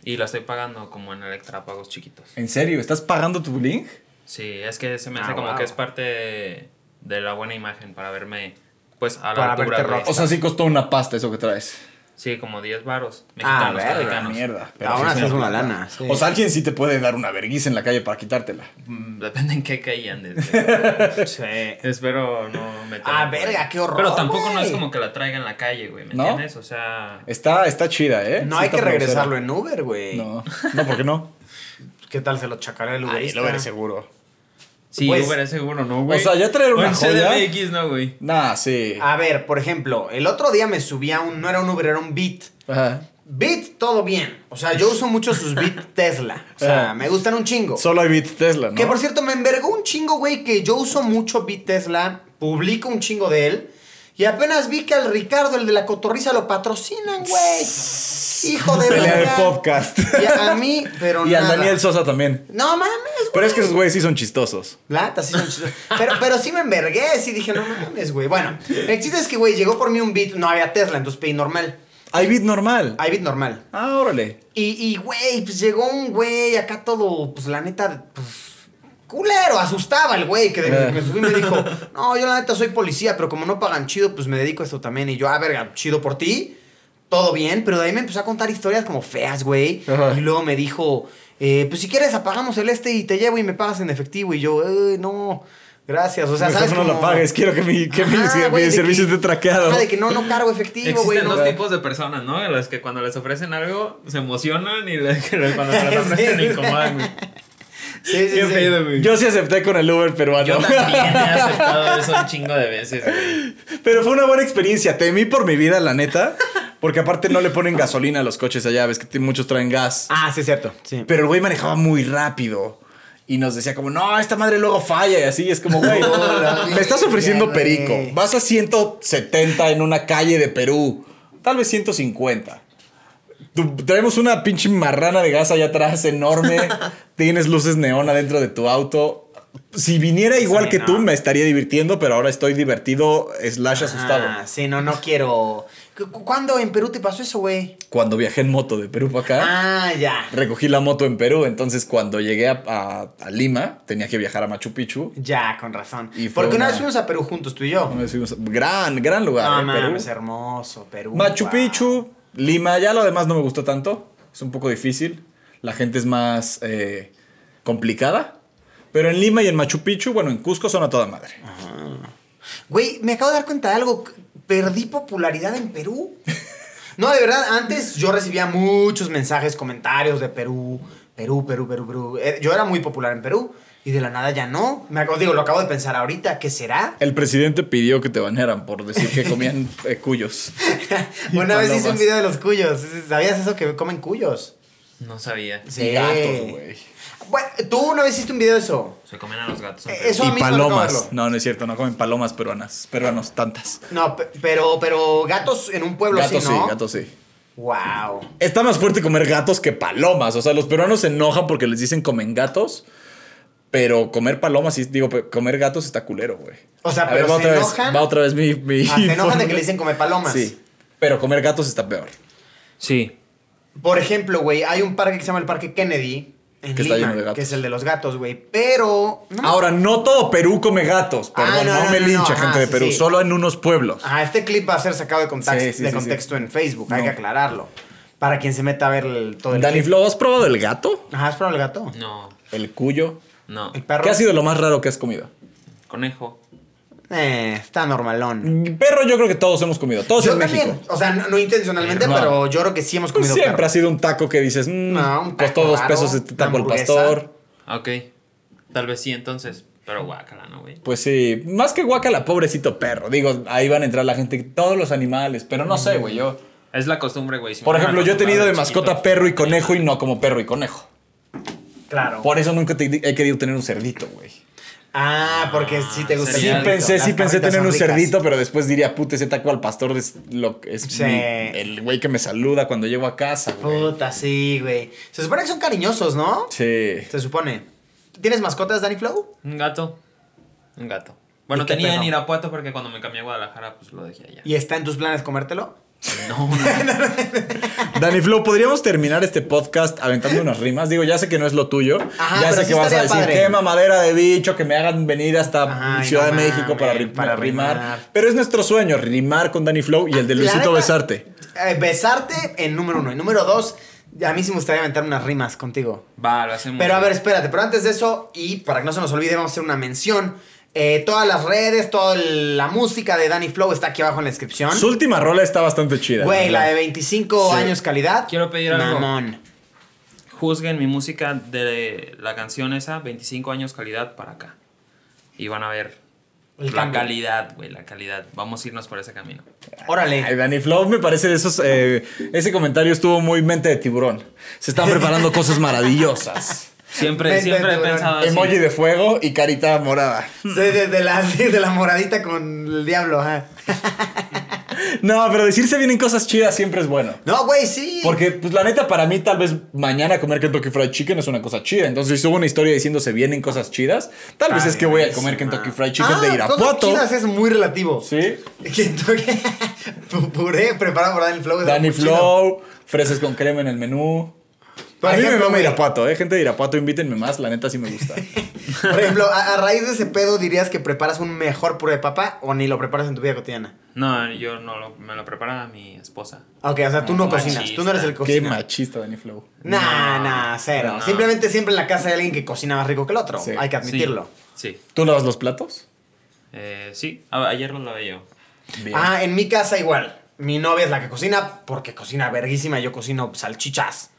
C: Y la estoy pagando como en electrapagos chiquitos.
A: ¿En serio? ¿Estás pagando tu link?
C: Sí, es que se me
B: Ah,
C: hace como
B: wow.
C: que es parte de, de la buena imagen para verme, pues, a la
B: Para
C: altura,
B: verte
C: güey.
B: rock.
A: O sea, sí costó una pasta eso que traes.
C: Sí, como 10 varos.
B: Ah,
C: Mexicanos,
B: verga,
A: Ah,
C: mexicanos.
A: mierda.
B: Ahora sí
A: una
B: es una
A: plata.
B: lana, sí.
A: O sea, alguien sí te puede dar una verguisa en la calle para quitártela.
C: Mm, Depende en qué caían.
D: Sí.
C: Espero no meterme.
B: Ah,
C: por ahí.
B: verga, qué horror,
C: Pero tampoco no
B: güey.
C: es como que la traiga en la calle, güey. ¿Me
A: ¿No?
C: entiendes? O sea.
A: Está, está chida, ¿eh?
B: No
A: Sí
B: hay
A: está
B: que
A: producera.
B: regresarlo en Uber, güey.
A: No, no, ¿por qué no?
B: ¿Qué tal se lo chacaré el
A: Ahí
B: Uberista?
A: lo veré seguro.
C: Sí,
B: Pues-
C: Uber es seguro, ¿no, güey?
A: O sea, ya traer
C: O
A: una
C: en
A: joya-
C: CDMX, no, güey.
A: Nah, sí.
B: A ver, por ejemplo, el otro día me subí a un, no era un Uber, era un Beat.
A: Ajá.
B: Beat, todo bien. O sea, yo uso mucho sus Beat Tesla. O sea,
A: Ah.
B: me gustan un chingo.
A: Solo hay Beat Tesla, ¿no?
B: Que por cierto, me envergó un chingo, güey, que yo uso mucho Beat Tesla, publico un chingo de él. Y apenas vi que al Ricardo, el de la cotorriza, lo patrocinan, güey. Hijo de
A: Pelea de
B: verga.
A: podcast.
B: Y a a mí, pero
A: Y al
B: nada.
A: Daniel Sosa también.
B: No mames,
A: Pero es que esos güeyes sí son chistosos.
B: Plata, sí son chistosos. Pero, pero sí me envergué, sí dije, no mames, güey. Bueno, el chiste es que, güey, llegó por mí un beat, no había Tesla, entonces pedí normal.
A: Hay Beat normal.
B: Hay beat normal.
A: Ah, órale.
B: Y, y, güey, pues llegó un güey acá todo, pues la neta, pues culero, asustaba el güey que de-
A: Eh.
B: me subí y me dijo, no, yo la neta soy policía, pero como no pagan chido, pues me dedico a esto también. Y yo, ah, verga, chido por ti, todo bien, pero de ahí me empezó a contar historias como feas, güey.
A: Ajá.
B: Y luego me dijo, eh, pues si quieres apagamos el este y te llevo y me pagas en efectivo. Y yo, "Ey, no, gracias. O sea,
A: Mejor
B: ¿sabes?
A: no lo
B: como-
A: pagues, quiero que mi, que mi-
B: Ajá,
A: mi
B: güey, de
A: servicio
B: que-
A: esté traqueado.
B: Ajá, de que no, no cargo efectivo,
C: Existen
B: güey. no-
C: dos tipos de personas, ¿no? A Las que cuando les ofrecen algo se emocionan y las que cuando se
B: Sí.
C: las ofrecen le incomodan, güey.
B: Sí, sí,
C: Qué
B: sí.
C: pedo, güey.
A: Yo sí acepté con el Uber peruano.
C: Yo también he aceptado eso un chingo de veces, güey.
A: Pero fue una buena experiencia. Temí por mi vida, la neta. Porque aparte no le ponen gasolina a los coches allá. Ves que t- muchos traen gas.
B: Ah, sí, es cierto. Sí.
A: Pero el güey manejaba muy rápido. Y nos decía como, no, esta madre luego falla. Y así es como, güey,
B: Hola,
A: me estás ofreciendo
B: güey.
A: perico. Vas a 170 en una calle de Perú. Tal vez 150. Tú- traemos una pinche marrana de gas allá atrás enorme. Tienes luces neón adentro de tu auto. Si viniera igual
C: Sí,
A: que
C: no.
A: tú, me estaría divirtiendo, pero ahora estoy divertido slash asustado.
B: Ah, sí, no, no quiero. ¿Cu- cu- ¿Cuándo en Perú te pasó eso, güey?
A: Cuando viajé en moto de Perú para acá,
B: Ah, ya.
A: recogí la moto en Perú. Entonces, cuando llegué a, a- a Lima, tenía que viajar a Machu Picchu.
B: Ya, con razón.
A: Y fue
B: Porque una
A: una-
B: vez fuimos a Perú juntos, tú y yo.
A: Una vez fuimos a- Gran, gran lugar.
B: No
A: eh, Perú.
B: mames, hermoso, Perú.
A: Machu
B: wow.
A: Picchu, Lima, ya lo demás no me gustó tanto. Es un poco difícil. La gente es más eh, complicada. Pero en Lima y en Machu Picchu, bueno, en Cusco son a toda madre.
B: Ah. Güey, me acabo de dar cuenta de algo. Perdí popularidad en Perú. No, de verdad, antes yo recibía muchos mensajes, comentarios de Perú, Perú, Perú, Perú, Perú. Eh, Yo era muy popular en Perú y de la nada ya no. Me acabo, digo, lo acabo de pensar ahorita, ¿qué será?
A: El presidente pidió que te banearan por decir que comían eh, cuyos.
B: Una vez hice un
A: palomas.
B: video de los cuyos. ¿Sabías eso que comen cuyos?
C: No sabía.
A: Y gatos, güey.
B: Bueno, tú una vez hiciste un video de eso.
C: Se comen a los gatos. en
B: Eh,
C: Perú.
B: eso- a mí
A: Y
B: se me acaba de
A: palomas.
B: verlo.
A: No, no es cierto, no comen palomas peruanas. Peruanos, tantas.
B: No, pe- pero, pero gatos en un pueblo
A: Gatos
B: así,
A: sí,
B: ¿no?
A: gatos sí.
B: Wow.
A: Está más fuerte comer gatos que palomas. O sea, los peruanos se enojan porque les dicen comen gatos. Pero comer palomas, sí, digo, pe- comer gatos está culero, güey.
B: O sea,
A: A
B: pero
A: va
B: se
A: otra vez-
B: enojan.
A: va otra vez mi. mi
B: Ah, se enojan de
A: forma.
B: que le dicen come palomas.
A: Sí. Pero comer gatos está peor.
C: Sí.
B: Por ejemplo, güey, hay un parque que se llama el Parque Kennedy en
A: Que está
B: Lima,
A: lleno de gatos.
B: que es el de los gatos, güey. Pero. no me-
A: Ahora, no todo Perú come gatos.
B: Ah,
A: Perdón,
B: no,
A: no,
B: no,
A: me
B: no,
A: lincha,
B: no,
A: gente
B: ah,
A: de
B: sí,
A: Perú.
B: sí.
A: Solo en unos pueblos.
B: Ah, este clip va a ser sacado de, contax-
A: Sí, sí,
B: de
A: sí,
B: contexto en Facebook.
A: No.
B: Hay que aclararlo. Para quien se meta a ver el- todo el.
A: Dani
B: clip.
A: Flow, ¿has probado el gato?
B: Ajá, es para el gato.
C: No,
A: El cuyo.
C: no.
B: El perro.
A: ¿Qué ha sido lo más raro que has comido?
C: Conejo.
B: Eh, está normalón.
A: Perro, yo creo que todos hemos comido. Todos
B: Yo
A: en
B: también.
A: México.
B: O sea, no, no intencionalmente,
A: No.
B: pero yo creo que sí hemos
A: Pues
B: comido
A: siempre
B: perro.
A: ha sido un taco que dices, mm,
B: No, un taco
A: costó dos
B: raro,
A: pesos este
B: una
A: taco el
B: hamburguesa.
A: pastor.
C: Ah, Ok. Tal vez sí, entonces. Pero guácala, ¿no, güey?
A: Pues sí, más que guacala, pobrecito perro. Digo, ahí van a entrar la gente, todos los animales, pero no sé, güey. Yo,
C: Es la costumbre, güey. Si
A: por
C: me
A: ejemplo, yo he tenido de mascota
C: chiquito,
A: perro y conejo y no como perro y conejo.
B: Claro.
A: Por eso nunca te- he querido tener un cerdito, güey.
B: Ah, porque sí te gusta el
A: Sí
C: Cerdito,
B: cerdito.
A: pensé,
B: Las
A: sí pensé
B: carnitas
A: tener
B: son
A: un
B: ricas.
A: cerdito, pero después diría, puta, ese taco al pastor es lo que es
B: Sí.
A: mi- el güey que me saluda cuando llego a casa, güey.
B: Puta, sí, güey. Se supone que son cariñosos, ¿no?
A: Sí.
B: Se supone. ¿Tienes mascotas, Danny Flow?
C: Un gato. Un gato. Bueno,
B: ¿Y qué
C: tenía en
B: perro?
C: Irapuato porque cuando me cambié a Guadalajara, pues lo dejé allá.
B: ¿Y está en tus planes comértelo?
C: No, no.
A: Dani Flow, podríamos terminar este podcast aventando unas rimas. Digo, ya sé que no es lo tuyo. ya
B: Ajá,
A: sé
B: pero sí
A: que vas a
B: estaría
A: decir
B: padre.
A: qué mamadera de bicho que me hagan venir hasta
B: Ay,
A: Ciudad
B: no
A: de México para,
B: mames,
A: ri-
B: para
A: rimar.
B: rimar. Ah,
A: Pero es nuestro sueño, rimar con Dani Flow y el de
B: La
A: Luisito
B: neta,
A: Besarte.
B: eh, besarte en número uno. Y número dos, a mí sí me gustaría aventar unas rimas contigo.
C: Va, lo hacemos.
B: Pero a ver, espérate, pero antes de eso, y para que no se nos olvide, vamos a hacer una mención. Eh, todas las redes, toda la música de Danny Flow está aquí abajo en la descripción.
A: Su última rola está bastante chida.
B: Güey, la
A: verdad.
B: de 25
A: Sí.
B: años calidad.
C: Quiero pedir algo.
B: Mamón.
C: juzguen mi música de la canción esa, 25 años calidad para acá. Y van a ver
B: El
C: la
B: cambio.
C: calidad, güey, la calidad. Vamos a irnos por ese camino.
A: Ay,
B: Órale.
A: Danny Flow me parece de esos. eh, ese comentario estuvo muy mente de tiburón. Se están preparando cosas maravillosas.
C: Siempre,
B: Vente,
C: siempre he
B: tiburón.
C: pensado así.
A: Emoji de fuego y carita morada.
B: Sí, desde la, desde la moradita con el diablo, ajá.
A: No, pero decirse vienen cosas chidas siempre es bueno.
B: No, güey, sí.
A: Porque, pues la neta, para mí, tal vez mañana comer Kentucky Fried Chicken es una cosa chida. Entonces, si hubo una historia diciéndose vienen cosas chidas, tal vez
C: Ay,
A: es que voy a comer
C: buenísima.
A: Kentucky Fried Chicken de
B: Ah, cosas
A: Irapuato.
B: chidas eh. es muy relativo.
A: Sí.
B: Kentucky- Pu- Puré preparado por Danny Flow. es
A: Danny
B: muy chido.
A: Flow, fresas con crema en el menú.
B: Por
A: a mí me
B: ejemplo,
A: mama
B: güey.
A: Irapuato, ¿eh? Gente de Irapuato, invítenme más. La neta, sí me gusta.
B: Por ejemplo, a, a raíz de ese pedo, ¿dirías que preparas un mejor puré de papa o ni lo preparas en tu vida cotidiana?
C: No, yo no lo, me lo prepara mi esposa.
B: Ok, o sea, tú no,
C: Machista.
B: cocinas, tú no eres el que
A: Qué
B: cocina.
A: machista, Danny Flow.
B: Nah,
C: No,
B: nah, cero.
C: no.
B: Simplemente siempre en la casa hay alguien que cocina más rico que el otro.
A: Sí.
B: Hay que
C: Sí,
B: admitirlo.
C: Sí.
A: ¿Tú lavas los platos?
C: Eh, sí, a- ayer lo lavé yo.
A: Bien.
B: Ah, en mi casa igual. Mi novia es la que cocina porque cocina verguísima. Yo cocino salchichas.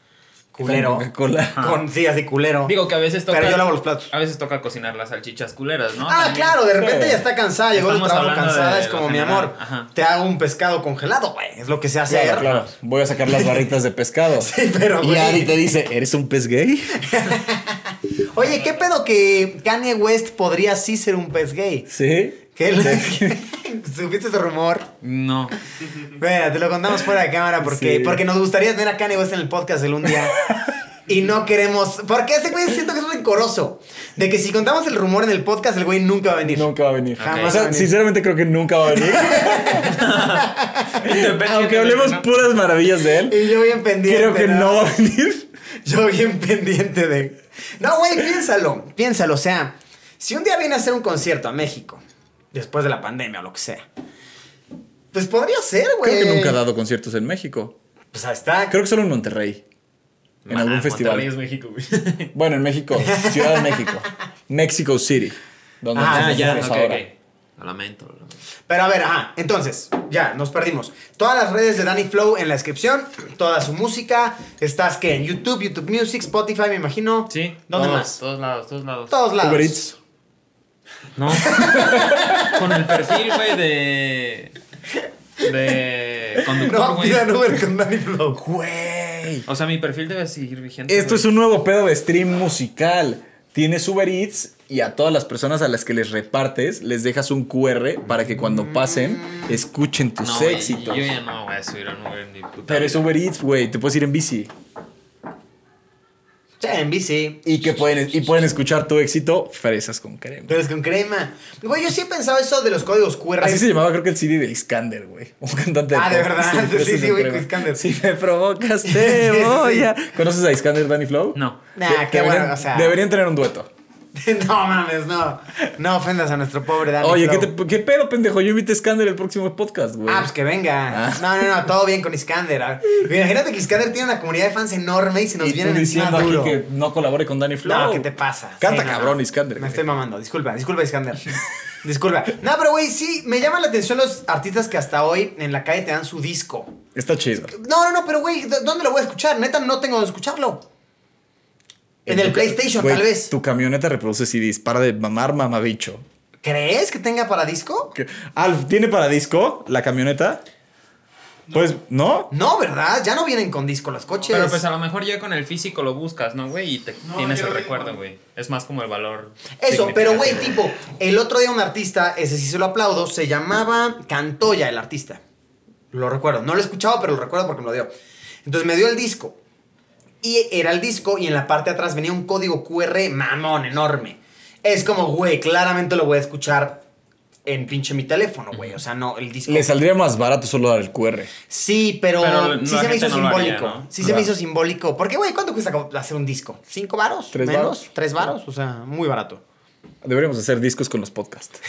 B: Culero. Ah,
A: Con Coca-Cola.
B: Con, sí, así culero.
C: Digo que a veces toca.
B: Pero yo lavo los platos.
C: A veces toca cocinar las salchichas culeras, ¿no?
B: Ah,
C: También.
B: claro, de repente
A: Sí.
B: ya está cansada, llegó del
C: Estamos
B: trabajo
C: hablando
B: cansada,
C: de
B: es
C: lo
B: como mi
C: general,
B: amor,
C: ajá.
B: te hago un pescado congelado, güey, es lo que sé hacer.
A: Claro, claro. Voy a sacar las barritas de pescado.
B: Sí, pero,
A: Y
B: güey.
A: Ari te dice, ¿eres un pez gay?
B: Oye, ¿qué pedo que Kanye West podría sí ser un pez gay?
A: Sí.
B: ¿Qué le- ¿Supiste ese rumor?
C: No.
B: Mira, te lo contamos fuera de cámara porque,
A: Sí.
B: porque nos gustaría tener a Kanye West en el podcast el un día. Y no queremos. Porque ese güey siento que es rencoroso. De que si contamos el rumor en el podcast, el güey nunca va a venir.
A: Nunca va a venir.
B: Jamás
A: O
B: va a
A: sea,
B: venir.
A: sinceramente creo que nunca va a venir. Aunque
C: Independientemente,
A: hablemos
C: ¿no?
A: puras maravillas de él,
B: Y yo bien pendiente.
A: creo que no va a venir.
B: Yo bien pendiente de. No, güey, piénsalo. Piénsalo. O sea, si un día viene a hacer un concierto a México, después de la pandemia o lo que sea, pues podría ser, güey.
A: Creo que nunca ha dado conciertos en México.
B: Pues ahí está.
A: Creo que solo en Monterrey. En
C: Ah,
A: algún
C: Monterrey es
A: festival.
C: México, güey.
A: Bueno, en México, Ciudad de México. Mexico City. Donde
B: Ah,
A: nos
C: Ah, ya,
A: encontramos
C: ok,
A: ahora.
C: ok. Lo lamento, lo lamento.
B: Pero a ver, ajá, entonces, ya, nos perdimos. Todas las redes de Danny Flow en la descripción, toda su música. Estás que en YouTube, YouTube Music, Spotify, me imagino.
C: Sí.
B: ¿Dónde
C: todos,
B: más?
C: Todos lados, todos lados.
B: Todos lados.
A: Uber Eats.
C: No. Con el perfil, güey, de. De conductor,
B: No
C: güey.
B: pidan Uber con Danny Flow.
A: Güey.
C: o sea, mi perfil debe seguir vigente.
A: Esto es un nuevo pedo de stream musical. Tienes Uber Eats y a todas las personas a las que les repartes les dejas un QR para que cuando pasen escuchen tus
C: no, güey,
A: éxitos.
C: Yo ya no voy a subir a un Uber en mi puta.
A: Pero es
C: vida.
A: Uber Eats, güey, te puedes ir en bici
B: Sí, en bici.
A: y que pueden y pueden escuchar tu éxito fresas con crema.
B: Pero es con crema. Güey, yo sí he pensado eso de los códigos QR.
A: Así se llamaba creo que el CD de Iskander, güey. Un cantante
B: Ah, ¿de
A: pop.
B: verdad? Sí,
A: Fresas
B: sí,
A: con
B: güey,
A: crema.
B: Iskander.
A: Si me provocas
B: Sí,
A: te
B: sí, sí.
A: voy a... ¿Conoces a Iskander Danny Flow?
C: No.
B: Nah,
A: De-
B: qué
A: deberían-
B: bueno, o sea.
A: Deberían tener un dueto.
B: no mames, no. No ofendas a nuestro pobre Danny
A: Oye, ¿qué,
B: Flow.
A: te- ¿qué pedo, pendejo? Yo invité a Iskander el próximo podcast, güey.
B: Ah, pues que venga.
A: Ah.
B: No, no, no, todo bien con Iskander. A ver, Imagínate que Iskander tiene una comunidad de fans enorme y se nos
A: Y tú
B: vienen encima
A: diciendo aquí
B: duro.
A: que no colabore con Danny Flow.
B: No, ¿qué te pasa?
A: Canta
B: Sí, no,
A: cabrón,
B: no.
A: Iskander.
B: Me
A: güey.
B: estoy mamando. Disculpa, disculpa, Iskander. disculpa. No, pero güey, sí, me llaman la atención los artistas que hasta hoy en la calle te dan su disco.
A: Está chido.
B: No, no, no, pero güey, ¿dó- ¿dónde lo voy a escuchar? Neta, no tengo dónde escucharlo. En el
A: tu-
B: PlayStation,
A: güey,
B: tal vez.
A: Tu camioneta reproduce CDs. Para de mamar, mamabicho.
B: ¿Crees que tenga para disco?
A: ¿Qué- Alf, ¿tiene para disco la camioneta? Pues, ¿no?
B: No, ¿verdad? Ya no vienen con disco los coches.
C: Pero pues a lo mejor ya con el físico lo buscas, ¿no, güey? Y te
D: No,
C: tienes
D: yo
C: el
D: lo vi
C: recuerdo,
D: con-
C: güey. Es más como el valor.
B: Eso, pero güey,
C: significativo.
B: tipo, el otro día un artista, ese sí se lo aplaudo, se llamaba Cantoya el artista. Lo recuerdo, no lo he escuchado, pero lo recuerdo porque me lo dio. Entonces me dio el disco. Y era el disco y en la parte de atrás venía un código QR mamón enorme. Es como, güey, claramente lo voy a escuchar en pinche mi teléfono, güey. O sea, no, el disco.
A: Le saldría más barato solo dar el QR.
B: Sí, pero,
C: Pero la
B: sí se me
C: gente
B: hizo
C: no lo
B: simbólico.
C: haría, ¿no?
B: Sí se
A: Claro.
B: me hizo simbólico. Porque, güey, ¿cuánto cuesta hacer un disco? ¿Cinco varos?
A: ¿Tres
B: menos,
A: varos?
B: ¿Tres varos? O sea, muy barato.
A: Deberíamos hacer discos con los podcasts.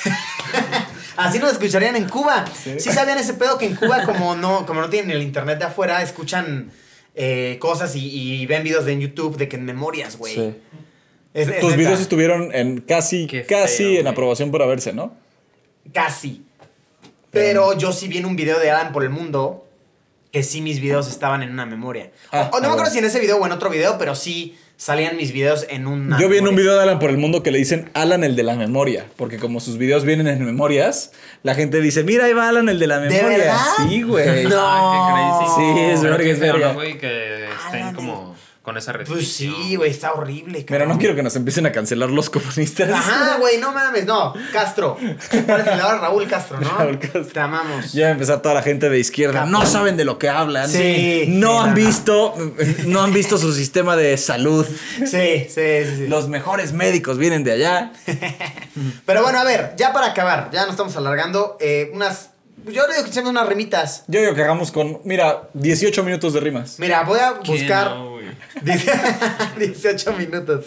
B: Así nos escucharían en Cuba. Sí, sabían ese pedo que en Cuba, como no, como no tienen el internet de afuera, escuchan eh, cosas y, y ven videos de en YouTube de que en memorias, güey.
A: Sí.
B: Es- es
A: Tus
B: neta.
A: videos estuvieron en casi,
C: Qué
A: casi
C: feo,
A: en
C: güey.
A: aprobación por verse, ¿no?
B: Casi. Pero yo sí vi en un video de Adam por el mundo que sí mis videos estaban en una memoria. O-
A: Ah,
B: o, no
A: ah,
B: me acuerdo
A: bueno.
B: si en ese video o en otro video, pero sí salían mis videos en una.
A: Yo vi en un
B: memoria.
A: video de Alan por el mundo que le dicen Alan el de la memoria, porque como sus videos vienen en memorias, la gente dice, mira, ahí va Alan el de la
B: ¿De
A: memoria.
B: verdad?
A: Sí, güey.
B: No.
C: Ay, Ah, qué crazy.
A: Sí, es
C: Pero
A: verga,
C: qué
A: es
C: feo,
A: verga.
C: ¿no, güey? Que
B: Alan,
C: estén como con esa restricción.
B: Pues sí, güey, está horrible,
A: Pero
B: cabrón.
A: no quiero que nos empiecen a cancelar los comunistas.
B: Ajá, güey, no mames, no. Castro. ¿Cuál es el de ahora? Raúl Castro, ¿no?
A: Raúl Castro.
B: Te amamos.
A: Ya va a empezar toda la gente de izquierda.
B: Capo.
A: No saben de lo que hablan.
B: Sí.
A: No
B: Sí,
A: han
B: no, no.
A: visto, no han visto su sistema de salud.
B: Sí, sí, sí. sí.
A: Los mejores médicos vienen de allá.
B: Pero bueno, a ver, ya para acabar, ya nos estamos alargando. eh, unas. Yo digo que echemos unas rimitas.
A: Yo digo que hagamos con, mira, 18 minutos de rimas.
B: Mira, voy a
C: ¿Quién
B: buscar.
C: no, güey?
B: Dice- 18 minutos.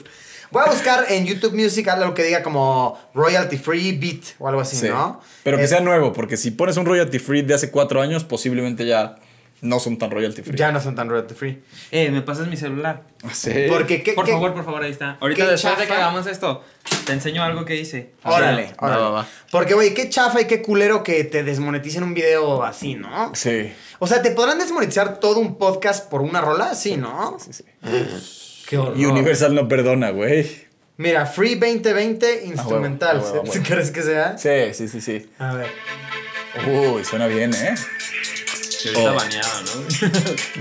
B: Voy a buscar en YouTube Music algo que diga como royalty free beat o algo así,
A: Sí.
B: ¿no?
A: Pero que
B: Eh,
A: sea nuevo, porque si pones un royalty free de hace cuatro años, posiblemente ya no son tan royalty free. Ah,
B: Ya no son tan royalty free.
C: Eh, ¿me pasas mi celular?
A: Sí.
B: Porque qué.
C: por
B: qué-
C: favor, por favor, ahí está. Ahorita
B: qué
C: después de que
B: chafa.
C: hagamos esto, te enseño algo que hice.
B: Órale,
A: Ah, Va,
B: órale.
A: va, va.
B: Porque, güey, qué chafa y qué culero que te desmoneticen un video así, ¿no?
A: Sí.
B: O sea, ¿te podrán desmonetizar todo un podcast por una rola? Sí, ¿no?
A: sí, sí.
B: Qué horror.
A: Y Universal no perdona, güey.
B: Mira, Free 2020 instrumental.
A: Ah, huevo, ah, huevo,
B: ¿Tú
A: huevo.
B: crees que sea?
A: Sí, sí, sí, sí.
B: A ver.
A: Uy, suena bien, ¿eh?
C: Que ahorita
A: Oh.
C: baneado, ¿no?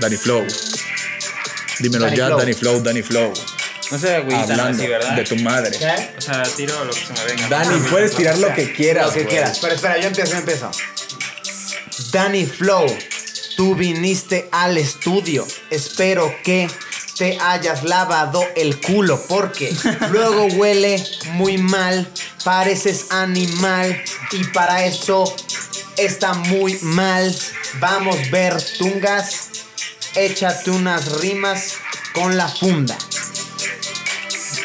A: Danny Flow. Dímelo
B: Danny
A: ya,
B: Flow.
A: Danny Flow, Danny Flow.
C: No sé, güey, tan
A: Hablando
C: así, ¿verdad?
A: de tu madre.
B: ¿Qué?
C: O sea, tiro lo que se me venga.
A: Dani, puedes tirar lo que quieras.
B: Lo que
A: güey.
B: quieras. Pero espera, yo empiezo, yo empiezo. Danny Flow, tú viniste al estudio. Espero que te hayas lavado el culo porque luego huele muy mal. Pareces animal y para eso está muy mal. Vamos a ver tungas. Échate unas rimas con la funda.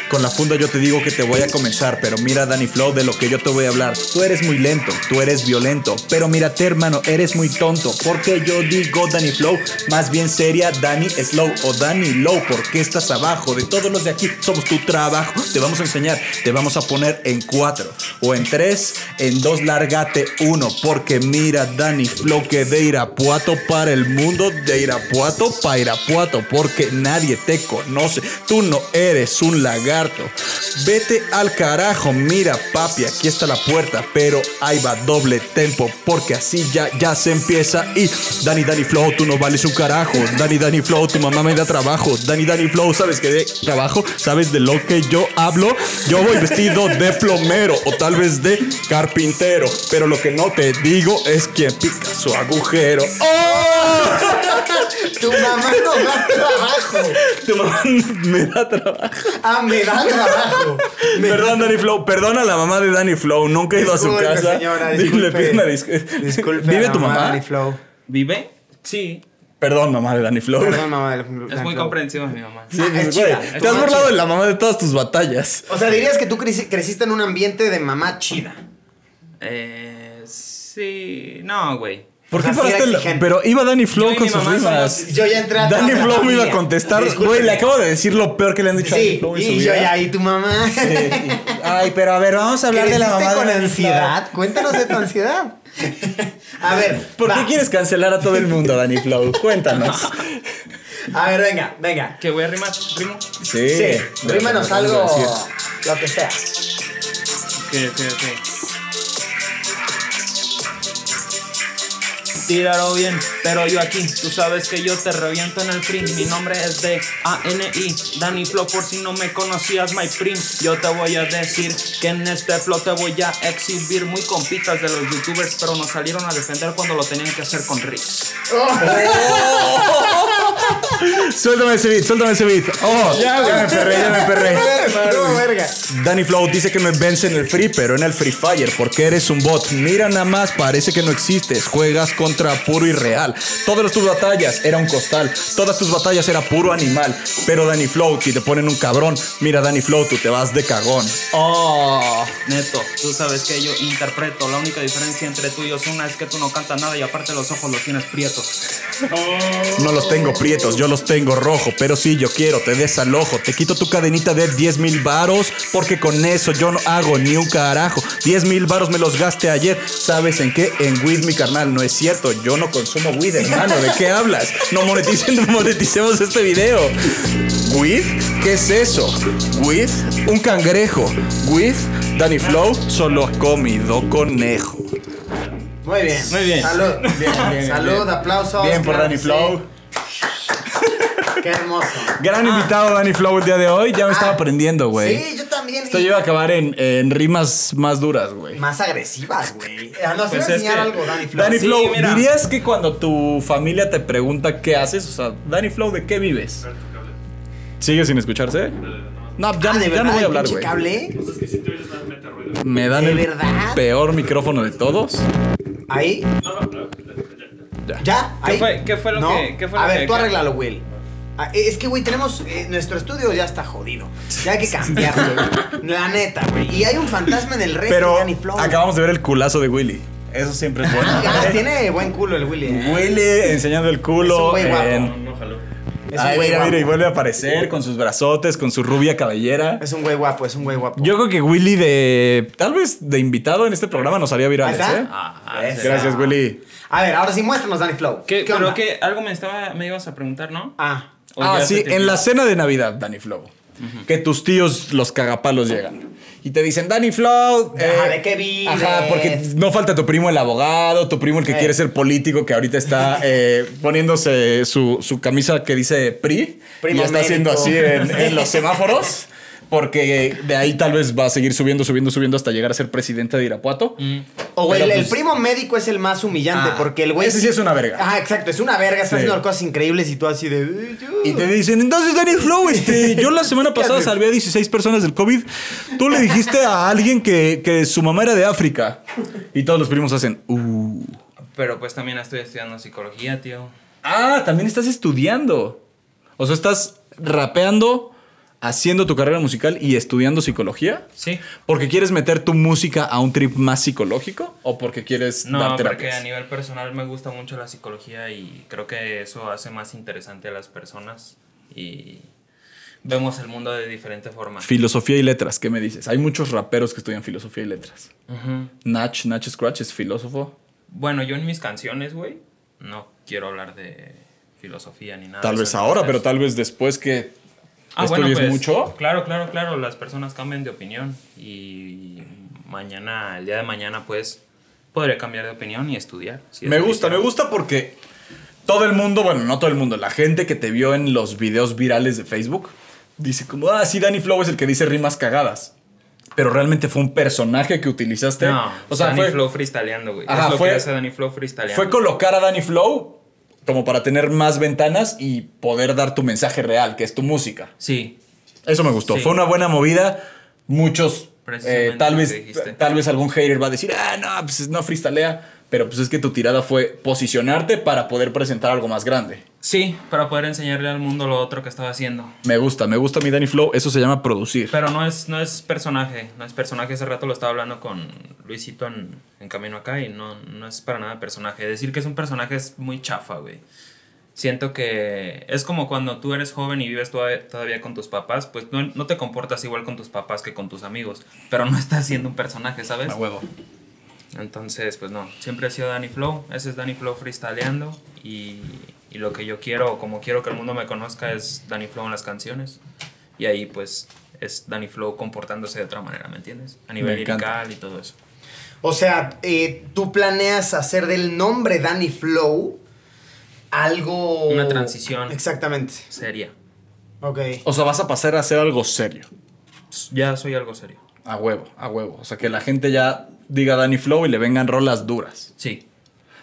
A: Con la funda yo te digo que te voy a comenzar, pero mira Danny Flow de lo que yo te voy a hablar. Tú eres muy lento, tú eres violento, pero mírate hermano, eres muy tonto. Porque yo digo Danny Flow, más bien sería Danny Slow o Danny Low, porque estás abajo de todos los de aquí, somos tu trabajo. Te vamos a enseñar, te vamos a poner en cuatro o en tres, en dos lárgate uno, porque mira Danny Flow que de Irapuato para el mundo, de Irapuato para Irapuato, porque nadie te conoce, tú no eres un lagarto. Vete al carajo, mira papi, aquí está la puerta, pero ahí va doble tempo, porque así ya, ya se empieza y Dani Dani Flow, tú no vales un carajo, Dani Dani Flow, tu mamá me da trabajo, Dani Dani Flow, ¿sabes que de trabajo? ¿Sabes de lo que yo hablo? Yo voy vestido de plomero o tal vez de carpintero, pero lo que no te digo es quien pica su agujero. ¡Oh!
B: Tu mamá no da trabajo.
A: Tu mamá me da trabajo.
B: Ah, me da trabajo. Me-
A: Perdón, Danny Flow. Perdona a la mamá de Danny Flow. Nunca he ido a su
B: Disculpe,
A: casa.
B: señora,
A: Dile,
B: disculpe.
A: pide una dis-
B: Disculpe.
A: ¿Vive
B: a la
A: tu mamá?
B: de Danny Flow.
C: ¿Vive? Sí.
A: Perdón, mamá de Danny Flow.
B: Perdón, mamá de Danny
C: Es muy
B: Flow.
C: comprensiva mi mamá.
A: Sí,
B: Ah, es
A: güey,
B: chida, es
A: Te has
B: mamá
A: burlado
B: chida.
A: de la mamá de todas tus batallas.
B: O sea, dirías que tú creci- creciste en un ambiente de mamá chida.
C: Eh, sí. No, güey.
A: ¿Por qué
B: Así
A: paraste
B: era
A: la-
B: exigente.
A: Pero iba Danny
C: Yo
A: Flow
C: y
A: con
C: mi
A: sus
C: mamá
A: rimas.
C: somos-
B: Yo ya entré a
A: Danny
B: otra
A: Flow me iba a
B: familia.
A: contestar. Güey,
B: Discúlpeme.
A: le acabo de decir lo peor que le han dicho a Danny
B: Sí,
A: Flow en su
B: y yo
A: vida.
B: ya, y tu mamá.
A: Ay, pero a ver, vamos a hablar de la
B: ¿Creciste
A: mamá
B: con
A: de Danny Flow.
B: ansiedad? Cuéntanos de tu ansiedad. A ver.
A: ¿Por qué
B: va.
A: quieres cancelar a todo el mundo, Danny Flow? Cuéntanos.
B: A ver, venga, venga.
C: ¿Qué voy a rimar? ¿Rimo?
A: Sí.
B: Sí, rímanos
A: Lo que
B: algo,
A: acabas de decir.
B: lo que sea.
C: Ok, ok, ok. Tíralo bien, pero yo aquí, tú sabes que yo te reviento en el free. Mi nombre es de ANI, Danny Flow, por si no me conocías, my prim. Yo te voy a decir que en este flow te voy a exhibir muy compitas de los youtubers, pero nos salieron a defender cuando lo tenían que hacer con Rix.
A: Suéltame ese beat, suéltame ese beat. Oh, ya, me perré, ya me perré.
B: Estuvo verga. verga.
A: Danny Flow dice que me vence en el Free, pero en el Free Fire, porque eres un bot. Mira nada más, parece que no existes. Juegas contra puro y real. Todas tus batallas era un costal. Todas tus batallas era puro animal. Pero Danny Flow, si te ponen un cabrón, mira Danny Flow, tú te vas de cagón.
F: Oh, neto, tú sabes que yo interpreto. La única diferencia entre tú y Osuna es que tú no cantas nada y aparte los ojos los tienes prietos.
A: No los tengo prietos, yo los tengo rojo. Pero si yo quiero, te desalojo. Te quito tu cadenita de 10 mil varos. Porque con eso yo no hago ni un carajo. 10 mil varos me los gasté ayer. ¿Sabes en qué? En weed, mi carnal. No es cierto, yo no consumo weed, hermano. ¿De qué hablas? No moneticen, no moneticemos este video. ¿Weed? ¿Qué es eso? ¿Weed? Un cangrejo. ¿Weed? Danny Flow solo ha comido conejo.
B: Muy bien.
G: Muy bien.
B: Salud.
G: Bien, bien,
B: Salud,
G: bien.
B: aplausos.
G: Bien por
B: claro
G: Danny
B: que
G: Flow. Ah.
B: sí. Qué hermoso.
A: Gran invitado Danny Flow el día de hoy. Ya me estaba aprendiendo, güey.
B: Sí, yo también.
G: Esto iba a acabar en, en rimas más duras, güey.
B: Más agresivas, güey. Ah, Nos iba
C: Pues
B: a
C: es
B: enseñar
C: que-
B: algo, Danny Flow.
G: Danny
C: Sí,
G: Flow,
C: mira.
G: ¿dirías que cuando tu familia te pregunta qué haces, o sea, Danny Flow, ¿de qué vives? ¿Sigue sin escucharse? No, ya,
B: Ah, de
G: ya
B: verdad,
G: no voy a hablar,
B: pinche
G: güey. Ah,
B: cable.
G: Me dan
B: ¿De
G: el
B: verdad?
G: peor micrófono de todos.
B: Ahí.
G: Ya.
B: ¿Ya?
C: ¿Qué
B: ahí.
C: fue- qué fue lo
B: No.
C: que- qué fue
B: A
C: lo
B: ver,
C: que-
B: tú arréglalo, Will. Ah, eh, Es que, güey, tenemos. eh, nuestro estudio ya está jodido. Ya hay que cambiarlo. la neta, güey. Y hay un fantasma en el rey
A: Pero
B: de Danny Flow.
A: acabamos de ver el culazo de Willy. Eso siempre es bueno.
B: Ah, tiene buen culo el Willy. ¿eh?
A: Willy enseñando el
B: Es un
A: culo.
B: güey guapo.
A: en-
B: Es un
A: Ay,
B: güey
A: mira,
B: guapo.
A: mira, y vuelve a aparecer con sus brazotes, con su rubia cabellera.
B: Es un güey guapo, es un güey guapo.
A: Yo creo que Willy de. Tal vez de invitado en este programa nos haría virales,
B: ¿Ahí está?
A: ¿eh?
C: Ah,
B: Esa.
A: Gracias, Willy.
B: A ver, ahora sí muéstranos Danny Flow.
C: ¿Qué, pero
B: onda?
C: que algo me estaba, me ibas a preguntar, ¿no?
B: Ah.
C: ¿O
A: ah,
C: ya
A: sí,
C: se te
A: en la
C: olvidó?
A: cena de Navidad, Danny Flow. Que tus tíos, los cagapalos, llegan. Y te dicen, Danny Flow.
B: Ajá, ¿de qué vives?
A: Eh, Ajá, porque no falta tu primo el abogado, tu primo el que
B: Eh.
A: quiere ser político, que ahorita está eh, poniéndose su, su camisa que dice PRI.
B: Primo
A: y está haciendo
B: médico.
A: así en, en los semáforos. Porque de ahí tal vez va a seguir subiendo, subiendo, subiendo hasta llegar a ser presidente de Irapuato.
B: O güey,
A: Pero,
B: el, el
A: pues,
B: primo médico es el más humillante
A: Ah,
B: Mm. porque el güey.
A: ese sí es una verga.
B: Ah, exacto, es una verga. Está
A: Sí.
B: haciendo cosas increíbles y tú así de. "Eh, yo".
A: Y te dicen, entonces Danny Flow, este, yo la semana pasada
B: haces?
A: salvé a 16 personas del COVID. Tú le dijiste a alguien que, que su mamá era de África. Y todos los primos hacen, uh.
C: Pero pues también estoy estudiando psicología, tío.
A: Ah, también estás estudiando. O sea, estás rapeando, haciendo tu carrera musical y estudiando psicología.
C: Sí.
A: ¿Porque quieres meter tu música a un trip más psicológico? ¿O porque quieres
C: No,
A: dar
C: porque a
A: terapias?
C: nivel personal me gusta mucho la psicología y creo que eso hace más interesante a las personas y vemos el mundo de diferente forma.
A: Filosofía y letras, ¿qué me dices? Hay muchos raperos que estudian filosofía y letras.
C: Ujú.
A: Nach, Nach Scratch es filósofo.
C: Bueno, yo en mis canciones, güey, no quiero hablar de filosofía ni nada.
A: Tal
C: de
A: vez
C: eso,
A: ahora, pero
C: entonces-
A: tal vez después que
C: Ah, bueno,
A: estudies
C: pues,
A: mucho.
C: Claro, claro, claro, las personas cambian de opinión y mañana, el día de mañana, pues, podré cambiar de opinión y estudiar. si es
A: Me
C: lo que
A: gusta, me
C: quiero.
A: gusta porque todo el mundo, bueno, no todo el mundo, la gente que te vio en los videos virales de Facebook dice como, ah, sí, Danny Flow es el que dice rimas cagadas. Pero realmente fue un personaje que utilizaste.
C: No,
A: o sea,
C: Danny
A: fue,
C: Flow freestyleando, güey.
A: Ajá,
C: es lo
A: fue-
C: que hace Danny Flow freestyleando.
A: fue colocar a Danny Flow como para tener más ventanas y poder dar tu mensaje real, que es tu música.
C: Sí,
A: Eso me gustó.
C: Sí.
A: Fue una buena movida. Muchos,
C: Precisamente
A: eh, tal
C: lo que
A: vez,
C: dijiste.
A: tal vez algún hater va a decir, ah, no, pues no freestalea. Pero pues es que tu tirada fue posicionarte para poder presentar algo más grande.
C: sí, para poder enseñarle al mundo lo otro que estaba haciendo.
A: Me gusta, me gusta mi Danny Flow. Eso se llama producir.
C: Pero no es, no es personaje, no es personaje. Hace rato lo estaba hablando con Luisito en, en camino acá y no, no es para nada personaje. Decir que es un personaje es muy chafa, güey. Siento que es como cuando tú eres joven y vives todavía, todavía con tus papás, pues no, no te comportas igual con tus papás que con tus amigos, pero no estás siendo un personaje, ¿sabes?
A: huevo.
C: Entonces, pues no, siempre ha sido Danny Flow, ese es Danny Flow freestyleando y, y lo que yo quiero, como quiero que el mundo me conozca, es Danny Flow en las canciones. Y ahí pues es Danny Flow comportándose de otra manera, ¿me entiendes? A nivel
A: Me encanta.
C: lirical y todo eso.
B: O sea, eh, tú planeas hacer del nombre Danny Flow algo.
C: Una transición.
B: Exactamente.
C: Seria.
B: Ok.
A: O sea, vas a pasar a hacer algo serio.
C: Ya soy algo serio.
A: A huevo, a huevo. O sea, que la gente ya diga Danny Flow y le vengan rolas duras.
C: Sí.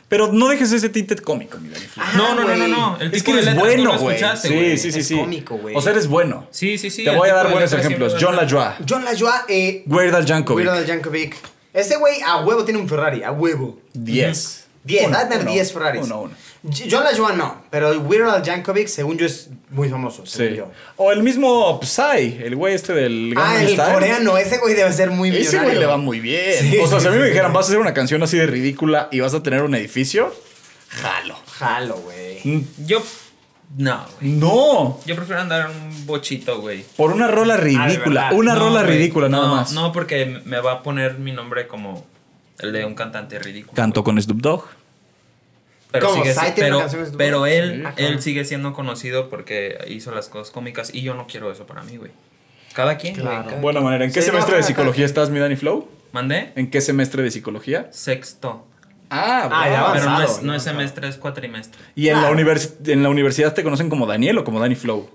E: Pero no dejes ese tinte cómico, mi Danny Flow.
B: Ah,
C: No, no, no, no, no.
B: güey.
C: El
E: Es
C: tipo
E: que
C: de
E: eres
C: letra tú
E: bueno,
C: lo
E: güey.
C: escuchaste,
E: Sí,
C: güey.
E: sí, sí,
B: Es
E: sí.
B: cómico, güey.
E: O sea, eres bueno.
C: Sí, sí, sí,
E: Te
C: el
E: voy a
C: tipo
E: dar
C: de
E: buenos
C: letra
E: ejemplos.
C: siempre
E: John
C: va a-
E: Lajoie,
B: John Lajoie, eh,
E: Weird Al Jankovic.
B: Weird Al Yankovic. Ese güey a huevo tiene un Ferrari, a huevo.
A: 10.
B: 10, va a tener
A: uno,
B: 10 Ferraris.
A: Uno, uno.
B: J- John LaJoie no, pero Weird Al Yankovic, según yo, es muy famoso, según
A: Sí.
B: yo.
E: O el mismo Psy, el güey este del
B: Ah,
E: Gangnam
B: el
E: Style.
B: coreano, ese güey debe ser muy millonario.
A: Ese güey le va muy bien.
B: Sí,
A: o sea,
B: sí,
A: si a mí
B: sí,
A: me
B: sí.
A: dijeran, vas a hacer una canción así de ridícula y vas a tener un edificio, jalo.
B: Jalo, güey.
C: Yo. No, güey.
E: No,
C: Yo prefiero andar en un bochito, güey.
E: por una rola
D: Ah,
E: ridícula.
D: de verdad.
E: una
C: No,
E: rola
C: güey.
E: ridícula nada
C: No,
E: más.
C: No, porque me va a poner mi nombre como el de un cantante ridículo.
E: Canto con Snoop Dogg.
C: Pero,
B: ¿Cómo?
C: sigue-
B: ¿Sai tiene
C: pero,
B: canciones duras?
C: pero él,
B: Sí.
C: él sigue siendo conocido porque hizo las cosas cómicas y yo no quiero eso para mí, güey. Cada quien, güey.
B: Claro.
C: cada-
E: Buena manera. ¿En qué
B: Sí,
E: semestre
B: no,
E: de
B: no,
E: psicología estás, mi Danny Flow?
C: ¿Mandé?
E: ¿En qué semestre de psicología?
C: Sexto.
E: Ah,
B: Ah, ya Ah.
C: pero no
B: avanzado, ya
C: es, no es
B: avanzado.
C: semestre, es cuatrimestre.
E: ¿Y en, la
B: Claro.
E: univers- en la universidad te conocen como Daniel o como Danny Flow?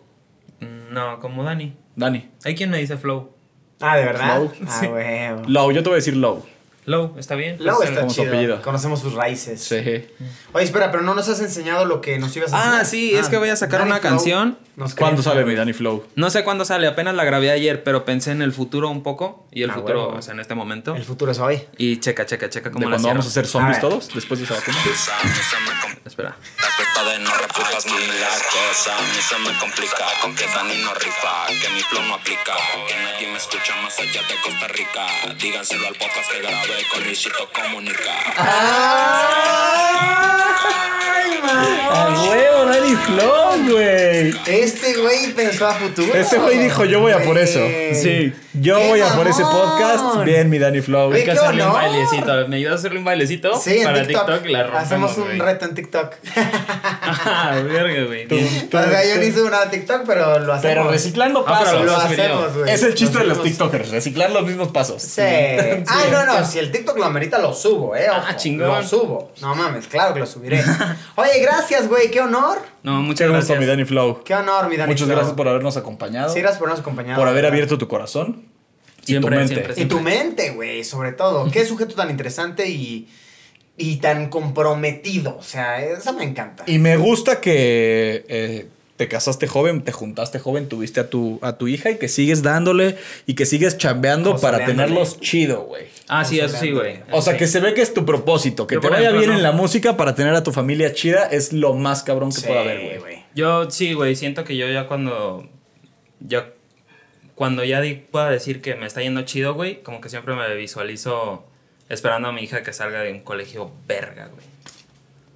C: Mm, No, como Dani.
E: Dani.
C: Hay quien me dice Flow.
B: Ah, ¿de verdad?
E: Low.
B: Ah, huevo.
E: Low, yo te voy a decir Low.
C: Low, ¿está bien?
B: Low
C: Pues,
B: está
E: como su apellido.
B: chido. Conocemos sus raíces.
E: Sí.
B: Oye, espera, pero no nos has enseñado lo que nos ibas a
C: Ah,
B: enseñar.
C: sí, es que voy a sacar una
B: Flow
C: canción.
B: nos
E: ¿Cuándo
B: crees,
E: sale mi
B: güey?
E: Danny Flow?
C: No sé cuándo sale, apenas la grabé ayer, pero pensé en el futuro un poco. Y el
B: Ah,
C: futuro,
B: huevo.
C: o sea, en este momento.
B: El futuro es hoy.
C: Y checa, checa, checa
E: ¿De
C: cómo la
E: cuando vamos a
C: cierro.
E: ser zombies
B: A ver.
E: todos? Después "Ah, de esa vacuna.
C: Espera.
H: La culpa de no reputas ni la cosa A mí se me complica Con que Dani no rifa Que mi flow no aplica Que nadie me escucha más allá de Costa Rica Díganselo al podcast que grabé Con Luisito Comunica
E: ¡A huevo, Danny Flow, güey!
B: Este güey pensó a futuro.
E: Este güey dijo, yo voy a por eso.
B: Güey.
E: Yo
B: ¡Qué
E: voy a por ese
B: mamón!
E: podcast. Bien, mi Danny Flow.
B: Oye,
C: Hay que
B: ¿Qué
C: hacerle un
B: honor?
C: bailecito. ¿Me ayudas a hacerle un bailecito?
B: Sí, en
C: Para
B: TikTok.
C: TikTok la rompemos,
B: Hacemos un
C: güey.
B: reto en TikTok.
C: Ah, verga, güey. Bien.
B: o sea, yo no hice una TikTok, pero lo hacemos.
A: Pero reciclando
C: Ah, pero
A: pasos.
B: lo
C: Lo hace
B: hacemos, güey.
A: es el chiste de los
B: Nos vemos.
A: TikTokers, reciclar los mismos pasos.
B: Sí. Ah, no, no, si el TikTok lo amerita, lo subo, eh. Ojo,
C: Ah, chingón.
B: Lo subo. No mames, claro que lo subiré. Oye, gracias, güey, qué honor.
C: No, muchas
E: Qué gusto, mi
C: gracias.
E: Danny Flow.
B: Qué honor, mi Dani.
A: Muchas
B: Flow.
A: gracias por habernos acompañado,
B: Sí, gracias por habernos acompañado.
A: por haber abierto este tu corazón
C: Siempre,
A: y tu mente.
C: siempre,
B: Y tu mente, güey, sobre todo. Qué sujeto tan interesante y, y tan comprometido. O sea, eso me encanta.
A: Y me gusta que eh, te casaste joven, te juntaste joven, tuviste a tu, a tu hija y que sigues dándole y que sigues chambeando para
B: Cosoleándole.
A: tenerlos chido, güey.
C: Ah, sí, eso sí, güey.
A: O sea,
C: Sí.
A: que se ve que es tu propósito, que
C: Yo,
A: te
C: por
A: vaya
C: ejemplo,
A: bien
C: no.
A: en la música para tener a tu familia chida es lo más cabrón que
B: Sí,
A: pueda haber, güey.
C: Yo sí, güey, siento que yo ya cuando ya cuando ya di- pueda decir que me está yendo chido, güey, como que siempre me visualizo esperando a mi hija que salga de un colegio verga, güey.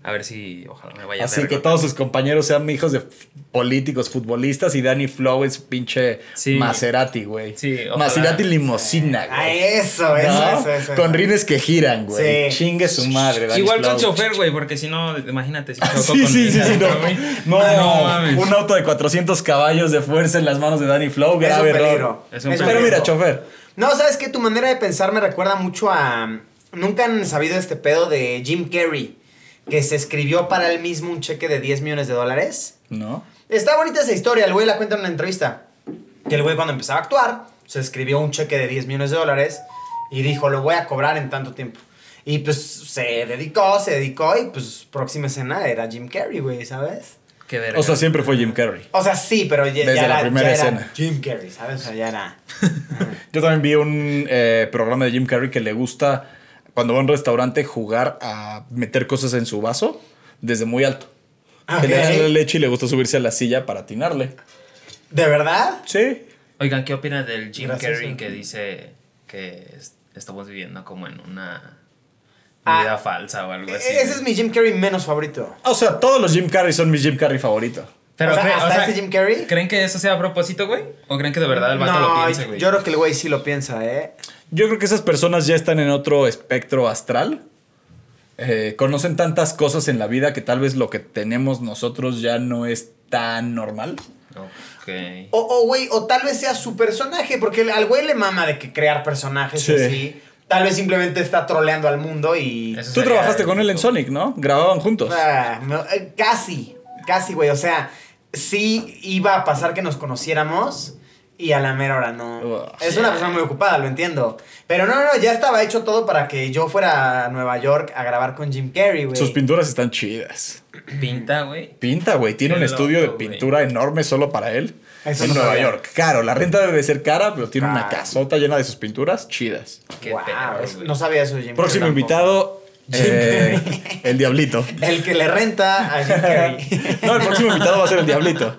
C: A ver si ojalá me vaya
A: Así
C: verga.
A: que todos sus compañeros sean hijos de f- políticos, futbolistas y Danny Flow es pinche
C: Sí.
A: Maserati, güey.
C: Sí, ojalá.
A: Maserati limosina,
B: Ah,
A: güey.
B: eso, eso,
A: ¿No?
B: eso, eso.
A: Con rines que giran, güey.
B: Sí.
A: Chingue su madre, Danny
C: Igual
A: Flow.
C: con chofer, güey, porque si no, imagínate si choco
A: Sí,
C: con mi
A: sí, sí,
C: hija,
A: sí, no.
C: güey.
A: No,
C: Ah, mames.
A: un auto de 400 caballos de fuerza en las manos de Danny Flow,
B: Es
A: grave
B: un peligro.
A: error.
C: Es un
B: Es un
A: Pero
C: peligro.
A: mira, chofer,
B: No, ¿sabes qué? Tu manera de pensar me recuerda mucho a... Nunca han sabido este pedo de Jim Carrey, que se escribió para él mismo un cheque de 10 millones de dólares.
A: ¿no?
B: Está bonita esa historia, el güey la cuenta en una entrevista. Que el güey cuando empezaba a actuar, se escribió un cheque de 10 millones de dólares y dijo, lo voy a cobrar en tanto tiempo. Y pues se dedicó, se dedicó y pues próxima escena era Jim Carrey, güey, ¿sabes?
C: Qué verga.
A: O sea, siempre fue Jim Carrey.
B: O sea, sí, pero ya,
A: Desde
B: ya
A: la
B: era,
A: primera
B: ya era
A: escena.
B: Jim Carrey, ¿sabes? O sea, ya era...
A: Yo también vi un eh, programa de Jim Carrey que le gusta, cuando va a un restaurante, jugar a meter cosas en su vaso desde muy alto.
B: Ah,
A: Que le
B: ok.
A: dan la leche y le gusta subirse a la silla para atinarle.
B: ¿De verdad?
A: Sí.
C: Oigan, ¿qué opinan del Jim
B: Gracias,
C: Carrey
B: sí.
C: que dice que es- estamos viviendo como en una
B: Ah.
C: vida falsa o algo así?
B: E- Ese es mi Jim Carrey menos favorito.
A: O sea, todos los Jim Carrey son mi Jim Carrey favorito.
C: Pero
B: O sea,
C: cre-
B: ¿hasta ese Jim Carrey?
C: ¿Creen que eso sea a propósito, güey? ¿O creen que de verdad Ah, el vato
B: no,
C: lo piense, güey?
B: yo creo que el güey sí lo piensa, ¿eh?
A: Yo creo que esas personas ya están en otro espectro astral. Eh, conocen tantas cosas en la vida que tal vez lo que tenemos nosotros ya no es tan normal.
C: Ok.
B: O, o, güey, o tal vez sea su personaje, porque al güey le mama de que crear personajes
A: Sí.
B: y así. Tal vez simplemente está troleando al mundo y...
C: Eso
A: Tú
C: sería
A: trabajaste con él en
C: épico.
A: Sonic, ¿no? Grababan juntos.
B: Ah, no, eh, casi, casi, güey. O sea, sí iba a pasar que nos conociéramos. y a la mera hora no.
A: Ugh.
B: es una persona muy ocupada, lo entiendo. Pero no, no, ya estaba hecho todo para que yo fuera a Nueva York a grabar con Jim Carrey, güey.
A: Sus pinturas están chidas.
C: Pinta, güey.
A: Pinta, güey. Tiene
C: Qué
A: un estudio de
C: loco, güey.
A: pintura enorme solo para él.
B: Eso
A: en
B: no
A: Nueva
B: sabía.
A: York. Claro, la renta debe ser cara, pero tiene una
B: Claro.
A: casota llena de sus pinturas chidas.
C: Qué
B: Guau,
C: perro,
B: es-
C: güey.
B: no sabía eso de Jim
A: Próximo
B: Carrey.
A: invitado, eh, el Diablito.
B: El que le renta a Jim Carrey.
A: No, el próximo invitado va a ser el Diablito.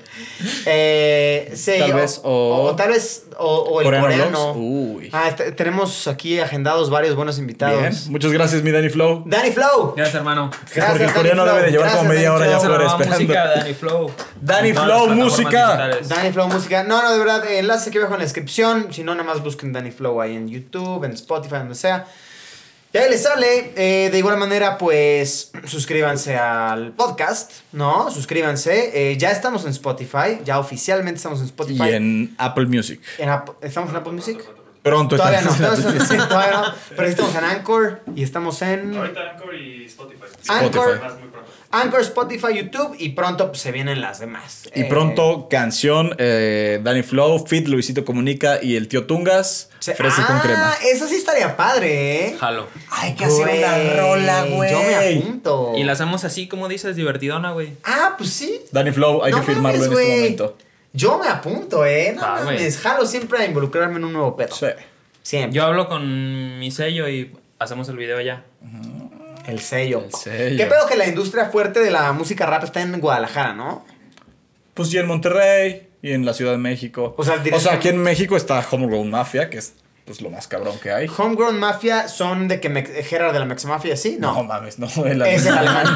B: Eh, sí,
A: Tal
B: o-
A: vez, o-
B: tal vez, o, o el
A: Coreano
B: coreano.
A: Vlogs. Uy.
B: Ah, este- tenemos aquí agendados varios buenos invitados.
A: Bien. Muchas gracias, mi Danny Flow.
B: Danny Flow.
C: Gracias, hermano.
B: Gracias,
A: Porque el
B: Danny
A: coreano
B: Flow.
A: debe de llevar como
B: Gracias,
A: media
B: Danny
A: hora ya
B: Flow.
A: fuera
C: Nueva música
A: esperando.
C: de Danny Flow.
A: Danny
C: En todas
A: Flow,
C: las plataformas
A: música.
C: digitales.
B: Danny Flow Música. No, no, de verdad, eh, enlace que abajo en la descripción. Si no, nada más busquen Danny Flow ahí en YouTube, en Spotify, donde sea. Y ahí les sale. Eh, de igual manera, pues suscríbanse al podcast, ¿no? Suscríbanse. Eh, ya estamos en Spotify, ya oficialmente estamos en
A: Y
B: Spotify.
A: en Apple Music.
B: En App- ¿Estamos en Apple Music?
A: Pronto
B: Todavía no,
A: estaremos en
B: todavía
A: Apple
B: no,
A: Music.
B: todavía no. Pero estamos en Anchor y estamos en...
I: Ahorita Anchor y Spotify.
B: Anchor.
I: Más muy pronto.
B: Anchor, Spotify, YouTube y pronto pues, se vienen las demás.
A: Y
B: Eh,
A: pronto, canción, eh, Danny Flow, Fit, Luisito Comunica y el tío Tungas,
B: se-
A: Fresa con
B: Ah,
A: crema.
B: Eso sí estaría padre, ¿eh?
C: Jalo.
B: Hay
A: Ah, que hacer una rola, güey.
B: Yo me apunto.
C: Y la hacemos así, como dices, divertidona, güey.
B: Ah, pues sí.
A: Danny Flow, hay
B: No
A: que firmarlo
B: mames,
A: en este
B: güey.
A: momento.
B: Yo me apunto, ¿eh? No
C: Ah, güey.
B: mames. Jalo siempre a involucrarme en un nuevo pedo.
A: Sí.
B: Siempre.
C: Yo hablo con mi sello y hacemos el video allá.
B: El sello.
A: El sello.
B: ¿Qué pedo que la industria fuerte de la música rap está en Guadalajara, no?
A: Pues y en Monterrey y en la Ciudad de México.
B: O sea, directo-
A: aquí en México está Homegrown Mafia, que es pues, lo más cabrón que hay.
B: Homegrown Mafia son de que me- Gerard de la Mexa Mafia, ¿sí?
A: No,
B: No.
A: mames, no. El
B: es el alemán.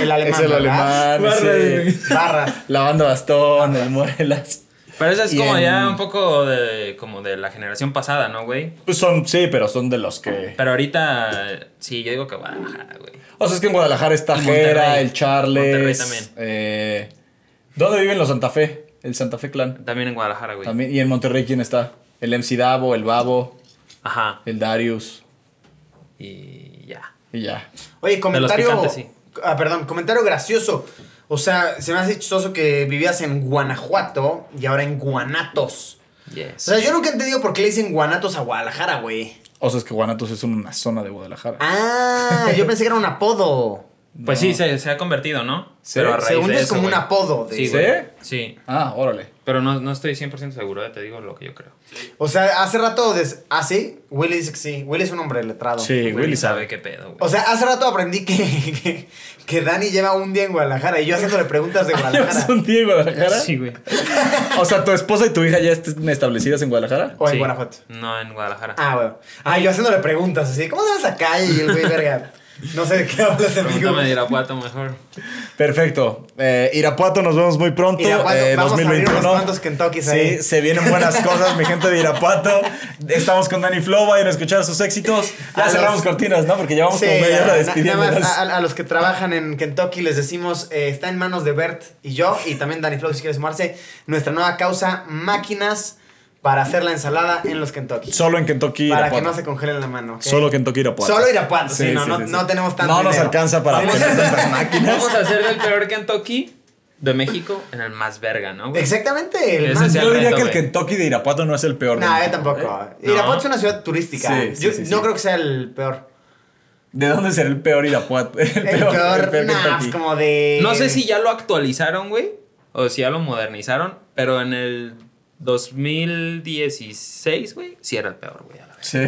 B: el alemán.
A: Es el
B: ¿verdad?
A: alemán, ese-
B: Barras.
A: La banda bastón, el muelas.
C: Pero eso es
A: Y
C: como
A: en-
C: ya un poco de, como de la generación pasada, ¿no, güey?
A: Pues son, sí, pero son de los que.
C: Pero ahorita, eh, sí, yo digo que Guadalajara, güey.
A: O sea, es que en Guadalajara está
C: Y Monterrey.
A: Jera, el Charles.
C: Monterrey también.
A: eh, ¿Dónde viven los Santa Fe? El Santa Fe Clan.
C: También en Guadalajara, güey.
A: También. ¿Y en Monterrey quién está? El MC Davo, el Babo,
C: Ajá.
A: el Darius.
C: Y ya.
A: Y ya.
B: Oye, comentario.
C: picantes, sí.
B: Ah, perdón, comentario gracioso. O sea, se me hace chistoso que vivías en Guanajuato y ahora en Guanatos. O
C: Yes.
B: sea, yo nunca he entendido por qué le dicen Guanatos a Guadalajara, güey.
A: O sea, es que Guanatos es una zona de Guadalajara.
B: Ah, yo pensé que era un apodo.
C: Pues
A: No.
C: sí, se, se ha convertido, ¿no?
A: Sí.
C: Pero a raíz
B: Según
C: de
B: yo es
C: eso,
B: como un
C: güey.
B: apodo. de-
C: Sí,
A: ¿Sí?
C: güey. Sí.
A: Ah, órale.
C: Pero no, no estoy 100% seguro, eh, te digo lo que yo creo.
B: O sea, hace rato. des- Ah, sí. Willy dice que sí. Willy es un hombre letrado.
A: Sí, Willy
C: sabe
A: sabe.
C: qué pedo,
B: O
C: güey.
B: sea, hace rato aprendí que, que, que Dani lleva un día en Guadalajara y yo haciéndole preguntas de
A: ¿Llevas
B: Guadalajara.
A: un día en Guadalajara?
C: güey.
A: O sea, ¿tu esposa y tu hija ya están establecidas en Guadalajara?
B: O en
C: Sí.
B: Guanajuato.
C: No, en Guadalajara.
B: Ah, bueno. Ah, yo haciéndole preguntas así. ¿Cómo te vas acá? Y el güey, verga. No sé de qué hablas, amigo.
C: Pregúntame de Irapuato mejor.
A: Perfecto. Eh, Irapuato, nos vemos muy pronto.
B: Irapuato,
A: eh,
B: vamos a abrir
A: 2021.
B: unos cuantos Kentuckys ahí.
A: Sí, se vienen buenas cosas, mi gente de Irapuato. Estamos con Dani Flow, vayan a escuchar sus éxitos. Ya
B: A los-
A: cerramos cortinas, ¿no? Porque llevamos
B: Sí,
A: como media hora
B: na-
A: despidiéndonos.
B: nada más a, a- a los que trabajan en Kentucky les decimos, eh, está en manos de Bert y yo, y también Danny Flow si quiere sumarse, nuestra nueva causa, máquinas para hacer la ensalada en los Kentucky.
A: Solo en Kentucky,
B: para
A: Irapuato.
B: que no se congelen la mano. ¿ok?
A: Solo Kentucky, Irapuato.
B: Solo Irapuato, sí,
A: Sí,
B: no,
A: sí,
B: no,
A: sí, sí.
B: no tenemos tanto
A: No nos
B: dinero.
A: alcanza para
B: Sí, no-
A: tener tantas máquinas.
C: Vamos a hacer del peor Kentucky de México en el más verga, ¿no? güey?
B: Exactamente. El
C: Ese
B: más-
C: sí
A: Yo diría
C: reto,
A: que el
C: güey.
A: Kentucky de Irapuato no es el peor. de
B: No, yo
A: México,
B: tampoco.
A: ¿eh?
B: Irapuato
C: No.
B: es una ciudad turística.
A: Sí, sí,
B: Yo
A: sí, sí.
B: no creo que sea el peor.
A: ¿De dónde será el peor Irapuato? El
B: El peor,
A: el peor
B: nah,
A: Kentucky.
B: es como de.
C: No sé si ya lo actualizaron, güey, o si ya lo modernizaron, pero en el 2016, güey, sí era el peor, güey. a la vez.
A: ¿Sí?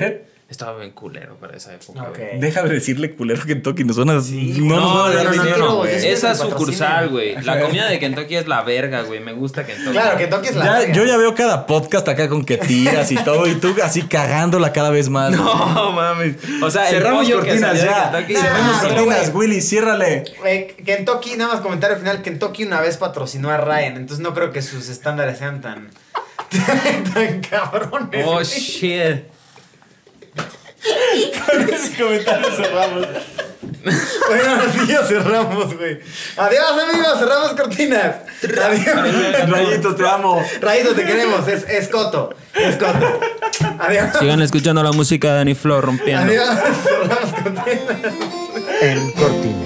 C: Estaba bien culero para esa época,
B: Ok.
C: güey.
A: Déjame decirle culero Kentucky, nos van a... No, nos
C: No,
A: van a
C: no,
A: dar
C: no, no,
A: dinero,
C: no,
A: güey.
B: güey.
C: Esa
B: Es que me
C: sucursal,
B: patrocinen.
C: güey. La comida de Kentucky es la verga, güey. Me gusta Kentucky.
B: Claro, Kentucky es la.
A: Ya-
B: verga.
A: yo ya veo cada podcast acá con que tiras y todo, y tú así cagándola cada vez más.
C: No mames. O sea,
A: Cerramos
C: el pollo que
A: cortinas
C: salió de
A: ya.
C: Kentucky-
A: Cerramos
B: Ah, pero
A: cortinas, Willy, ciérrale.
B: Eh, Kentucky, nada más comentario final, Kentucky una vez patrocinó a Ryan, entonces no creo que sus estándares sean tan tan cabrones.
C: Oh shit.
B: Bueno, así ya cerramos, güey. Adiós, amigos, cerramos cortinas. Adiós.
A: Rayito, te amo.
B: Rayito, te queremos, es, es Coto, es Coto. Adiós.
C: Sigan escuchando la música de Danny Flow rompiendo.
B: Adiós, cerramos cortinas.
J: El Cortina.